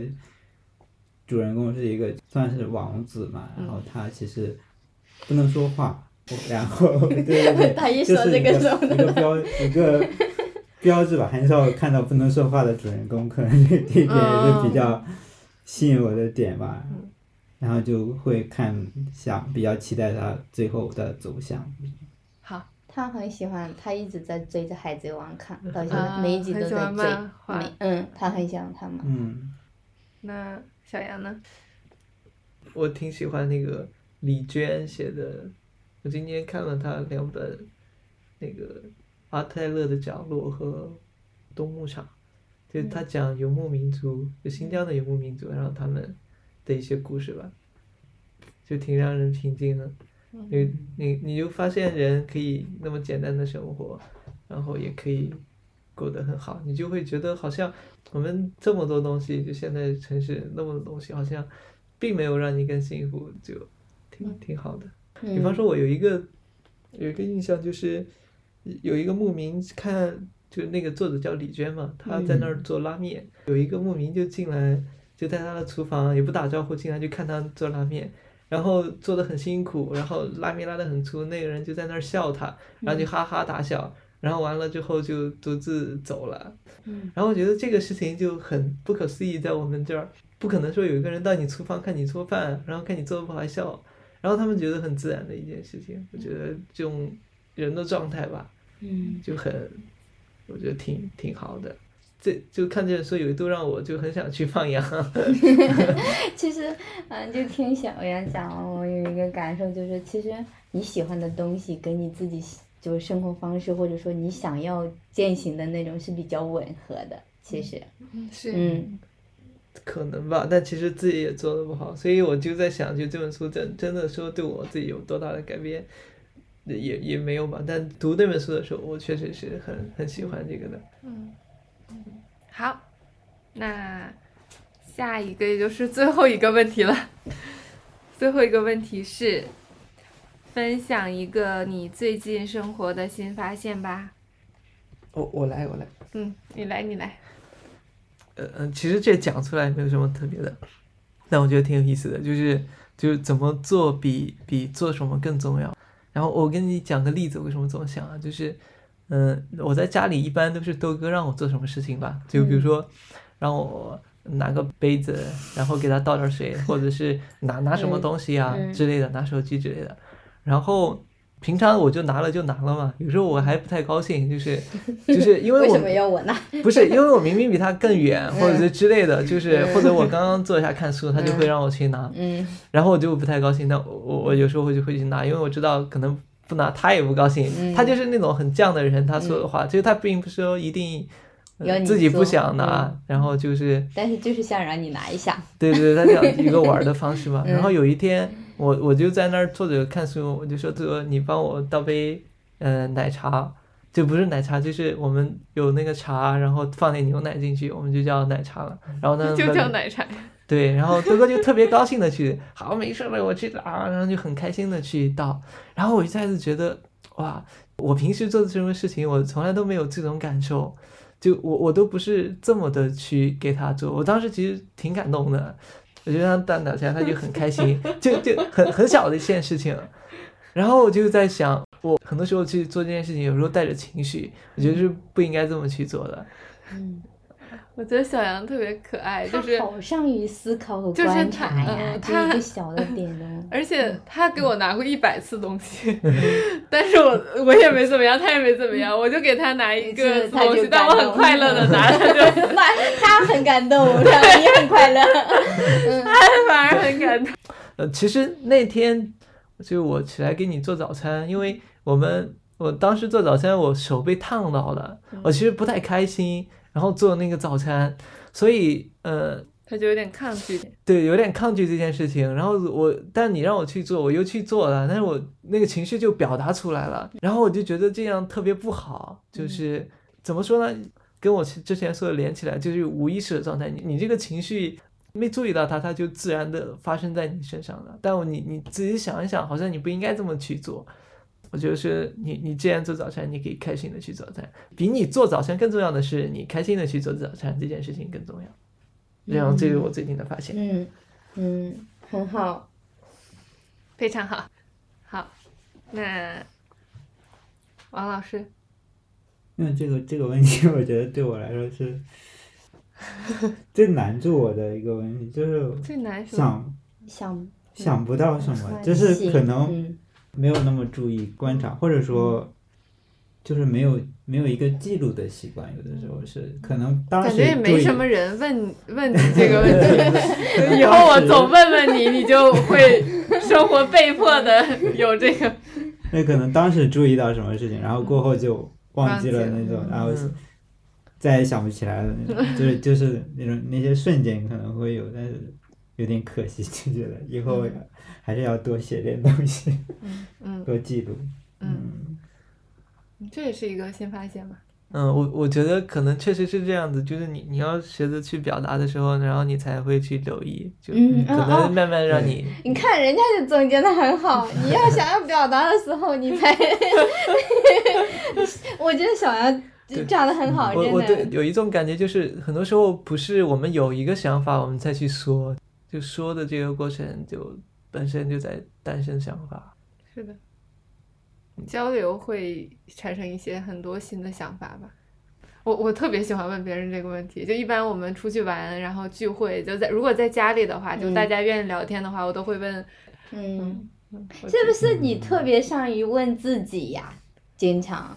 S4: 主人公是一个算是王子嘛，然
S1: 嗯
S4: 后他其实不能说话，然后对对
S1: *laughs*
S4: 对，
S3: 他一
S4: 就
S3: 说
S4: 是
S3: 这
S4: 一
S3: 个就
S4: 个一个标一个标志吧，很少看到不能说话的主人公，可能
S1: *laughs*
S4: 这这一点也是比较
S1: 哦
S4: 吸引我的点吧。
S1: 嗯
S4: 然后就会看想比较期待他最后的走向，
S1: 好，
S3: 他很喜欢，他一直在追着《海贼王》看，到现在
S1: 啊
S3: 每一集都
S1: 很喜
S3: 在
S1: 欢
S3: 追。
S1: 漫画
S3: 每嗯，他很喜欢看嘛。
S4: 嗯，
S1: 那小杨呢？
S2: 我挺喜欢那个李娟写的，我今天看了她两本，那个《阿泰勒的角落》和《冬牧场》，就是她讲游牧民族，就新疆的游牧民族，然后他们的一些故事吧，就挺让人平静的。你你你就发现人可以那么简单的生活，然后也可以过得很好，你就会觉得好像我们这么多东西，就现在城市那么多东西，好像并没有让你更幸福，就挺挺好的。比方
S3: 嗯
S2: 说，我有一个有一个印象就是，有一个牧民看，就是那个作者叫李娟嘛，她在那儿做拉面，有一个牧民就进来，就在她的厨房也不打招呼进来就看她做拉面。然后做的很辛苦，然后拉面拉的很粗，那个人就在那儿笑他，然后就哈哈大笑，然后完了之后就独自走了。
S3: 嗯
S2: 然后我觉得这个事情就很不可思议，在我们这儿不可能说有一个人到你厨房看你做饭，然后看你做的不好还笑，然后他们觉得很自然的一件事情。我觉得这种人的状态吧，
S3: 嗯
S2: 就很我觉得挺挺好的。这就看见说有一度让我就很想去放羊， *laughs*
S3: 其实，嗯，就听小杨讲完，我有一个感受就是，其实你喜欢的东西跟你自己喜就是生活方式，或者说你想要践行的那种是比较吻合的。其实，
S7: 是
S3: 嗯，
S2: 可能吧，但其实自己也做的不好，所以我就在想，就这本书真真的说对我自己有多大的改变，也也没有吧。但读那本书的时候，我确实是很很喜欢这个的。
S1: 嗯好，那下一个也就是最后一个问题了。最后一个问题是，分享一个你最近生活的新发现吧。
S2: 我我来我来，
S1: 嗯，你来，你来。
S2: 呃嗯，其实这讲出来没有什么特别的，但我觉得挺有意思的，就是就是怎么做比比做什么更重要。然后我跟你讲个例子，为什么这么想啊？就是，嗯、我在家里一般都是豆哥让我做什么事情吧，就比如
S3: 嗯
S2: 说让我拿个杯子，然后给他倒点水，或者是拿拿什么东西啊、
S3: 嗯嗯
S2: 之类的，拿手机之类的。然后平常我就拿了就拿了嘛，有时候我还不太高兴，就是就是因为
S3: 为
S2: 我
S3: 什么要我
S1: *laughs*
S3: 呢？ *laughs*
S2: 不是，因为我明明比他更远，或者是之类的，就是
S3: 嗯
S2: 或者我刚刚坐下看书，他就会让我去拿，
S3: 嗯
S2: 然后我就不太高兴。那我我我有时候会就会去拿，因为我知道可能不拿他也不高兴。
S3: 嗯
S2: 他就是那种很犟的人，他说的话，就是他并不是说一定呃
S3: 要你
S2: 自己不
S3: 做嗯
S2: 想拿，然后就是
S3: 但是就是想让你拿一下，
S2: *laughs* 对对，他讲一个玩儿的
S1: *laughs*
S2: 方式嘛。
S3: 嗯
S2: 然后有一天，我我就在那儿坐着看书，我就说：“这你帮我倒杯呃奶茶，就不是奶茶，就是我们有那个茶，然后放点牛奶进去，我们就叫奶茶了。”然后呢，
S1: *laughs* 就叫奶茶。
S2: 对，然后德哥就特别高兴的去，好，没事了，我去打，然后就很开心的去倒。然后我一下子觉得，哇，我平时做的这种事情，我从来都没有这种感受，就我我都不是这么的去给他做。我当时其实挺感动的，我就让他打起来，他就很开心， *laughs* 就就很很小的一件事情。然后我就在想，我很多时候去做这件事情，有时候带着情绪，我觉得是不应该这么去做的。
S3: 嗯，
S1: 我觉得小羊特别可爱，就
S3: 他
S1: 是，
S3: 嗯好善于思考和
S1: 就是
S3: 观
S1: 他
S3: 察呀，
S1: 嗯
S3: 就
S1: 他
S3: 一个小的点哦。
S1: 而且他给我拿过一百次东西，但是我我也没怎么样，他也没怎么样，我就给他拿一
S3: 每
S1: 个
S3: 次他就
S1: 东西，但
S3: 感
S1: 我
S3: 动
S1: 很快乐的拿了， *laughs* 就
S3: *laughs* 妈，他很感动，然后你
S1: *laughs*
S3: 很快乐。
S1: 反而很感动。
S2: 呃，其实那天呃就我起来给你做早餐，因为我们我当时做早餐，我手被烫到了，我其实不太开心，然后做那个早餐，所以呃，
S1: 他就有点抗拒。
S2: 对，有点抗拒这件事情。然后我，但你让我去做，我又去做了，但是我那个情绪就表达出来了，然后我就觉得这样特别不好，就是、怎么说呢？跟我之前说的连起来，就是无意识的状态。你你这个情绪没注意到它，它就自然的发生在你身上了。但我你你自己想一想，好像你不应该这么去做。我觉得是你你既然做早餐，你可以开心的去做早餐。比你做早餐更重要的是，你开心的去做早餐这件事情更重要。这样，这是我最近的发现。
S3: 嗯嗯，很好。
S1: 非常好，好，那王老师，
S4: 因为这个这个问题，我觉得对我来说
S1: *laughs*
S4: 是最难住我的一个问题，就是
S1: 最难什么？
S4: 想
S3: 想
S4: 想不到什么，
S3: 唤
S4: 就是
S3: 醒
S4: 可能
S3: 嗯
S4: 没有那么注意观察，或者
S1: 嗯
S4: 说就是没有没有一个记录的习惯，有的时候是可能当
S1: 感
S4: 时
S1: 觉也
S4: 注
S1: 没
S4: 意
S1: 什么人问问你这个问题，以后我总问问你，你就会生活被迫的有这个。
S4: 那可能当时注意到什么事情，然后过后就忘记了
S1: 忘记
S4: 那种，然后
S2: 嗯
S4: 再也想不起来了那种，就是就是那种那些瞬间可能会有，但是有点可惜，就觉得以后还是要多写点东西，
S1: 嗯
S4: 多记录。
S1: 嗯，这也是一个新发现吧。
S2: 嗯，我我觉得可能确实是这样子，就是你你要学着去表达的时候，然后你才会去留意，就
S3: 嗯
S2: 可
S3: 哦哦
S2: 能慢慢让你，
S3: 你看人家就总结的很
S2: *laughs*
S3: 好，你要想要表达的时候，你才，我觉得小杨
S2: 对
S3: 讲的很好，
S2: 我我对
S3: 哦真的，
S2: 有一种感觉，就是很多时候不是我们有一个想法，我们再去说，就说的这个过程就本身就在诞生想法。
S1: 是的，交流会产生一些很多新的想法吧。我我特别喜欢问别人这个问题，就一般我们出去玩，然后聚会，就在如果在家里的话，就
S3: 嗯
S1: 大家愿意聊天的话，我都会问。
S3: 嗯，
S1: 嗯我
S3: 是不是你特别善于问自己呀？经常，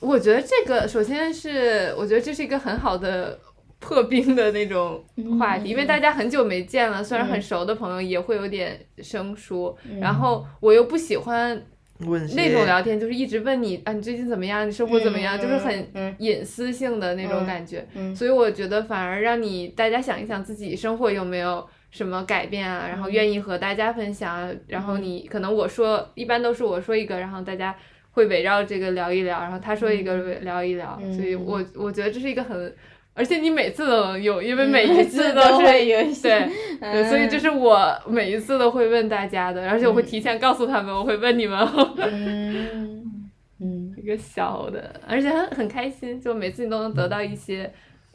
S1: 我觉得这个首先是，我觉得这是一个很好的破冰的那种话题，因为大家很久没见了，虽然很熟的朋友也会有点生疏。然后我又不喜欢
S2: 问谁
S1: 那种聊天，就是一直问你啊，你最近怎么样？你生活怎么样？
S3: 嗯
S1: 就是很
S3: 嗯
S1: 隐私性的那种
S3: 嗯
S1: 感觉。
S3: 嗯
S1: 所以我觉得反而让你大家想一想自己生活有没有什么改变啊，
S3: 嗯
S1: 然后愿意和大家分享啊。然后你可能我说一般都是我说一个，然后大家会围绕这个聊一聊，然后他说一个围聊一聊。
S3: 嗯
S1: 所以我我觉得这是一个很，而且你每次都有，因为
S3: 嗯
S1: 每一
S3: 每
S1: 次
S3: *laughs* 次
S1: 都
S3: 都
S1: 是
S3: 会有一些 *laughs*
S1: 对。对，所以
S3: 嗯
S1: 这是我每一次都会问大家的，而且我会
S3: 嗯
S1: 提前告诉他们，我会问你们 *laughs* 哦
S3: 嗯嗯
S1: 一个小的，而且很很开心，就每次你都能得到
S3: 嗯
S1: 一些，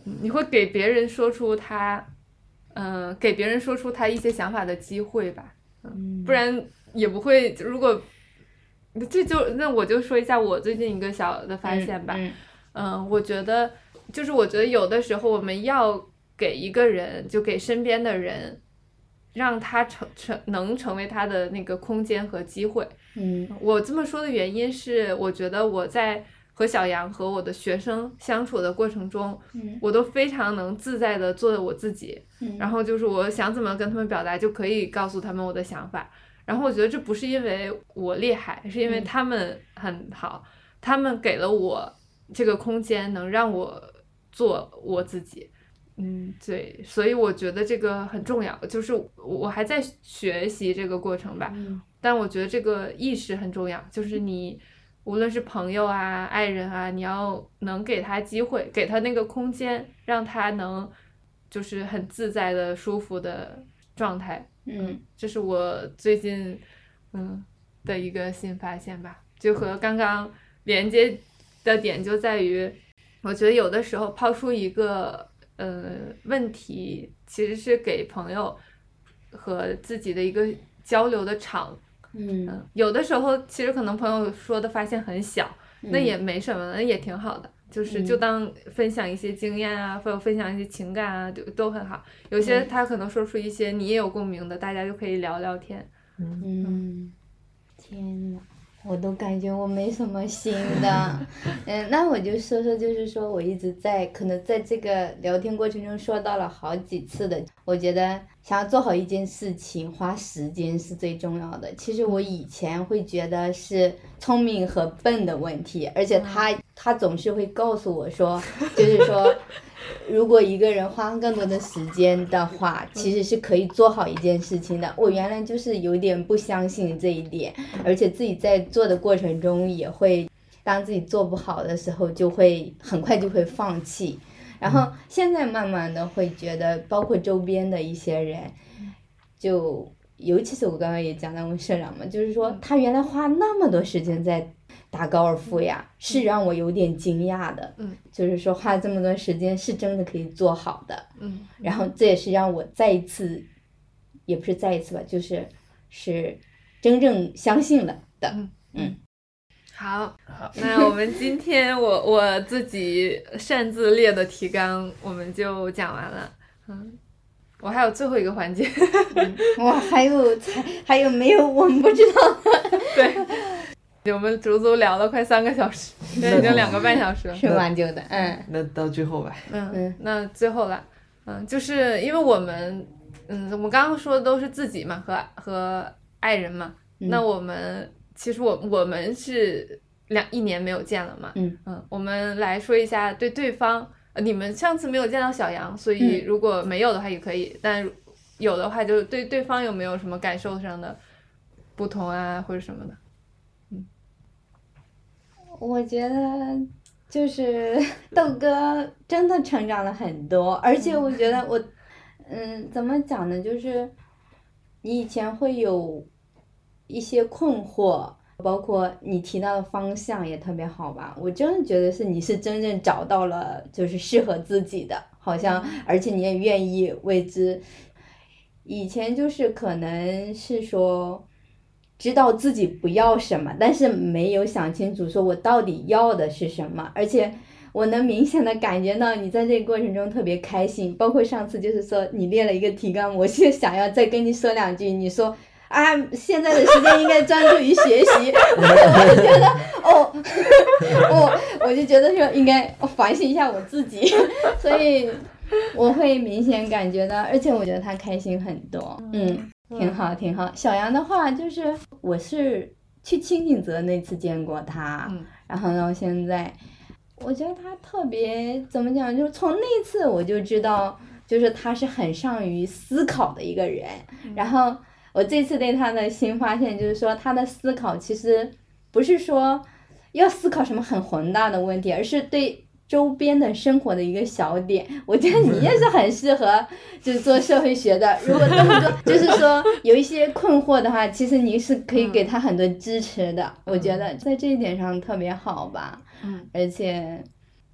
S1: 嗯你会给别人说出他，嗯、给别人说出他一些想法的机会吧，
S3: 嗯
S1: 不然也不会。如果这就那我就说一下我最近一个小的发现吧，
S3: 嗯
S1: 嗯，我觉得就是我觉得有的时候我们要给一个人，就给身边的人，让他成成能成为他的那个空间和机会。
S3: 嗯
S1: 我这么说的原因是，我觉得我在和小杨和我的学生相处的过程中，
S3: 嗯
S1: 我都非常能自在的做我自己，
S3: 嗯
S1: 然后就是我想怎么跟他们表达，就可以告诉他们我的想法。然后我觉得这不是因为我厉害，是因为
S3: 嗯
S1: 他们很好，他们给了我这个空间，能让我做我自己。嗯，对，所以我觉得这个很重要，就是我我还在学习这个过程吧。
S3: 嗯
S1: 但我觉得这个意识很重要，就是你无论是朋友啊、爱人啊，你要能给他机会，给他那个空间，让他能就是很自在的、舒服的状态。
S3: 嗯，
S1: 这是我最近嗯的一个新发现吧，就和刚刚连接的点就在于，我觉得有的时候抛出一个呃问题，其实是给朋友和自己的一个交流的场
S3: 嗯，
S1: 嗯，有的时候其实可能朋友说的发现很小，那也没什么，那也挺好的，就是
S3: 嗯
S1: 就当分享一些经验啊，或者分享一些情感啊，就都很好。有些
S3: 嗯
S1: 他可能说出一些你也有共鸣的，大家就可以聊聊天。
S3: 嗯，天呐，我都感觉我没什么新 *laughs* 的。嗯，那我就说说，就是说我一直在，可能在这个聊天过程中说到了好几次的，我觉得想要做好一件事情，花时间是最重要的。其实我以前会觉得是聪明和笨的问题，而且他他总是会告诉我说，就是说。如果一个人花更多的时间的话，其实是可以做好一件事情的。我原来就是有点不相信这一点，而且自己在做的过程中也会，当自己做不好的时候，就会很快就会放弃。然后
S1: 嗯
S3: 现在慢慢的会觉得，包括周边的一些人，就尤其是我刚刚也讲到我们社长嘛，就是
S1: 嗯
S3: 说他原来花那么多时间在打高尔夫呀，是让我有点惊讶的。
S1: 嗯，
S3: 就是说花这么多时间是真的可以做好的。
S1: 嗯，
S3: 然后这也是让我再一次，也不是再一次吧，就是是真正相信了的。
S1: 好，那我们今天我我自己擅自列的提纲我们就讲完了。嗯，我还有最后一个环节， *laughs*
S3: 哇，还有才还有没有我们不知道
S1: 对， *laughs* 我们足足聊了快三个小时，现在已经两个半小时了。
S3: *laughs* 是挽救的，嗯
S2: 那到最后吧， *laughs*
S1: 嗯
S3: 嗯，
S1: 那最后了，嗯，就是因为我们，嗯，我们刚刚说的都是自己嘛，和和爱人嘛。
S3: 嗯
S1: 那我们其实我我们是两一年没有见了嘛，
S3: 嗯
S1: 我们来说一下对对方，呃你们上次没有见到小杨，所以
S3: 嗯
S1: 如果没有的话也可以，但有的话就是对对方有没有什么感受上的不同啊，或者什么的。
S3: 我觉得就是 *laughs* 豆哥真的成长了很多，而且我觉得我，嗯，怎么讲呢？就是你以前会有一些困惑，包括你提到的方向也特别好吧？我真的觉得是你是真正找到了就是适合自己的，好像而且你也愿意为之。以前就是可能是说。知道自己不要什么，但是没有想清楚，说我到底要的是什么。而且我能明显的感觉到你在这个过程中特别开心，包括上次就是说你列了一个提纲，我是想要再跟你说两句，你说。啊，现在的时间应该专注于学习，我就觉得哦，哦， *laughs* 我就觉得说应该反省一下我自己， *laughs* 所以我会明显感觉到，而且我觉得他开心很多，嗯，挺好挺好。小杨的话就是，我是去清景泽那次见过他，
S1: 嗯
S3: 然后到现在，我觉得他特别怎么讲，就是从那次我就知道，就是他是很善于思考的一个人。然后我这次对他的新发现就是说，他的思考其实不是说要思考什么很宏大的问题，而是对。周边的生活的一个小点，我觉得你也是很适合，就是做社会学的。如果这么做，就是说 *laughs* 有一些困惑的话，其实你是可以给他很多支持的。我觉得在这一点上特别好吧。
S1: 嗯，
S3: 而且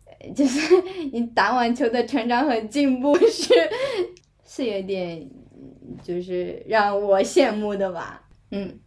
S3: 呃就是你打网球的成长和进步是 *laughs* 是有点，嗯就是让我羡慕的吧。嗯，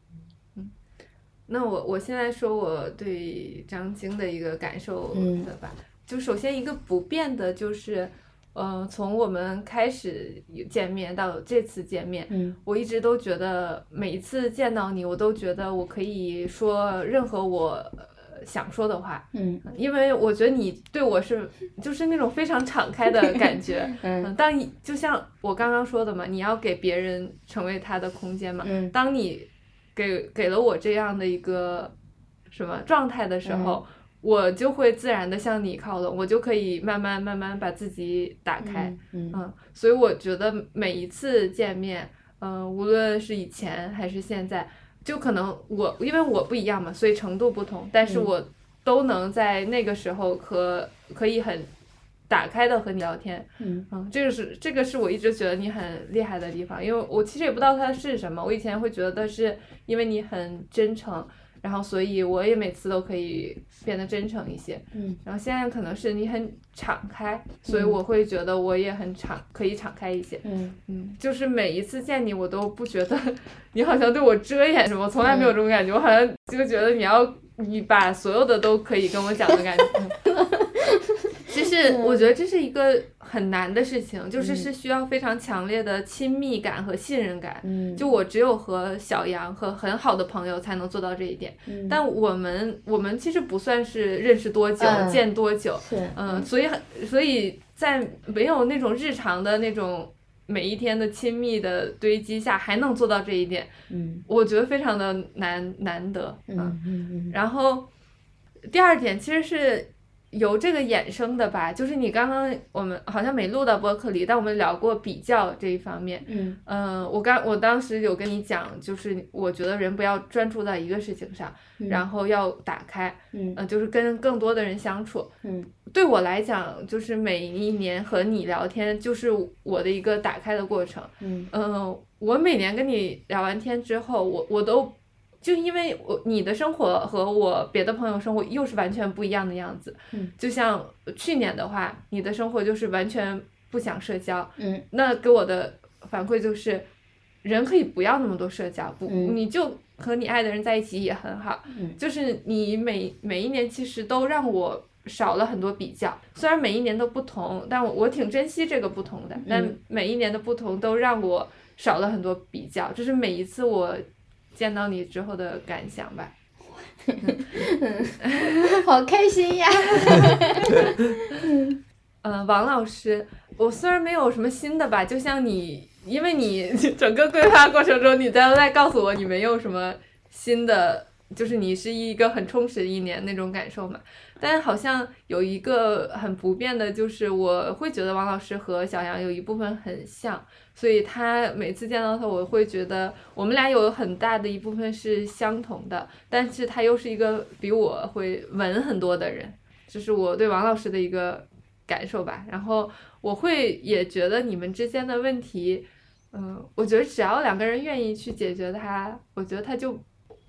S1: 那我我现在说我对张晶的一个感受
S3: 嗯
S1: 的吧，就首先一个不变的就是，呃，从我们开始见面到这次见面，
S3: 嗯
S1: 我一直都觉得每一次见到你，我都觉得我可以说任何我呃想说的话，
S3: 嗯
S1: 因为我觉得你对我是就是那种非常敞开的感觉。
S3: *laughs* 嗯
S1: 嗯，当你就像我刚刚说的嘛，你要给别人成为他的空间嘛。
S3: 嗯
S1: 当你给给了我这样的一个什么状态的时候，
S3: 嗯
S1: 我就会自然的向你靠拢，我就可以慢慢慢慢把自己打开。
S3: 嗯
S1: 嗯，所以我觉得每一次见面，嗯、无论是以前还是现在，就可能我因为我不一样嘛，所以程度不同，但是
S3: 嗯
S1: 我都能在那个时候和可以很打开的和你聊天，
S3: 嗯
S1: 嗯，这个是这个是我一直觉得你很厉害的地方，因为我其实也不知道它是什么，我以前会觉得是因为你很真诚，然后所以我也每次都可以变得真诚一些，
S3: 嗯，
S1: 然后现在可能是你很敞开，所以
S3: 嗯
S1: 我会觉得我也很敞，可以敞开一些，
S3: 嗯
S1: 嗯，就是每一次见你，我都不觉得 *laughs* 你好像对我遮掩什么，从来没有这种感觉，我好像就觉得你要你把所有的都可以跟我讲的感觉。 *laughs* 其实我觉得这是一个很难的事情，就是
S3: 嗯
S1: 是需要非常强烈的亲密感和信任感。
S3: 嗯，
S1: 就我只有和小杨和很好的朋友才能做到这一点，
S3: 嗯
S1: 但我们我们其实不算是认识多久、
S3: 嗯
S1: 见多久，
S3: 是
S1: 嗯，所以很所以在没有那种日常的那种每一天的亲密的堆积下，还能做到这一点，
S3: 嗯
S1: 我觉得非常的难难得。
S3: 嗯嗯
S1: 然后第二点其实是由这个衍生的吧，就是你刚刚我们好像没录到播客里，但我们聊过比较这一方面。
S3: 嗯
S1: 嗯，我刚我当时有跟你讲，就是我觉得人不要专注在一个事情上，
S3: 嗯，
S1: 然后要打开，
S3: 嗯
S1: 呃，就是跟更多的人相处。
S3: 嗯
S1: 对我来讲，就是每一年和你聊天，就是我的一个打开的过程。
S3: 嗯
S1: 嗯、我每年跟你聊完天之后，我我都就因为我你的生活和我别的朋友生活又是完全不一样的样子。
S3: 嗯，
S1: 就像去年的话，你的生活就是完全不想社交，
S3: 嗯
S1: 那给我的反馈就是，人可以不要那么多社交，不，
S3: 嗯
S1: 你就和你爱的人在一起也很好。
S3: 嗯
S1: 就是你每每一年其实都让我少了很多比较，虽然每一年都不同，但我我挺珍惜这个不同的。但每一年的不同都让我少了很多比较，这是每一次我见到你之后的感想吧。
S3: 嗯，好开心呀！
S1: 呃，王老师，我虽然没有什么新的吧，就像你，因为你 *laughs* 整个规划过程中，你都在告诉我你没有什么新的，就是你是一个很充实的一年那种感受嘛。但好像有一个很不变的，就是我会觉得王老师和小杨有一部分很像，所以他每次见到他，我会觉得我们俩有很大的一部分是相同的，但是他又是一个比我会文很多的人，这是我对王老师的一个感受吧。然后我会也觉得你们之间的问题，嗯、我觉得只要两个人愿意去解决它，我觉得它就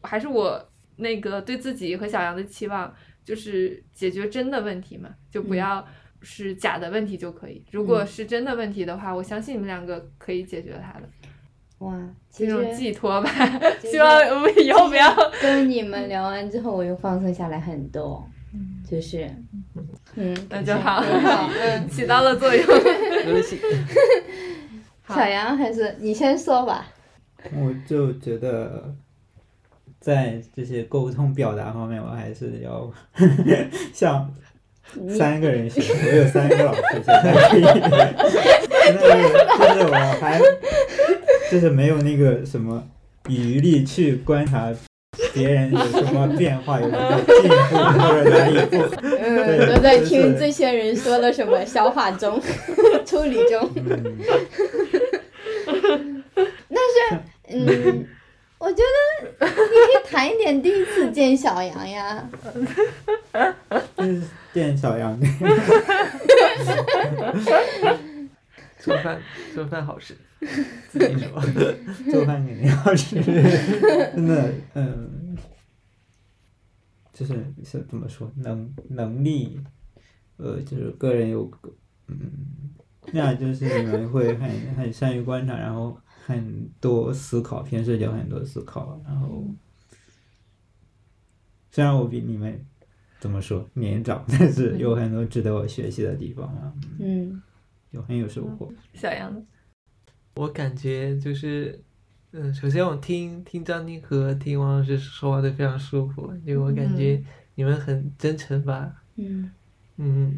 S1: 还是我那个对自己和小杨的期望，就是解决真的问题嘛，就不
S3: 嗯
S1: 要是假的问题就可以。如果是真的问题的话，我相信你们两个可以解决它的。
S3: 哇，
S1: 这
S3: 其
S1: 种
S3: 实
S1: 寄托吧， *laughs*
S3: 其实
S1: 希望我们以后不要。
S3: 跟你们聊完之后，我又放松下来很多，就是嗯，
S1: 那就好，
S3: 挺好 *laughs* 嗯。
S1: 起到了
S3: *laughs*
S1: 作用。
S2: 没关系
S1: 好
S3: *laughs* 小杨还是你先说吧。
S4: 我就觉得，在这些沟通表达方面，我还是要 *laughs* 向
S3: 你
S4: 三个人学，我有三个老师现在 *laughs* 可以，真的就是我还就是没有那个什么余力去观察别人有什么变化，有什么进步或者哪里不好。
S3: 嗯，
S4: 对
S3: 都在
S4: 就是
S3: 听这些人说了什么，消化中、 *laughs* 处理中。
S4: 嗯
S3: 嗯，我觉得你可以谈一点第一次见小杨 *laughs* 呀。
S4: 就是变小样，
S2: 做饭做饭好吃，自己说。
S4: *laughs* 做饭肯定要吃，真的，嗯，就是是怎么说能能力，呃，就是个人有个，嗯，那就是你们会很很善于观察，然后很多思考，平时有很多思考，然后虽然我比你们怎么说年长，但是有很多值得我学习的地方啊，
S3: 嗯，
S4: 有很有收获。
S5: 小杨呢？
S2: 我感觉就是，嗯，首先我听听张金和听王老师说话都非常舒服，就我感觉你们很真诚吧，
S3: 嗯
S2: 嗯，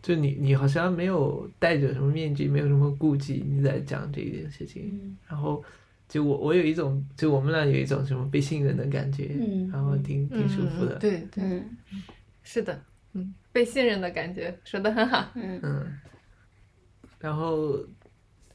S2: 就你你好像没有戴着什么面具，没有什么顾忌，你在讲这件事情，
S3: 嗯
S2: 然后就我我有一种，就我们俩有一种什么被信任的感觉，
S3: 嗯
S2: 然后挺挺舒服的，
S5: 对对，
S3: 嗯
S5: 是的，嗯，被信任的感觉，说的很好。
S3: 嗯
S2: 嗯，然后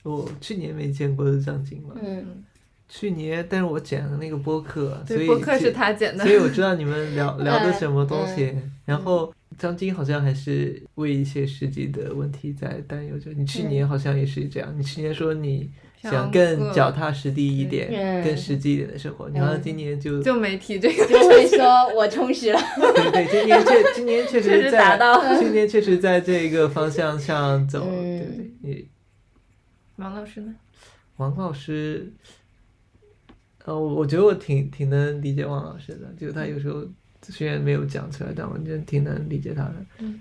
S2: 我去年没见过张晶嘛，
S3: 嗯
S2: 去年但是我剪了那个播客，所
S5: 对，
S2: 以
S5: 播客
S2: 这
S5: 是他剪的
S2: *laughs* 所，以我知道你们 *laughs* 聊聊的什么东西。然后张晶好像还是为一些实际的问题在担忧着。你去年好像也是这样，你去年说你想更
S5: 过
S2: 脚踏实地一点，
S3: 嗯
S2: 更实际一点的生活。你好像今年就
S5: 就没提这个。
S1: *laughs*
S3: 就会说我充实了。
S2: 对对，今年确今年确
S5: 确
S2: 实
S5: 实
S2: 在
S5: 达
S2: *laughs*
S5: 到
S2: 今年确实在这个方向上走，
S3: 嗯
S2: 对不对？你
S5: 王老师呢？
S2: 王老师，呃，我我觉得我挺挺能理解王老师的，就他有时候虽然没有讲出来，但我觉得挺能理解他的。
S5: 嗯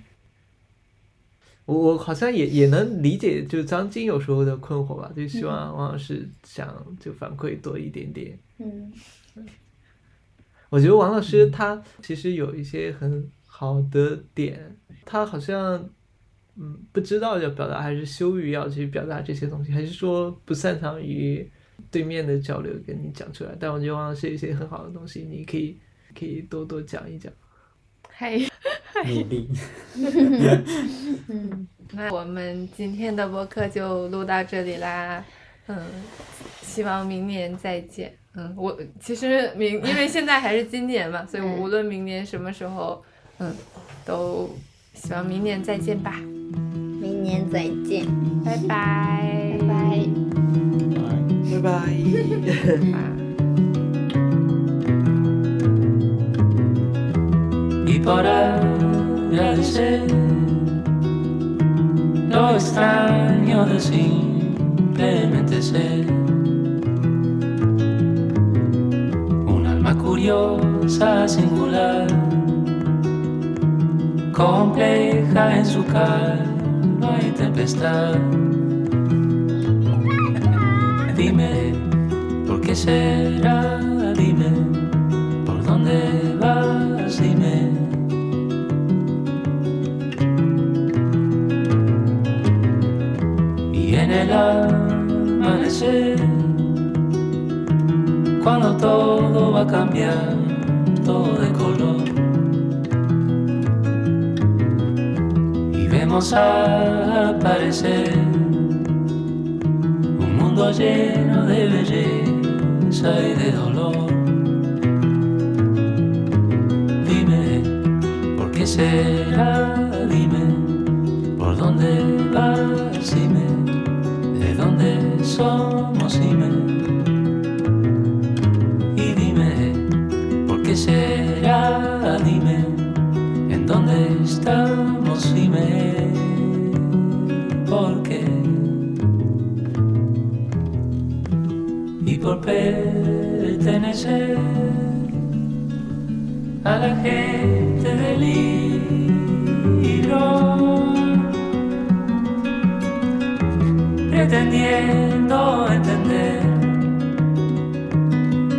S2: 我我好像也也能理解，就是张晶有时候的困惑吧，就希望王老师想就反馈多一点点。
S3: 嗯
S2: 我觉得王老师他其实有一些很好的点，他好像嗯不知道要表达，还是羞于要去表达这些东西，还是说不擅长于对面的交流跟你讲出来。但我觉得王老师有一些很好的东西，你可以可以多多讲一讲。
S5: 还有，
S4: 努力，
S3: 嗯，
S5: 那我们今天的播客就录到这里啦。嗯，希望明年再见。嗯，我其实明 *laughs* 因为现在还是今年嘛，所以
S3: 嗯
S5: 无论明年什么时候，嗯，都希望明年再见吧。
S3: 明年再见，
S5: 拜拜，
S3: 拜拜。
S4: 哎
S2: 拜拜。
S5: 拜。
S8: y podrá agradecer lo extraño de simplemente ser un alma curiosa, singular, compleja en su calma y tempestad. Dime, ¿por qué será? Dime. ¿Por dónde vas? Dime. Y en el amanecer, cuando todo va a cambiar, todo de color. Y vemos aparecer un mundo lleno de belleza y de dolor. Dime, ¿por qué será? Dime, ¿por dónde vas? Dime, ¿de dónde somos? Dime. Y dime, ¿por qué será? Dime, ¿en dónde estamos? Dime, ¿por qué? Y por pertenecer a la gente del hilo, pretendiendo entender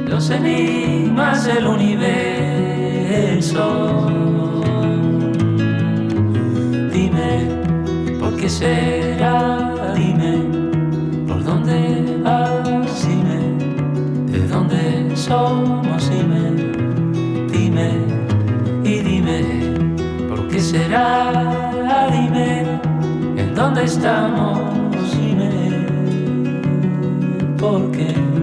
S8: los enigmas del universo. Dime, ¿por qué será? Dime, ¿por dónde vas? Dime, ¿de dónde somos? Dime, dime y dime, ¿por qué será? Dime, ¿en dónde estamos? Dime, ¿por qué?